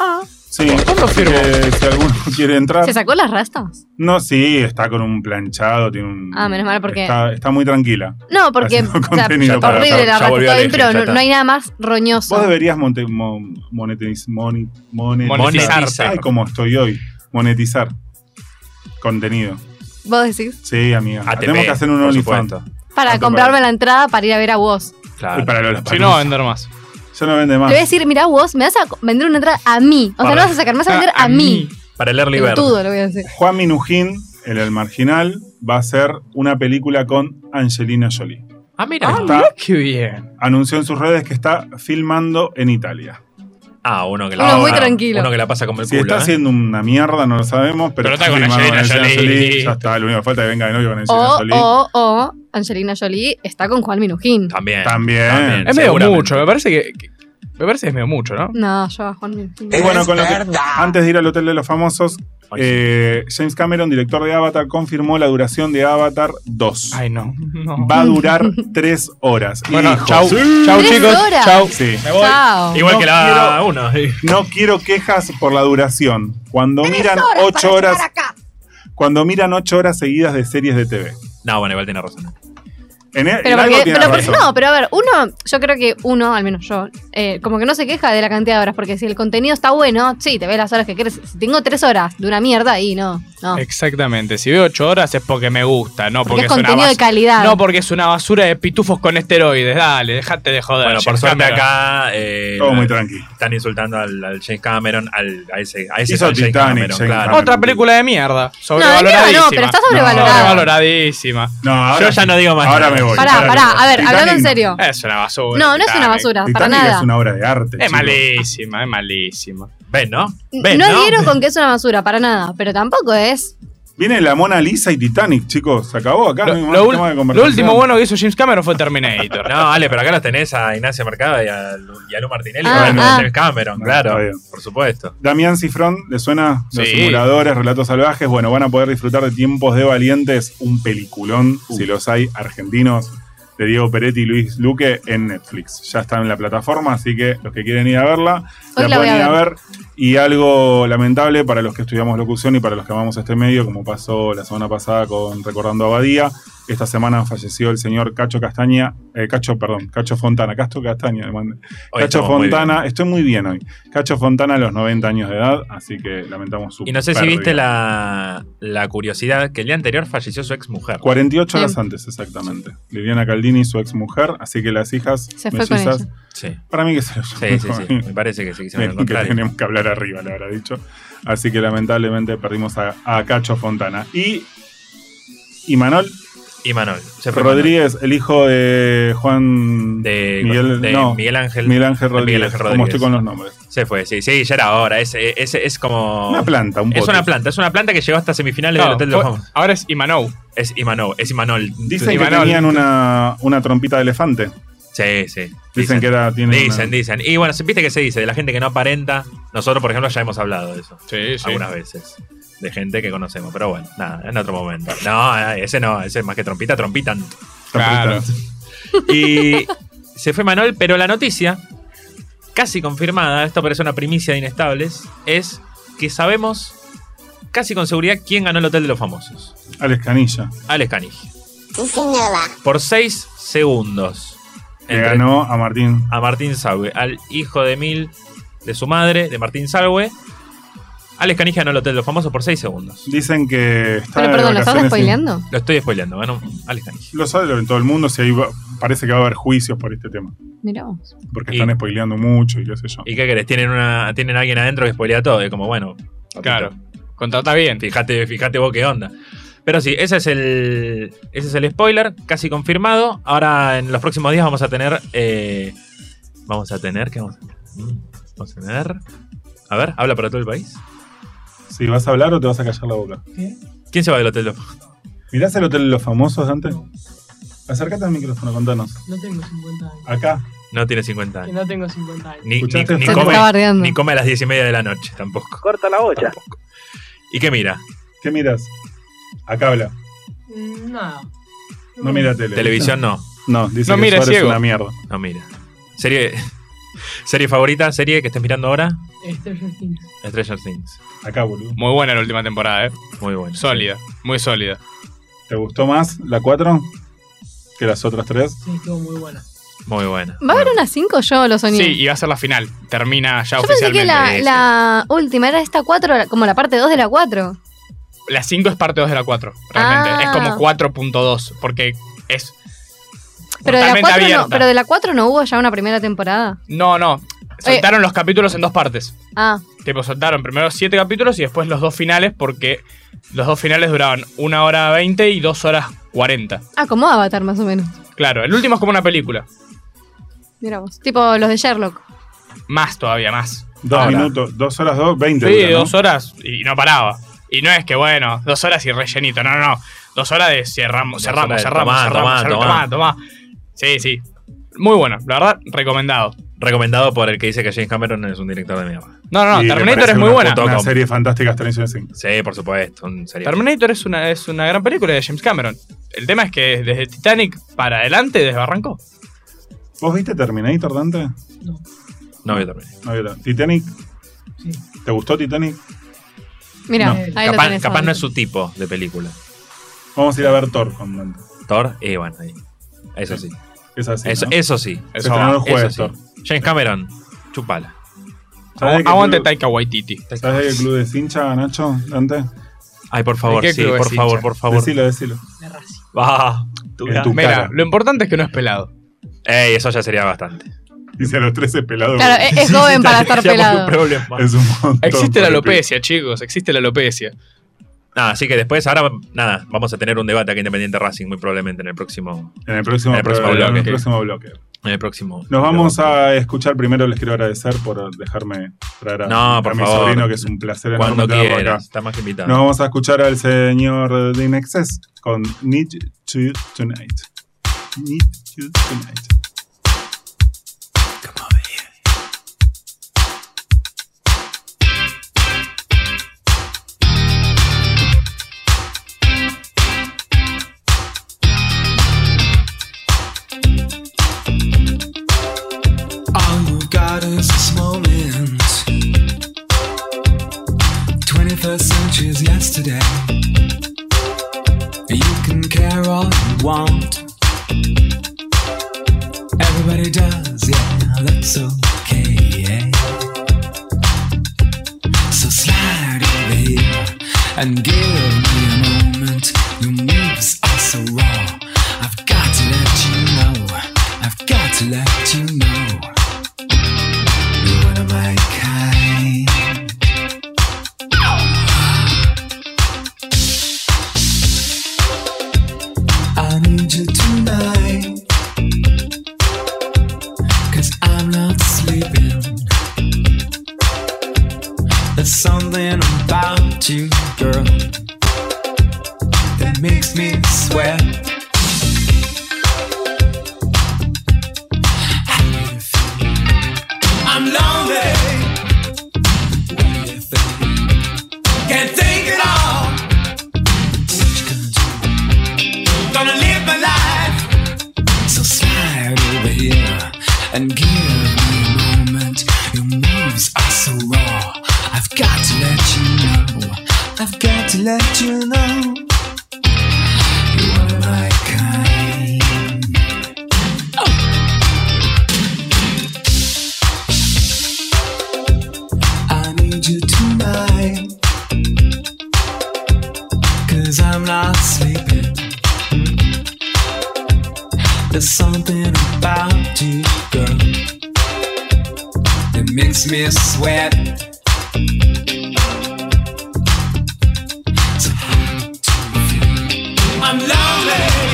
Speaker 3: Ah.
Speaker 4: Sí.
Speaker 5: ¿Cuándo
Speaker 4: así que si alguno quiere entrar.
Speaker 3: ¿Se sacó las rastas?
Speaker 4: No, sí, está con un planchado, tiene un.
Speaker 3: Ah, menos mal, porque-
Speaker 4: Está, está muy tranquila.
Speaker 3: No, porque.
Speaker 4: Haciendo
Speaker 3: o sea,
Speaker 4: contenido
Speaker 3: horrible
Speaker 4: para-
Speaker 1: ya- ya
Speaker 3: la rasta,
Speaker 1: volvió
Speaker 3: está
Speaker 1: al
Speaker 3: bien,
Speaker 1: eje,
Speaker 3: pero
Speaker 1: ya
Speaker 3: no,
Speaker 1: está.
Speaker 3: no hay nada más roñoso.
Speaker 4: Vos deberías monte- mo- monetiz- moni- monet-
Speaker 5: Monetizar.
Speaker 4: monetizar. Ay, como estoy hoy. Monetizar. Contenido.
Speaker 3: Vos decís.
Speaker 4: Sí, amiga.
Speaker 1: ATP,
Speaker 4: Tenemos que hacer un
Speaker 1: por
Speaker 4: OnlyFans.
Speaker 1: supuesto.
Speaker 3: Para
Speaker 4: Tanto
Speaker 3: comprarme
Speaker 4: para-
Speaker 3: la entrada para ir a ver a vos.
Speaker 1: Claro.
Speaker 4: Y para los
Speaker 5: Ah, Si no, va a vender más.
Speaker 4: Yo no vende
Speaker 3: Le
Speaker 4: más.
Speaker 3: voy a decir, mirá vos, me vas a co- vender una entrada a mí. O sea,
Speaker 1: Para-
Speaker 3: no vas a sacar, me vas a vender a, mí.
Speaker 1: Para el Early Bird.
Speaker 3: Pelotudo, lo voy a decir.
Speaker 4: Juan Minujín, el, el marginal. va a ser una película con Angelina Jolie.
Speaker 5: Ah, mira.
Speaker 4: Está-
Speaker 5: mirá qué bien.
Speaker 4: Anunció en sus redes que está filmando en Italia.
Speaker 1: Ah, uno que la
Speaker 3: Uno muy
Speaker 1: uno-
Speaker 3: tranquilo.
Speaker 1: Uno que la pasa como el
Speaker 4: Si
Speaker 1: culo.
Speaker 4: está
Speaker 1: ¿eh?
Speaker 4: haciendo una mierda, no lo sabemos, pero,
Speaker 5: Pero está con
Speaker 4: filmando
Speaker 5: Angelina Jolie.
Speaker 4: Ya está, lo único que falta es que venga de novio con Angelina
Speaker 3: O,
Speaker 4: Jolie.
Speaker 3: o, o Angelina Jolie está con Juan Minujín.
Speaker 1: También.
Speaker 4: También.
Speaker 1: También.
Speaker 4: También.
Speaker 2: Es medio
Speaker 1: Seguramente.
Speaker 2: mucho, me parece que. que- me parece que es medio mucho, ¿no?
Speaker 3: No, yo a Juan Minujín.
Speaker 4: Y bueno, con lo que- antes de ir al Hotel de los Famosos,
Speaker 1: Ay,
Speaker 4: eh, James Cameron, director de Avatar, confirmó la duración de Avatar 2.
Speaker 2: Ay, no. no.
Speaker 4: Va a durar 3 horas.
Speaker 2: Bueno,
Speaker 4: Hijos.
Speaker 2: chau. Chau,
Speaker 3: Tres
Speaker 2: chicos.
Speaker 3: horas.
Speaker 2: Chau.
Speaker 4: Sí.
Speaker 1: Me voy.
Speaker 3: Chao.
Speaker 1: Igual
Speaker 4: No
Speaker 1: que la uno.
Speaker 4: No quiero quejas por la duración. Cuando miran 8 horas. Cuando miran 8 horas seguidas de series de TV.
Speaker 1: No, bueno, igual tiene razón.
Speaker 4: En el-
Speaker 3: Pero,
Speaker 4: en algo
Speaker 3: porque,
Speaker 4: tiene
Speaker 3: pero porque-
Speaker 4: razón.
Speaker 3: no, pero a ver, uno, yo creo que uno, al menos yo, eh, como que no se queja de la cantidad de horas, porque si el contenido está bueno, sí, te ves las horas que quieres. Si tengo tres horas de una mierda ahí, no, no.
Speaker 5: Exactamente. Si veo 8 horas es porque me gusta, no
Speaker 3: Porque
Speaker 5: porque,
Speaker 3: es
Speaker 5: es una
Speaker 3: contenido de
Speaker 5: basura.
Speaker 3: calidad.
Speaker 5: No porque es una basura de pitufos con esteroides. Dale, dejate de joder.
Speaker 1: Bueno, por
Speaker 5: James
Speaker 1: suerte
Speaker 5: Cameron.
Speaker 1: acá eh,
Speaker 4: Todo muy tranquilo.
Speaker 1: están insultando al, al James Cameron, al, a ese, a ese
Speaker 4: Hizo
Speaker 1: tal James
Speaker 4: Titanic,
Speaker 1: Cameron,
Speaker 4: James
Speaker 1: claro.
Speaker 4: Cameron.
Speaker 5: Otra película de mierda.
Speaker 3: mierda
Speaker 5: Sobrevaloradísima.
Speaker 3: no, pero está sobrevalorada.
Speaker 5: Sobrevaloradísima.
Speaker 4: No, ahora,
Speaker 1: Yo ya no digo más.
Speaker 4: ahora
Speaker 1: nada.
Speaker 4: me voy.
Speaker 3: Pará,
Speaker 4: Ahora
Speaker 3: pará,
Speaker 4: me voy.
Speaker 3: a ver, hablando
Speaker 4: Titanic
Speaker 3: en
Speaker 4: no.
Speaker 3: serio.
Speaker 5: Es una basura.
Speaker 3: No, no es una
Speaker 5: Titanic.
Speaker 3: basura, para
Speaker 4: Titanic
Speaker 3: nada.
Speaker 4: es una obra de arte.
Speaker 5: Es
Speaker 4: chicos.
Speaker 5: malísima, es malísima.
Speaker 1: Ven, ¿no? Ven,
Speaker 3: No adhiero con que es una basura, para nada, pero tampoco es.
Speaker 4: Viene la Mona Lisa y Titanic, chicos. Se acabó acá.
Speaker 2: Lo,
Speaker 4: no hay más
Speaker 2: lo ul-
Speaker 4: tema de
Speaker 2: lo
Speaker 4: conversación.
Speaker 2: último bueno que hizo James Cameron fue Terminator.
Speaker 1: No, Ale, pero acá los tenés a Ignacio Mercado y a, Lu- y a Lu Martinelli
Speaker 3: Ah,
Speaker 1: hablando de
Speaker 3: ah.
Speaker 1: James Cameron,
Speaker 4: Ah,
Speaker 1: claro.
Speaker 4: está bien.
Speaker 1: Por supuesto.
Speaker 4: Damián Cifrón, ¿le suena? Los
Speaker 5: Sí.
Speaker 4: simuladores, relatos salvajes. Bueno, van a poder disfrutar de Tiempos de Valientes, un peliculón, si los hay, argentinos, de Diego Peretti y Luis Luque en Netflix. Ya está en la plataforma, así que los que quieren ir a verla,
Speaker 3: Hoy
Speaker 4: la,
Speaker 3: la voy
Speaker 4: pueden ir
Speaker 3: a
Speaker 4: a ver. Y algo lamentable para los que estudiamos locución y para los que amamos este medio, como pasó la semana pasada con Recordando Abadía. Esta semana falleció el señor Cacho Castaña, eh, Cacho, perdón, Cacho Fontana, Cacho Castaña, le mandé.
Speaker 1: Hoy
Speaker 4: Cacho
Speaker 1: estamos muy
Speaker 4: Fontana, estoy muy bien hoy. Cacho Fontana a los 90 años de edad, así que lamentamos su
Speaker 1: bien. Y no sé si
Speaker 4: pérdida.
Speaker 1: viste la, la curiosidad que el día anterior falleció su ex mujer.
Speaker 4: 48 horas
Speaker 3: Bien.
Speaker 4: antes, exactamente. Liliana Caldini, su ex mujer, así que las hijas
Speaker 3: Se fue con
Speaker 4: mellizas-
Speaker 1: Sí,
Speaker 4: Para mí que se lo
Speaker 1: sí, sí, sí. Me parece que se quisieron
Speaker 4: que
Speaker 1: encontrar.
Speaker 4: tenemos que hablar arriba, le habrá dicho. Así que lamentablemente perdimos a, a Cacho Fontana. Y, y Manol
Speaker 1: Y Manuel. Se fue
Speaker 4: Rodríguez, el hijo de Juan
Speaker 1: Manuel. De,
Speaker 4: Miguel,
Speaker 1: de
Speaker 4: no,
Speaker 1: Miguel Ángel.
Speaker 4: Miguel Ángel Rodríguez.
Speaker 1: Miguel Ángel
Speaker 4: Como
Speaker 1: Rodríguez.
Speaker 4: estoy con los nombres.
Speaker 1: Se fue, sí, sí, ya era hora. Es, es, es como.
Speaker 4: Una planta, un poco.
Speaker 1: es una planta, es una planta que llegó hasta semifinales
Speaker 5: Claro,
Speaker 1: del Hotel de
Speaker 5: fue-
Speaker 1: los Famosos.
Speaker 5: ahora es Imanou.
Speaker 1: Es Imanol, es Imanol.
Speaker 4: Dicen que
Speaker 5: Imanol.
Speaker 4: tenían una, una trompita de elefante.
Speaker 1: Sí, sí.
Speaker 4: Dicen, que era. Tiene
Speaker 1: Dicen, dicen. Y bueno, viste que se dice, de la gente que no aparenta, nosotros, por ejemplo, ya hemos hablado de eso.
Speaker 5: Sí,
Speaker 1: Algunas veces. De gente que conocemos. Pero bueno, nada, en otro momento. No, ese no, ese es más que trompita, trompitan.
Speaker 5: Claro.
Speaker 1: Y se fue Manol, pero la noticia, casi confirmada, esto parece una primicia de inestables, es que sabemos casi con seguridad quién ganó el Hotel de los Famosos.
Speaker 4: Alex Canilla.
Speaker 1: Alex Canigi. Por 6 segundos.
Speaker 4: Le
Speaker 1: Entre-
Speaker 4: ganó a Martín.
Speaker 1: a Martín Salwe, al hijo de Mil, de su madre, de Martín Salwe. Alex Canija ganó el Hotel de los Famosos por 6 segundos.
Speaker 4: Dicen que está.
Speaker 3: Pero
Speaker 4: de
Speaker 3: perdón, ¿lo estás
Speaker 4: vacaciones y-
Speaker 3: spoileando?
Speaker 1: Lo estoy spoileando, ganó Alex Canija.
Speaker 4: Lo sabe en todo el mundo. Si ahí va- parece que va a haber juicios por este tema.
Speaker 3: Mirá vos.
Speaker 4: Porque
Speaker 1: Y-
Speaker 4: están spoileando mucho y qué sé yo.
Speaker 1: ¿Y qué querés? Tienen, una, tienen alguien adentro que spoilea todo. Es como, bueno,
Speaker 5: Claro. Contrata bien.
Speaker 1: fíjate, fíjate vos qué onda. Pero sí, ese es el. Ese es el spoiler, casi confirmado. Ahora en los próximos días vamos a tener. eh, vamos a tener. ¿Qué vamos a tener? Mm, Vamos a tener. A ver, habla para todo el país.
Speaker 4: Si vas a hablar o te vas a callar la boca.
Speaker 1: ¿Quién se va del hotel de los Famosos?
Speaker 4: ¿Mirás el hotel de los famosos, Dante? Acércate al micrófono, contanos.
Speaker 9: No tengo 50 años.
Speaker 4: Acá.
Speaker 1: No tiene 50 años.
Speaker 9: No tengo 50 años.
Speaker 1: Ni, ni,
Speaker 4: ¿Escuchaste?
Speaker 1: ni
Speaker 3: Se te
Speaker 1: come,
Speaker 3: está bardeando.
Speaker 1: ni come a las 10 y media de la noche tampoco.
Speaker 8: Corta la olla.
Speaker 1: Tampoco. ¿Y qué mira?
Speaker 4: ¿Qué miras? Acá habla.
Speaker 9: Mm, Nada.
Speaker 4: No mira tele.
Speaker 1: Televisión no,
Speaker 4: No, dice
Speaker 5: No
Speaker 4: que
Speaker 5: mira,
Speaker 4: Suárez
Speaker 5: ciego.
Speaker 4: es una mierda.
Speaker 1: no mira. Serie, serie favorita, serie que estés mirando ahora,
Speaker 9: Stranger Things.
Speaker 1: Stranger Things.
Speaker 4: Acá, boludo.
Speaker 5: Muy buena la última temporada, eh.
Speaker 1: Muy bueno.
Speaker 5: Sólida, muy sólida.
Speaker 4: ¿Te gustó más la 4 que las otras tres?
Speaker 9: Sí, estuvo muy buena.
Speaker 1: Muy buena.
Speaker 3: ¿Va a haber una 5 yo lo soñé?
Speaker 5: Sí, y va a ser la final. Termina ya
Speaker 3: yo pensé que
Speaker 5: oficialmente.
Speaker 3: la, la última era esta 4, como la parte 2 de la 4.
Speaker 5: La 5 es parte 2 de la 4, realmente.
Speaker 3: Ah.
Speaker 5: Es como 4.2, porque es.
Speaker 3: Pero de, la 4
Speaker 5: totalmente
Speaker 3: no,
Speaker 5: abierta.
Speaker 3: pero de la 4 no hubo ya una primera temporada.
Speaker 5: No, no. Soltaron los capítulos en dos partes.
Speaker 3: Ah,
Speaker 5: Tipo, soltaron primero 7 capítulos y después los dos finales, porque Los dos finales duraban una hora 20 y dos horas 40.
Speaker 3: Ah, como Avatar, más o menos.
Speaker 5: Claro, el último es como una película.
Speaker 3: Mira vos. Tipo los de Sherlock.
Speaker 5: Más todavía, más.
Speaker 4: Dos
Speaker 5: Ahora.
Speaker 4: minutos, dos horas, dos, veinte.
Speaker 5: Sí,
Speaker 4: dura, ¿no?
Speaker 5: dos horas y no paraba. Y no es que, bueno, dos horas y rellenito. No, no, no. Dos horas de
Speaker 1: Dos
Speaker 5: cerramos, cerramos,
Speaker 1: horas de
Speaker 5: cerramos,
Speaker 1: tomá,
Speaker 5: cerramos,
Speaker 1: tomá,
Speaker 5: cerramos,
Speaker 1: tomá.
Speaker 5: tomá, tomá. Sí, sí. Muy bueno, la verdad, recomendado.
Speaker 1: Recomendado por el que dice que James Cameron es un director de mierda.
Speaker 5: No, no, no,
Speaker 4: Y me
Speaker 5: Terminator
Speaker 4: parece
Speaker 5: es muy
Speaker 4: una
Speaker 5: buena.
Speaker 4: puta- Una
Speaker 1: Com.
Speaker 4: serie fantástica, Stranger Things.
Speaker 1: Sí, por supuesto. Un serio.
Speaker 5: Terminator es una, es una gran película de James Cameron. El tema es que desde Titanic para adelante desbarrancó.
Speaker 4: ¿Vos viste Terminator, Dante?
Speaker 9: No,
Speaker 1: No voy a terminar.
Speaker 4: No, yo- Titanic.
Speaker 9: sí.
Speaker 4: ¿Te gustó Titanic?
Speaker 3: Mira,
Speaker 9: No.
Speaker 3: ahí lo
Speaker 1: Capaz,
Speaker 3: tenés.
Speaker 1: capaz
Speaker 3: Avatar.
Speaker 1: no es su tipo de película.
Speaker 4: Vamos a ir a ver Thor con Dante.
Speaker 1: Thor, eh, bueno, ahí. Eso sí.
Speaker 4: Es así.
Speaker 1: eso,
Speaker 4: ¿no?
Speaker 1: eso sí.
Speaker 4: Se
Speaker 5: eso
Speaker 4: estrenó
Speaker 5: va,
Speaker 4: el
Speaker 1: Eso
Speaker 4: jueves,
Speaker 1: sí.
Speaker 4: Thor.
Speaker 1: James Cameron, chupala.
Speaker 4: ¿Sabes de qué
Speaker 5: Aguante
Speaker 4: club-
Speaker 5: Taika Waititi.
Speaker 4: ¿Sabes de qué club de cincha, Nacho? Dante.
Speaker 1: Ay, por favor,
Speaker 5: ¿De qué
Speaker 1: sí,
Speaker 5: club
Speaker 1: por
Speaker 5: es
Speaker 1: favor,
Speaker 5: hincha?
Speaker 1: por favor.
Speaker 4: Decilo, decilo.
Speaker 9: La Racing.
Speaker 1: Ah, tu-
Speaker 4: En tu
Speaker 5: Mira,
Speaker 4: cara.
Speaker 5: lo importante es que no es pelado.
Speaker 1: Ey, eso ya sería bastante.
Speaker 4: Dice a los 13 pelados.
Speaker 3: Claro, eh. es, es joven para estar pelado.
Speaker 4: Es un montón.
Speaker 5: Existe la
Speaker 4: por el pibe.
Speaker 5: alopecia, chicos, existe la alopecia.
Speaker 1: Nada, así que después, ahora, nada, vamos a tener un debate aquí en Independiente Racing, muy probablemente en el próximo.
Speaker 4: En el próximo,
Speaker 1: En el próximo
Speaker 4: programa, en el
Speaker 1: bloque.
Speaker 4: próximo bloque.
Speaker 1: En el próximo
Speaker 4: Nos vamos a escuchar primero. Les quiero agradecer por dejarme traer a,
Speaker 1: No,
Speaker 4: a
Speaker 1: por
Speaker 4: mi
Speaker 1: favor.
Speaker 4: sobrino, que es un placer enorme
Speaker 1: Cuando
Speaker 4: tenerlo
Speaker 1: quieras,
Speaker 4: acá.
Speaker 1: está más que invitado.
Speaker 4: Nos vamos a escuchar al señor de Inexcess con Need You Tonight. Need You Tonight.
Speaker 10: All you got is this moment. 21st century's yesterday. You can care all you want. Everybody does, yeah, that's okay, yeah. So slide over here and give me a moment. Your moves are so raw. I've got to let you know. I've got to let you know. You're one of my kind. I need you tonight. Cause I'm not sleeping. There's something about you, girl, that makes me sweat. How do you feel? I'm lonely. What do you think? Can't think at all. What you gonna do? Gonna live my life. So slide over here and give me a moment. Your moves are so raw. I've got to let you know. I've got to let you know. You are my kind. Oh. I need you tonight. Cause I'm not sleeping. There's something about you, girl, that makes me sweat. So how do you feel? I'm lonely.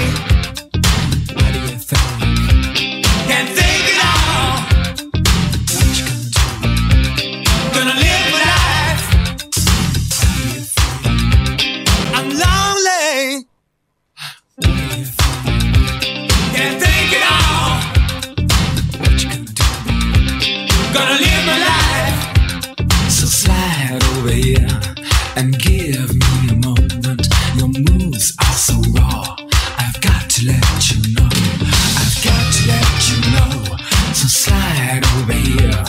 Speaker 10: What do you think? Can't think at all. What you gonna do? Gonna live my life. How do you feel? I'm lonely. What do you think? Can't take it all. What you gonna do? Gonna live my life. So slide over here and give me a moment. Your moves are so raw. I've got to let you know. I've got to let you know. So slide over here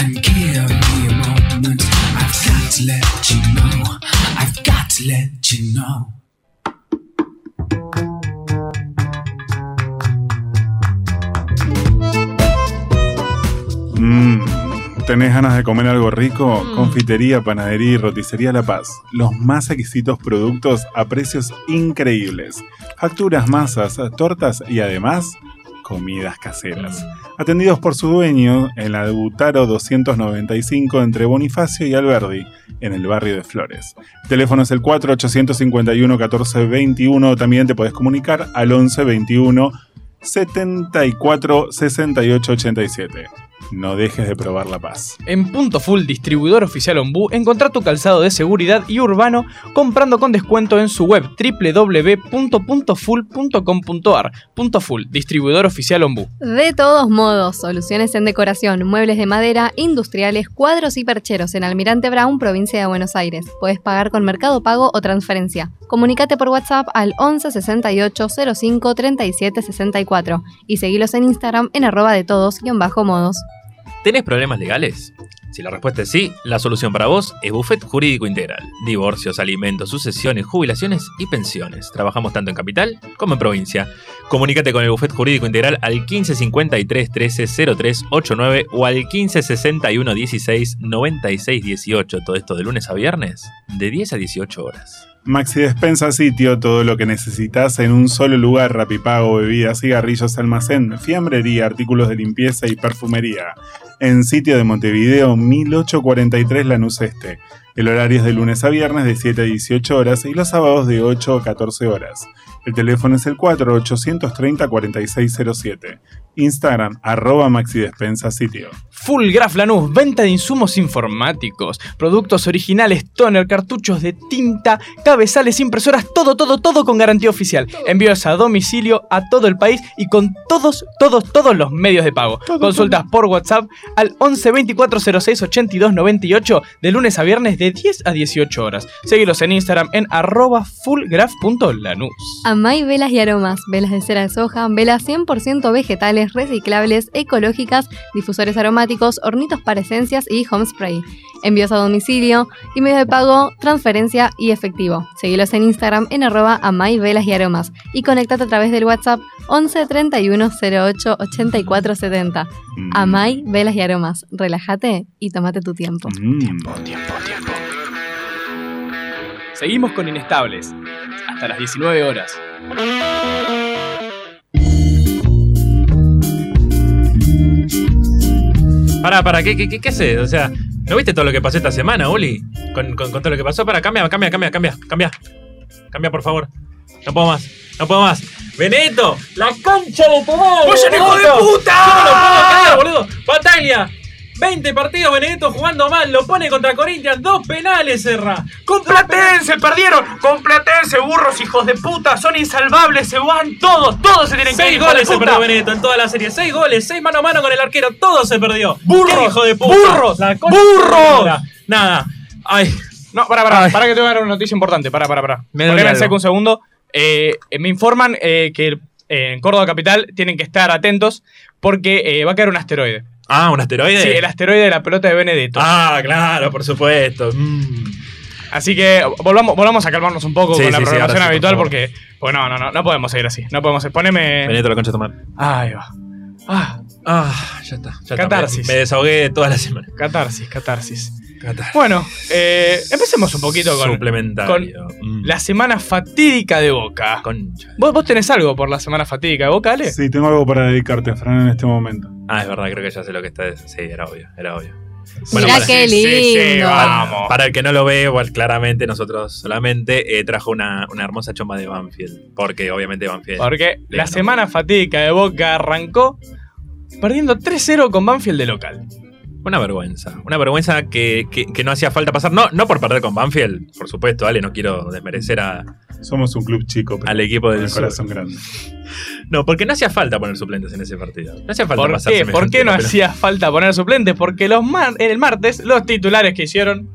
Speaker 10: and give me a moment. I've got to let you know. I've got to let you know.
Speaker 4: Mm, ¿Tenés ganas de comer algo rico? Confitería, panadería y roticería La Paz. Los más exquisitos productos a precios increíbles. Facturas, masas, tortas y además comidas caseras. Atendidos por su dueño en la Butaro 295 entre Bonifacio y Alberdi. en el barrio de Flores. El teléfono es el 4851-1421. También te podés comunicar al 1121 74 68 87. No dejes de probar la paz.
Speaker 2: En Punto Full, distribuidor oficial Ombú, encontrá tu calzado de seguridad y urbano comprando con descuento en su web www.puntofull.com.ar. Punto Full, distribuidor oficial Ombú.
Speaker 3: De todos modos, soluciones en decoración, muebles de madera, industriales, cuadros y percheros en Almirante Brown, provincia de Buenos Aires. Puedes pagar con Mercado Pago o transferencia. Comunicate por WhatsApp al 11 68 05 37 64 y seguilos en Instagram en arroba de todos-modos.
Speaker 1: ¿Tenés problemas legales? Si la respuesta es sí, la solución para vos es Buffet Jurídico Integral. Divorcios, alimentos, sucesiones, jubilaciones y pensiones. Trabajamos tanto en capital como en provincia. Comunícate con el Buffet Jurídico Integral al 1553 13 03 89 o al 1561 16 96 18. Todo esto de lunes a viernes, de 10 a 18 horas.
Speaker 4: Maxi Despensa Sitio, todo lo que necesitas en un solo lugar, rapipago, bebidas, cigarrillos, almacén, fiambrería, artículos de limpieza y perfumería. En sitio de Montevideo, 1843 Lanús Este. El horario es de lunes a viernes de 7 a 18 horas y los sábados de 8 a 14 horas. El teléfono es el 4-830-4607. Instagram, arroba Maxi Despensa Sitio.
Speaker 2: Full Graph Lanús, venta de insumos informáticos, productos originales, toner, cartuchos de tinta, cabezales, impresoras, todo, todo, todo con garantía oficial. Envíos a domicilio a todo el país y con todos, todos, todos los medios de pago. Consultas por WhatsApp al 11 24 06 82 98 de lunes a viernes de 10 a 18 horas. Seguilos en Instagram en arroba fullgraph.lanús.
Speaker 3: Amai Velas y Aromas, velas de cera de soja, velas 100% vegetales, reciclables, ecológicas, difusores aromáticos, hornitos para esencias y home spray. Envíos a domicilio y medio de pago, transferencia y efectivo. Seguilos en Instagram en arroba Amai Velas y Aromas y conectate a través del WhatsApp 11 31 08 84 70.
Speaker 4: Mm.
Speaker 3: Amai Velas y Aromas, relájate y tómate tu tiempo.
Speaker 4: Mm.
Speaker 2: Tiempo, tiempo. Seguimos con Inestables, hasta las 19 horas.
Speaker 1: Pará, pará, ¿qué, qué, qué, qué haces? O sea, ¿no viste todo lo que pasó esta semana, Uli? Con, con- con todo lo que pasó. Pará, cambia, cambia, cambia, cambia, cambia. Cambia, por favor. No puedo más, no puedo más. ¡Veneto! ¡La concha de tu madre!
Speaker 5: ¡Vos sos un hijo de
Speaker 1: Benedetto!
Speaker 5: puta!
Speaker 1: Yo no lo puedo creer, boludo! ¡Bataglia! 20 partidos Benedetto jugando mal, lo pone contra Corinthians, dos penales, Serra.
Speaker 5: ¡Con Platense perdieron! ¡Con Platense, burros, hijos de puta! ¡Son insalvables! ¡Se van todos! ¡Todos se tienen que ir!
Speaker 1: Seis
Speaker 5: hijo de
Speaker 1: goles se
Speaker 5: puta.
Speaker 1: perdió Benedetto en toda la serie, seis goles, seis mano a mano con el arquero, todo se perdió.
Speaker 5: ¡Burros!
Speaker 1: ¡Qué hijo de puta!
Speaker 5: ¡Burros!
Speaker 1: La concha
Speaker 5: ¡Burros!
Speaker 1: de la- Nada. Ay,
Speaker 5: No, pará, pará, pará que te voy a dar una noticia importante. Pará, pará, pará.
Speaker 1: Me duele
Speaker 5: Ponéme en
Speaker 1: algo.
Speaker 5: seco un segundo. Eh, eh, me informan eh, que eh, en Córdoba Capital tienen que estar atentos porque eh, va a caer un asteroide.
Speaker 1: Ah, un asteroide.
Speaker 5: Sí, el asteroide de la pelota de Benedetto.
Speaker 1: Ah, claro, por supuesto. Mm.
Speaker 5: Así que eh, volvamos, volvamos a calmarnos un poco
Speaker 1: Sí,
Speaker 5: con la
Speaker 1: sí, sí,
Speaker 5: programación
Speaker 1: ahora sí,
Speaker 5: habitual
Speaker 1: por favor.
Speaker 5: porque, pues no, no, no, no podemos seguir así. No podemos. Poneme.
Speaker 1: Benito, la concha de tu madre.
Speaker 5: Ahí va. Ah,
Speaker 1: Ah, ya está. Ya está.
Speaker 5: Catarsis.
Speaker 1: Me, me desahogué toda la semana.
Speaker 5: catarsis, catarsis.
Speaker 1: Catarsis.
Speaker 5: Bueno, eh, empecemos un poquito con
Speaker 1: Suplementario. Mm.
Speaker 5: la semana fatídica de Boca.
Speaker 1: concha.
Speaker 5: ¿Vos, vos tenés algo por la semana fatídica de Boca, Ale?
Speaker 4: Sí, tengo algo para dedicarte, Fran, en este momento.
Speaker 1: Ah, es verdad, creo que ya sé lo que está. es- Sí, era obvio, era obvio.
Speaker 3: Mirá
Speaker 1: para,
Speaker 3: qué
Speaker 5: sí, sí,
Speaker 4: Eh,
Speaker 3: lindo.
Speaker 5: vamos.
Speaker 1: para el que no lo ve, igual claramente nosotros solamente eh, trajo una, una hermosa chomba de Banfield. Porque obviamente Banfield.
Speaker 5: Porque la
Speaker 1: ganó.
Speaker 5: semana fatídica de Boca arrancó perdiendo 3-0 con Banfield de local.
Speaker 1: Una vergüenza. Una vergüenza que, que- que no hacía falta pasar. No, no por perder con Banfield, por supuesto, Ale, no quiero desmerecer a-
Speaker 4: Somos un club chico, pero
Speaker 1: al equipo
Speaker 4: con
Speaker 1: del
Speaker 4: el
Speaker 1: sur.
Speaker 4: corazón grande.
Speaker 1: No, porque no hacía falta poner suplentes en ese partido. No hacía falta
Speaker 5: ¿Por
Speaker 1: pasar
Speaker 5: qué? ¿Por
Speaker 1: semejante
Speaker 5: qué no
Speaker 1: papelón.
Speaker 5: hacía falta poner suplentes? Porque los mar- en el martes los titulares que hicieron,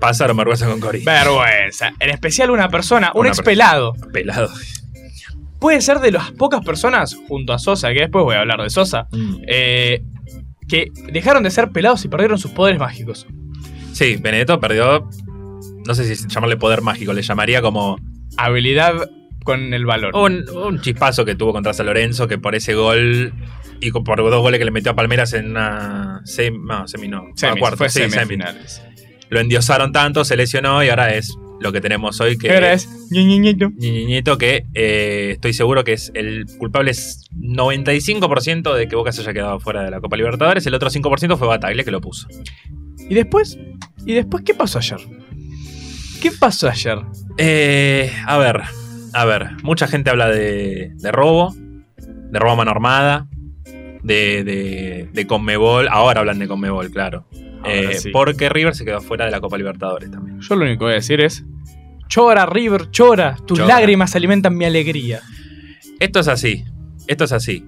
Speaker 1: Pasaron vergüenza con Cori.
Speaker 5: vergüenza. En especial una persona, un
Speaker 1: Una
Speaker 5: ex
Speaker 1: persona.
Speaker 5: pelado.
Speaker 1: Pelado.
Speaker 5: Puede ser de las pocas personas, junto a Sosa, que después voy a hablar de Sosa,
Speaker 1: Mm.
Speaker 5: eh, que dejaron de ser pelados y perdieron sus poderes mágicos.
Speaker 1: Sí, Benedetto perdió. No sé si llamarle poder mágico, le llamaría como
Speaker 5: Habilidad con el valor.
Speaker 1: un, un chispazo que tuvo contra San Lorenzo, que por ese gol y con- por dos goles que le metió a Palmeras en una semi, no, semi no,
Speaker 5: Semis,
Speaker 1: a cuarto,
Speaker 5: fue
Speaker 1: sí, semi.
Speaker 5: semifinales.
Speaker 1: Lo endiosaron tanto, se lesionó y ahora es lo que tenemos hoy que
Speaker 5: Ahora es ñe, ñe, ñe, ñe.
Speaker 1: Niñito que eh, estoy seguro que es el culpable es 95% de que Boca se haya quedado fuera de la Copa Libertadores, el otro 5% fue Bataglia que lo puso.
Speaker 5: Y después,
Speaker 2: ¿Y después qué pasó ayer? ¿Qué pasó ayer?
Speaker 1: Eh, a ver, a ver. Mucha gente habla de, de robo, de robo a mano armada, de, de, de Conmebol. Ahora hablan de Conmebol, claro.
Speaker 5: Ahora
Speaker 1: Eh,
Speaker 5: sí.
Speaker 1: Porque River se quedó fuera de la Copa Libertadores también.
Speaker 5: Yo lo único que voy a decir es.
Speaker 2: Chora, River, chora. Tus
Speaker 1: Chora.
Speaker 2: lágrimas alimentan mi alegría.
Speaker 1: Esto es así. Esto es así.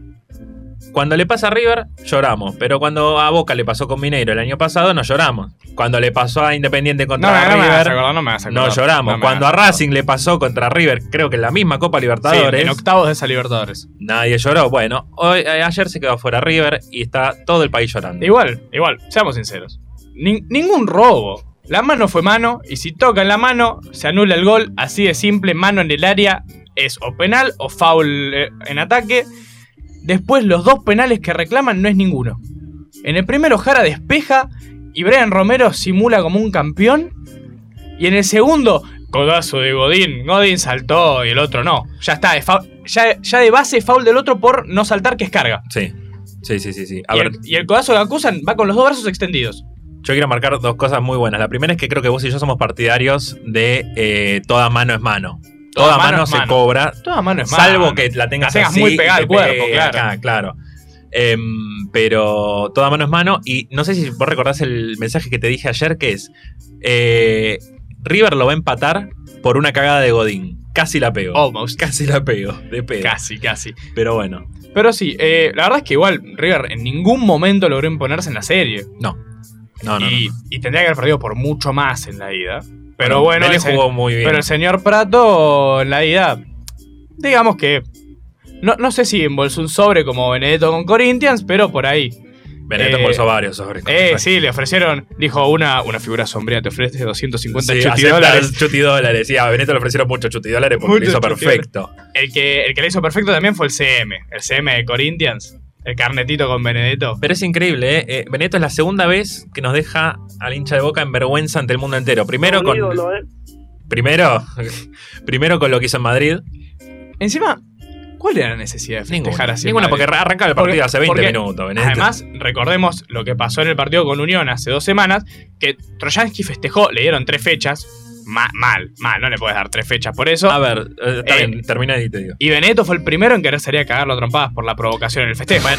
Speaker 1: Cuando le pasa a River, lloramos. Pero cuando a Boca le pasó con Mineiro el año pasado, no lloramos. Cuando le pasó a Independiente
Speaker 5: No,
Speaker 1: contra
Speaker 5: no, no me vas a
Speaker 1: River,
Speaker 5: acordar, no me vas a
Speaker 1: no,
Speaker 5: acordar.
Speaker 1: lloramos.
Speaker 5: No me
Speaker 1: cuando a
Speaker 5: vas acordar.
Speaker 1: Racing le pasó contra River, creo que en la misma Copa
Speaker 5: Sí,
Speaker 1: Libertadores.
Speaker 5: en octavos de esa Libertadores.
Speaker 1: Nadie lloró. Bueno, hoy, eh, ayer se quedó fuera River y está todo el país llorando.
Speaker 5: Igual, igual, seamos sinceros. Ni- ningún robo. La mano fue mano y si tocan la mano, se anula el gol. Así de simple, mano en el área es o penal o foul eh, en ataque. Después los dos penales que reclaman no es ninguno. En el primero Jara despeja y Brian Romero simula como un campeón. Y en el segundo, codazo de Godín. Godín saltó y el otro no. Ya está, es foul- ya, ya de base es foul del otro por no saltar que es carga.
Speaker 1: Sí. Sí, sí, sí, sí. A
Speaker 5: Y
Speaker 1: ver,
Speaker 5: el, y el codazo que acusan va con los dos brazos extendidos.
Speaker 1: yo quiero marcar dos cosas muy buenas. La primera es que creo que vos y yo somos partidarios de eh, toda mano es mano. Toda, mano,
Speaker 5: es
Speaker 1: se cobra,
Speaker 5: Toda mano es mano.
Speaker 1: salvo que la tengas,
Speaker 5: La tengas
Speaker 1: así
Speaker 5: muy
Speaker 1: y
Speaker 5: pegada
Speaker 1: te
Speaker 5: al cuerpo,
Speaker 1: pegue
Speaker 5: claro.
Speaker 1: acá, claro. Em, pero toda mano es mano. Y no sé si vos recordás el mensaje que te dije ayer, que es eh, River lo va a empatar por una cagada de Godín. Casi la pego.
Speaker 5: Almost.
Speaker 1: Casi la pego, de pedo.
Speaker 5: Casi, casi.
Speaker 1: Pero bueno.
Speaker 5: Pero sí, eh, la verdad es que igual River en ningún momento logró imponerse en la serie.
Speaker 1: No, no,
Speaker 5: y,
Speaker 1: no.
Speaker 5: y tendría que haber perdido por mucho más en la ida. Pero
Speaker 1: Bueno,
Speaker 5: bueno,
Speaker 1: Vélez
Speaker 5: el se-
Speaker 1: jugó muy bien.
Speaker 5: pero el señor Prato en la ida, digamos que. No, no sé si embolsó un sobre como Benedetto con Corinthians, pero por ahí.
Speaker 1: Benedetto
Speaker 5: eh,
Speaker 1: embolsó varios sobre.
Speaker 5: Eh, sí, le ofrecieron, dijo una, una figura sombría, te ofrece 250
Speaker 1: Sí,
Speaker 5: chuti
Speaker 1: acepta
Speaker 5: dólares.
Speaker 1: los chuti dólares. Sí, a Benedetto le ofrecieron muchos chuti dólares porque
Speaker 5: Muchos
Speaker 1: lo hizo
Speaker 5: chuti
Speaker 1: perfecto.
Speaker 5: El que, el que le hizo perfecto también fue el CM, el CM de Corinthians, el carnetito con Benedetto.
Speaker 1: Pero es increíble, ¿eh? Eh, Benedetto es la segunda vez que nos deja al hincha de boca en vergüenza ante el mundo entero. Primero con. Primero. primero con lo que hizo en Madrid.
Speaker 5: Encima, ¿cuál era la necesidad de festejar
Speaker 1: Ninguna.
Speaker 5: así? en
Speaker 1: Ninguna, porque
Speaker 5: Madrid?
Speaker 1: arrancaba el
Speaker 5: Porque-
Speaker 1: partido hace 20
Speaker 5: porque
Speaker 1: minutos, Benedetto.
Speaker 5: Además, recordemos lo que pasó en el partido con Unión hace dos semanas, que Trojansky festejó, le dieron tres fechas, ma- mal, mal, no le puedes dar tres fechas por eso.
Speaker 1: a ver, eh, está
Speaker 5: Eh,
Speaker 1: bien, termina y te digo.
Speaker 5: Y Benedetto fue el primero en querer salir a cagarlo a trompadas por la provocación en el festejo. ¿eh?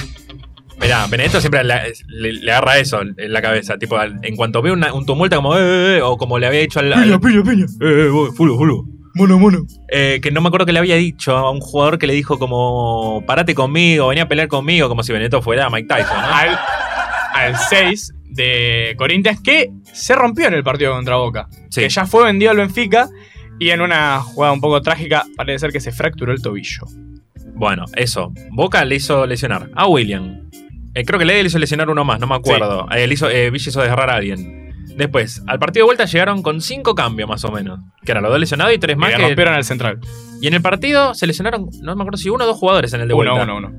Speaker 1: Mirá, Benedetto siempre la- le, le agarra eso en la cabeza. Tipo, al- en cuanto ve una- un tumulto, como, "Eh, eh, eh", o como le había hecho al. al-
Speaker 5: piña, piña.
Speaker 1: eh, eh, vos, fulo, fulo.
Speaker 5: Mono, mono.
Speaker 1: Eh, que no me acuerdo que le había dicho a un jugador que le dijo como parate conmigo, venía a pelear conmigo, como si Benedetto fuera Mike Tyson, ¿no?
Speaker 5: al, al 6 de Corinthians que se rompió en el partido contra Boca.
Speaker 1: Sí.
Speaker 5: Que ya fue vendido al Benfica y en una jugada un poco trágica parece ser que se fracturó el tobillo.
Speaker 1: Bueno, eso. Boca le hizo lesionar a William. Eh, creo que le hizo lesionar uno más, no me acuerdo. Eh, le hizo, eh, Villa hizo desgarrar a alguien. Después, al partido de vuelta llegaron con cinco cambios más o menos. Que eran los dos lesionados y tres
Speaker 5: Y
Speaker 1: más
Speaker 5: le
Speaker 1: que-
Speaker 5: rompieron al central.
Speaker 1: Y en el partido se lesionaron, no me acuerdo si uno o dos jugadores en el de vuelta.
Speaker 5: Uno, uno, uno.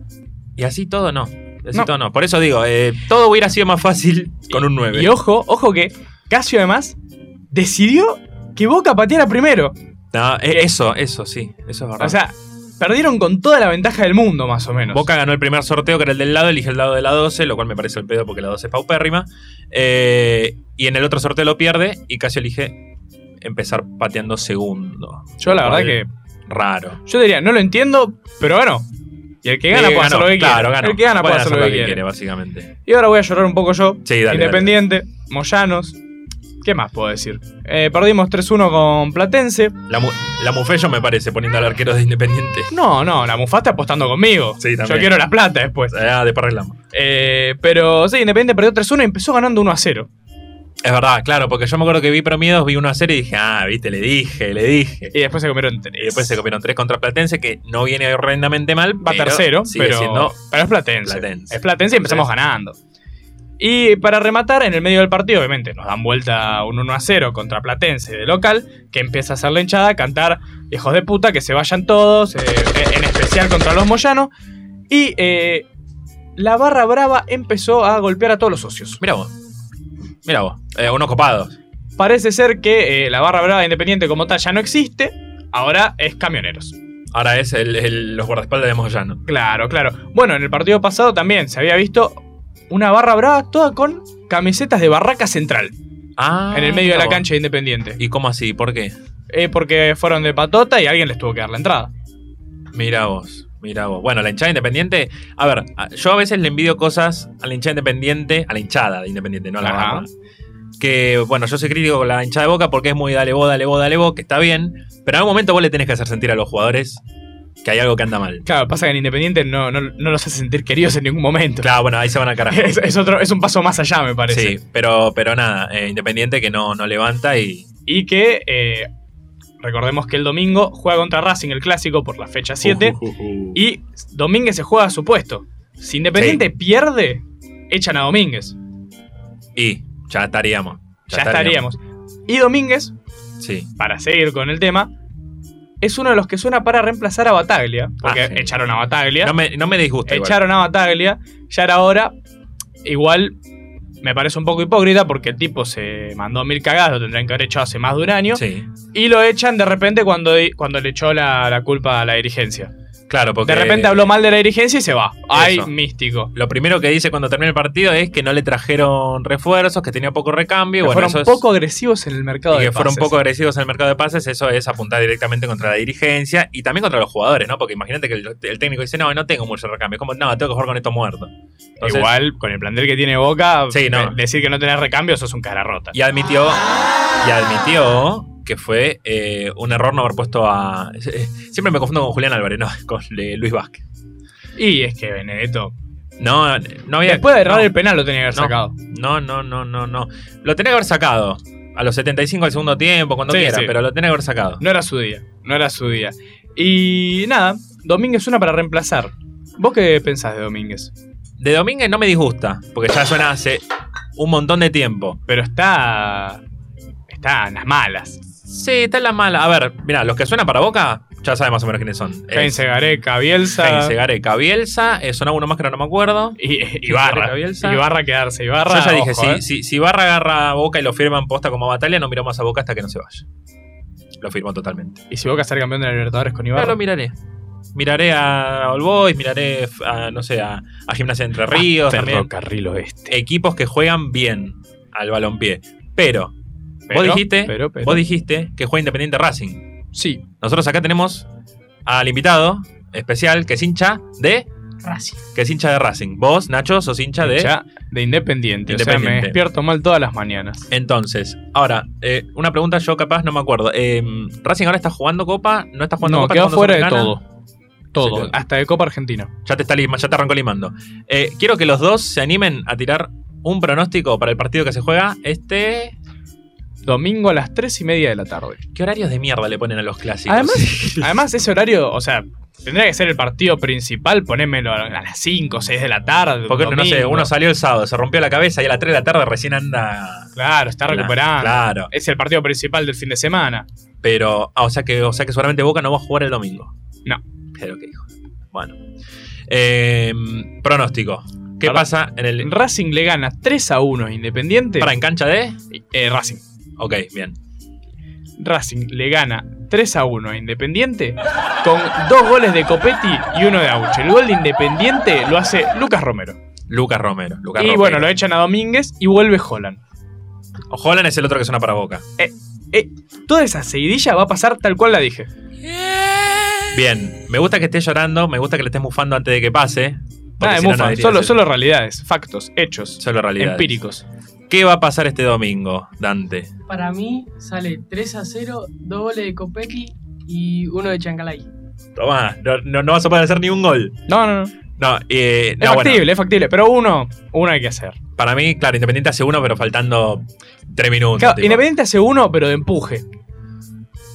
Speaker 1: Y así todo no. Y Así
Speaker 5: No.
Speaker 1: todo no. Por eso digo, eh, todo hubiera sido más fácil con un 9.
Speaker 5: Y ojo, ojo que Casio además decidió que Boca pateara primero.
Speaker 1: No, eh, eso, eso, sí. Eso es verdad.
Speaker 5: O sea, perdieron con toda la ventaja del mundo más o menos.
Speaker 1: Boca ganó el primer sorteo, que era el del lado, elige el lado de la 12, lo cual me parece el pedo porque la 12 es paupérrima. Eh, y en el otro sorteo lo pierde y casi elige empezar pateando segundo.
Speaker 5: yo la
Speaker 1: Lo
Speaker 5: verdad
Speaker 1: cual,
Speaker 5: que
Speaker 1: Raro.
Speaker 5: yo diría, no lo entiendo, pero bueno. Y el que gana
Speaker 1: Eh,
Speaker 5: puede hacer
Speaker 1: ganó,
Speaker 5: lo que
Speaker 1: Claro,
Speaker 5: quiere.
Speaker 1: ganó.
Speaker 5: El que gana puede hacer lo que quiere.
Speaker 1: básicamente.
Speaker 5: Y ahora voy a llorar un poco yo.
Speaker 1: Sí, dale,
Speaker 5: Independiente, Moyanos. ¿Qué más puedo decir? Eh, perdimos 3-1 con Platense.
Speaker 1: La, mu- la Mufeyo me parece poniendo al arquero de Independiente.
Speaker 5: No, no, la mufaste apostando conmigo.
Speaker 1: Sí, también.
Speaker 5: Yo quiero la plata después.
Speaker 1: Ah, de Parrelamo.
Speaker 5: Eh, pero sí, Independiente perdió 3-1 y empezó ganando 1-0.
Speaker 1: Es verdad, claro, porque yo me acuerdo que vi promiedos, vi una serie y dije, ah, viste, le dije, le dije.
Speaker 5: Y después se comieron 3.
Speaker 1: Y después se comieron tres contra Platense, que no viene horrendamente mal.
Speaker 5: Va
Speaker 1: pero
Speaker 5: tercero,
Speaker 1: sigue
Speaker 5: pero,
Speaker 1: siendo
Speaker 5: pero es Platense.
Speaker 1: Platense.
Speaker 5: Es Platense y empezamos ganando. Y para rematar, en el medio del partido, obviamente, nos dan vuelta un 1 a 0 contra Platense de local, que empieza a hacer la hinchada, a cantar hijos de puta, que se vayan todos, eh, en especial contra los Moyanos. Y eh, la barra brava empezó a golpear a todos los socios.
Speaker 1: Mira vos. Mira vos. Eh, unos copados.
Speaker 5: Parece ser que eh, la barra brava independiente como tal ya no existe, ahora es camioneros.
Speaker 1: Ahora es el, el- los guardaespaldas de Moyano.
Speaker 5: Claro, claro. Bueno, en el partido pasado también se había visto una barra brava toda con camisetas de Barraca Central.
Speaker 1: Ah,
Speaker 5: en el medio de
Speaker 1: mira
Speaker 5: la
Speaker 1: vos.
Speaker 5: cancha de Independiente.
Speaker 1: ¿Y cómo así? ¿Por qué?
Speaker 5: Eh, porque fueron de patota y alguien les tuvo que dar la entrada.
Speaker 1: Mira vos, mira vos. Bueno, la hinchada independiente. A ver, a- yo a veces le envidio cosas a la hinchada independiente, a la hinchada de independiente, no a la
Speaker 5: Ajá.
Speaker 1: barra. Que bueno, yo soy crítico con la hinchada de boca porque es muy dale vos, dale vos, dale vos, que está bien. Pero en algún momento vos le tenés que hacer sentir a los jugadores que hay algo que anda mal.
Speaker 5: Claro, pasa que en Independiente no, no, no los hace sentir queridos en ningún momento.
Speaker 1: Claro, bueno, ahí se van al carajo.
Speaker 5: Es, es otro, es un paso más allá, me parece.
Speaker 1: Sí, pero, pero nada, eh, independiente que no, no levanta y.
Speaker 5: Y que eh, recordemos que el domingo juega contra Racing el clásico por la fecha 7. Y Domínguez se juega a su puesto. Si Independiente pierde, echan a Domínguez.
Speaker 1: Y ya estaríamos.
Speaker 5: Ya, estaríamos. Y Domínguez,
Speaker 1: Sí.
Speaker 5: para seguir con el tema, es uno de los que suena para reemplazar a Bataglia. Porque
Speaker 1: Ah, sí.
Speaker 5: echaron a Bataglia.
Speaker 1: No me, no me disgusta. igual.
Speaker 5: echaron a Bataglia. Ya era hora. Igual me parece un poco hipócrita porque el tipo se mandó mil cagadas, lo tendrían que haber echado hace más de un año.
Speaker 1: Sí.
Speaker 5: Y lo echan de repente cuando, cuando le echó la, la culpa a la dirigencia.
Speaker 1: Claro, porque.
Speaker 5: De repente habló mal de la dirigencia y se va. Ay,
Speaker 1: Eso.
Speaker 5: místico.
Speaker 1: Lo primero que dice cuando termina el partido es que no le trajeron refuerzos, que tenía poco recambio. y
Speaker 5: Que
Speaker 1: bueno,
Speaker 5: fueron
Speaker 1: eso es-
Speaker 5: poco agresivos en el mercado
Speaker 1: y
Speaker 5: de
Speaker 1: que fueron
Speaker 5: pases.
Speaker 1: poco agresivos en el mercado de pases, eso es apuntar directamente contra la dirigencia y también contra los jugadores, ¿no? Porque imagínate que el, el técnico dice, no, no tengo mucho recambio. Es como, no, tengo que jugar con esto muerto. Entonces,
Speaker 5: Igual, con el plantel que tiene Boca,
Speaker 1: Sí, no.
Speaker 5: de- decir que no tenés recambio, sos un cara rota.
Speaker 1: Y admitió, y admitió que fue eh, un error no haber puesto a... Siempre me confundo con Julián Álvarez, no, con eh, Luis Vázquez.
Speaker 5: Y es que Benedetto.
Speaker 1: No, no había...
Speaker 5: Después de errar
Speaker 1: no.
Speaker 5: el penal lo tenía que haber
Speaker 1: No.
Speaker 5: sacado.
Speaker 1: No, no, no, no, no. Lo tenía que haber sacado. A los 75 al segundo tiempo, cuando
Speaker 5: Sí,
Speaker 1: quiera,
Speaker 5: sí.
Speaker 1: pero lo tenía que haber sacado.
Speaker 5: No era su día. No era su día. Y nada, Domínguez una para reemplazar. ¿Vos qué pensás de Domínguez?
Speaker 1: De Domínguez no me disgusta, porque ya suena hace un montón de tiempo.
Speaker 5: Pero está. Está en las malas.
Speaker 1: Sí, está en la mala. A ver, mira, los que suenan para Boca, ya saben más o menos quiénes son. Es
Speaker 5: Heinze Gareca, Bielsa.
Speaker 1: Heinze Gareca, Bielsa, eh, sonaba uno más que no me acuerdo.
Speaker 5: Y,
Speaker 1: Gareca,
Speaker 5: Ibarra.
Speaker 1: Bielsa.
Speaker 5: Ibarra quedarse. Ibarra.
Speaker 1: Yo ya dije,
Speaker 5: ojo,
Speaker 1: si,
Speaker 5: eh.
Speaker 1: si, si Barra agarra a Boca y lo firman posta como batalla, no miro más a Boca hasta que no se vaya. Lo firmo totalmente.
Speaker 5: Y si Boca sale campeón de la Libertadores con
Speaker 1: Pero
Speaker 5: Ibarra.
Speaker 1: lo miraré. Miraré a All Boys, miraré a, no sé, a, a Gimnasia de Entre
Speaker 5: Ah,
Speaker 1: Ríos, también.
Speaker 5: Ferrocarril Oeste.
Speaker 1: equipos que juegan bien al balompié. Pero,
Speaker 5: Pero,
Speaker 1: vos dijiste,
Speaker 5: pero, pero.
Speaker 1: vos dijiste que juega Independiente Racing.
Speaker 5: Sí.
Speaker 1: Nosotros acá tenemos al invitado especial que es hincha de Racing. Que es hincha de Racing. Vos, Nacho, sos hincha de.
Speaker 5: Ya, de independiente. O sea, me
Speaker 1: Independiente.
Speaker 5: despierto mal todas las mañanas.
Speaker 1: Entonces, ahora, eh, una pregunta yo capaz no me acuerdo. Eh, Racing ahora está jugando Copa, no está jugando
Speaker 5: No,
Speaker 1: Copa.
Speaker 5: quedó
Speaker 1: está jugando
Speaker 5: fuera de
Speaker 1: Sudamericana?
Speaker 5: todo. Todo.
Speaker 1: Sí, claro.
Speaker 5: Hasta de Copa Argentina.
Speaker 1: Ya te, está lima- ya te arrancó limando. Eh, quiero que los dos se animen a tirar un pronóstico para el partido que se juega este.
Speaker 5: Domingo a las 3 y media de la tarde.
Speaker 1: ¿Qué horarios de mierda le ponen a los clásicos?
Speaker 5: Además, además, ese horario, o sea, tendría que ser el partido principal, ponémelo a las 5 o 6 de la tarde.
Speaker 1: Porque no sé,
Speaker 5: Este domingo.
Speaker 1: uno salió el sábado, se rompió la cabeza y a las 3 de la tarde recién anda.
Speaker 5: Claro, está recuperando.
Speaker 1: Claro.
Speaker 5: Es el partido principal del fin de semana.
Speaker 1: Pero, ah, o sea que, o sea que seguramente Boca no va a jugar el domingo.
Speaker 5: No.
Speaker 1: Pero qué hijo. de- Bueno. Eh, pronóstico. ¿Qué
Speaker 5: Ahora-
Speaker 1: pasa en el.
Speaker 5: Racing le gana 3 a 1 a Independiente.
Speaker 1: Para en cancha de.
Speaker 5: Eh, Racing.
Speaker 1: Ok, bien.
Speaker 5: Racing le gana 3 a 1 a Independiente con dos goles de Copetti y uno de Auche. El gol de Independiente lo hace Lucas Romero.
Speaker 1: Lucas Romero. Lucas
Speaker 5: y
Speaker 1: Romero.
Speaker 5: bueno, lo echan a Domínguez y vuelve Holland.
Speaker 1: Holland es el otro que suena para Boca.
Speaker 5: Toda esa seguidilla va a pasar tal cual la dije.
Speaker 1: Bien. Me gusta que estés llorando, me gusta que le estés mufando antes de que pase. porque
Speaker 5: Nada de
Speaker 1: si no, no
Speaker 5: mufa,
Speaker 1: dirías
Speaker 5: solo,
Speaker 1: eso.
Speaker 5: solo realidades, factos, hechos,
Speaker 1: Solo realidad.
Speaker 5: empíricos.
Speaker 1: ¿Qué va a pasar este domingo, Dante?
Speaker 9: Para mí sale 3 a 0, dos goles de Copetti y uno de Chancalay.
Speaker 1: Tomá, no, no- no vas a poder hacer ni un gol.
Speaker 5: No, no, no. Es
Speaker 1: No, eh, no, bueno.
Speaker 5: factible, es factible. Pero uno, uno hay que hacer.
Speaker 1: Para mí, claro, Independiente hace uno, pero faltando tres minutos.
Speaker 5: Claro,
Speaker 1: tipo,
Speaker 5: Independiente hace uno, pero de empuje.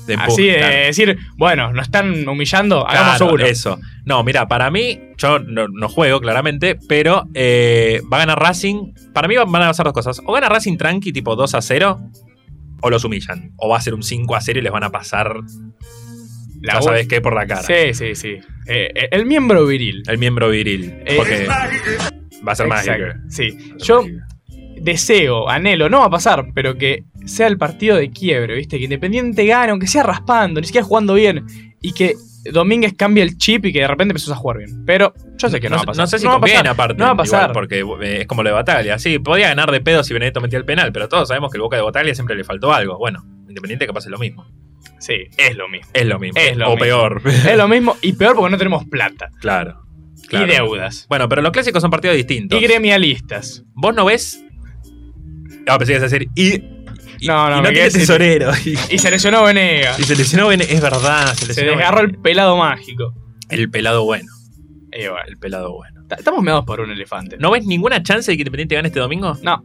Speaker 1: de empuje,
Speaker 5: Así de
Speaker 1: claro.
Speaker 5: decir, bueno, nos están humillando, hagamos
Speaker 1: Claro,
Speaker 5: uno.
Speaker 1: Eso. No, mira, para mí, yo no, no juego claramente, pero eh, va a ganar Racing. Para mí van a pasar dos cosas. O gana Racing tranqui, tipo 2 a 0, o los humillan. O va a ser un 5 a 0 y les van a pasar,
Speaker 5: La
Speaker 1: ya
Speaker 5: u-
Speaker 1: sabes qué, por la cara.
Speaker 5: Sí, sí, sí. Eh, eh, el miembro viril.
Speaker 1: El miembro viril.
Speaker 5: Eh,
Speaker 1: porque va a ser mágico.
Speaker 5: Exacto, Sí. Yo deseo, anhelo, no va a pasar, pero que sea el partido de quiebre, ¿viste? Que Independiente gane, aunque sea raspando, ni siquiera jugando bien, y que Domínguez cambie el chip y que de repente empezás a jugar bien. Pero yo sé que no, va a pasar.
Speaker 1: No sé si
Speaker 5: no va a
Speaker 1: conviene,
Speaker 5: pasar.
Speaker 1: aparte.
Speaker 5: No va a
Speaker 1: igual,
Speaker 5: pasar.
Speaker 1: porque eh, es como lo de Bataglia. Sí, podía ganar de pedo si Benedetto metía el penal, pero todos sabemos que el Boca de Bataglia siempre le faltó algo. Bueno, Independiente capaz es lo mismo.
Speaker 5: Sí, es lo mismo.
Speaker 1: Es lo mismo.
Speaker 5: Es lo
Speaker 1: o
Speaker 5: mismo.
Speaker 1: peor.
Speaker 5: es lo mismo y peor porque no tenemos plata
Speaker 1: claro. claro.
Speaker 5: y deudas
Speaker 1: Bueno, pero los clásicos son partidos distintos.
Speaker 5: y gremialistas.
Speaker 1: ¿Vos no ves? Ah, pensé que ibas a decir. Y, y-
Speaker 5: No, no,
Speaker 1: y
Speaker 5: me
Speaker 1: no
Speaker 5: quedé
Speaker 1: tiene
Speaker 5: sin-
Speaker 1: tesorero. Y,
Speaker 5: Y se lesionó Venega.
Speaker 1: y se lesionó Ben- Es verdad, se
Speaker 5: Se
Speaker 1: lesionó
Speaker 5: desgarró
Speaker 1: Ben-
Speaker 5: el pelado mágico.
Speaker 1: el pelado bueno.
Speaker 5: Y bueno,
Speaker 1: El pelado bueno.
Speaker 5: ta- estamos meados por un elefante.
Speaker 1: ¿No ves ninguna chance de que Independiente gane este domingo?
Speaker 5: No.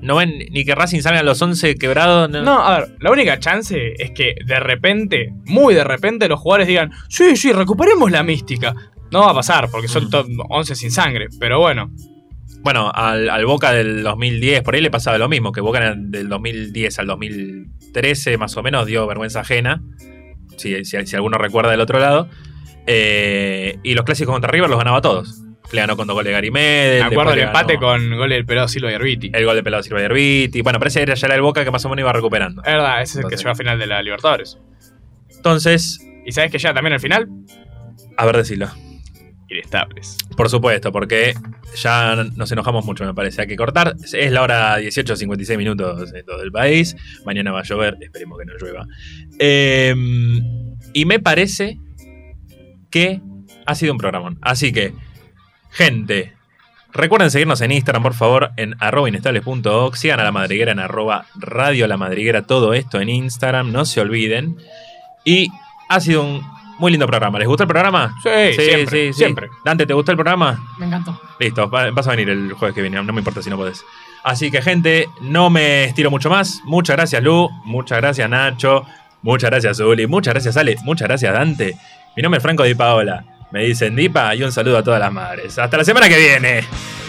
Speaker 1: ¿No ven ni que Racing salga a los 11 quebrados?
Speaker 5: No, a ver, la única chance es que de repente, muy de repente, los jugadores digan, sí, sí, recuperemos la mística. No va a pasar, porque son
Speaker 1: Mm.
Speaker 5: top 11 sin sangre, pero bueno.
Speaker 1: Bueno, al, al Boca del 2010, por ahí le pasaba lo mismo, que Boca en el- del 2010 al 2013 más o menos dio vergüenza ajena, si, si- si alguno recuerda del otro lado. Eh, y los clásicos contra River los ganaba todos. Le ganó con dos goles de Garimed.
Speaker 5: Me acuerdo el
Speaker 1: después le
Speaker 5: empate
Speaker 1: ganó
Speaker 5: con goles del pelado Silva y Herbiti. Es
Speaker 1: El gol de pelado Silva y Bueno, parece que era ya era el Boca que más o menos iba recuperando.
Speaker 5: verdad, ese es el que
Speaker 1: Entonces-
Speaker 5: llegó a final de la Libertadores.
Speaker 1: Entonces,
Speaker 5: Y sabes que ya también al final,
Speaker 1: a ver, decirlo.
Speaker 5: inestables.
Speaker 1: Por supuesto, porque ya nos enojamos mucho, me parece. Hay que cortar. Es la hora 18.56 minutos en todo el país. Mañana va a llover, esperemos que no llueva. Eh, y me parece que ha sido un programón. Así que, gente, recuerden seguirnos en Instagram, por favor, en arroba inestables.org. Sigan a la madriguera en arroba radio la madriguera. Todo esto en Instagram, no se olviden. Y ha sido un muy lindo programa. ¿Les gustó el programa?
Speaker 5: Sí, siempre, siempre.
Speaker 1: Dante, ¿te gustó el programa?
Speaker 9: Me encantó.
Speaker 1: Listo, va- vas a venir el jueves que viene, no me importa si no podés. Así que, gente, no me estiro mucho más. Muchas gracias, Lu. Muchas gracias, Nacho. Muchas gracias, Uli. Muchas gracias, Ale. Muchas gracias, Dante. Mi nombre es Franco Di Paola. Me dicen Dipa y un saludo a todas las madres. Hasta la semana que viene.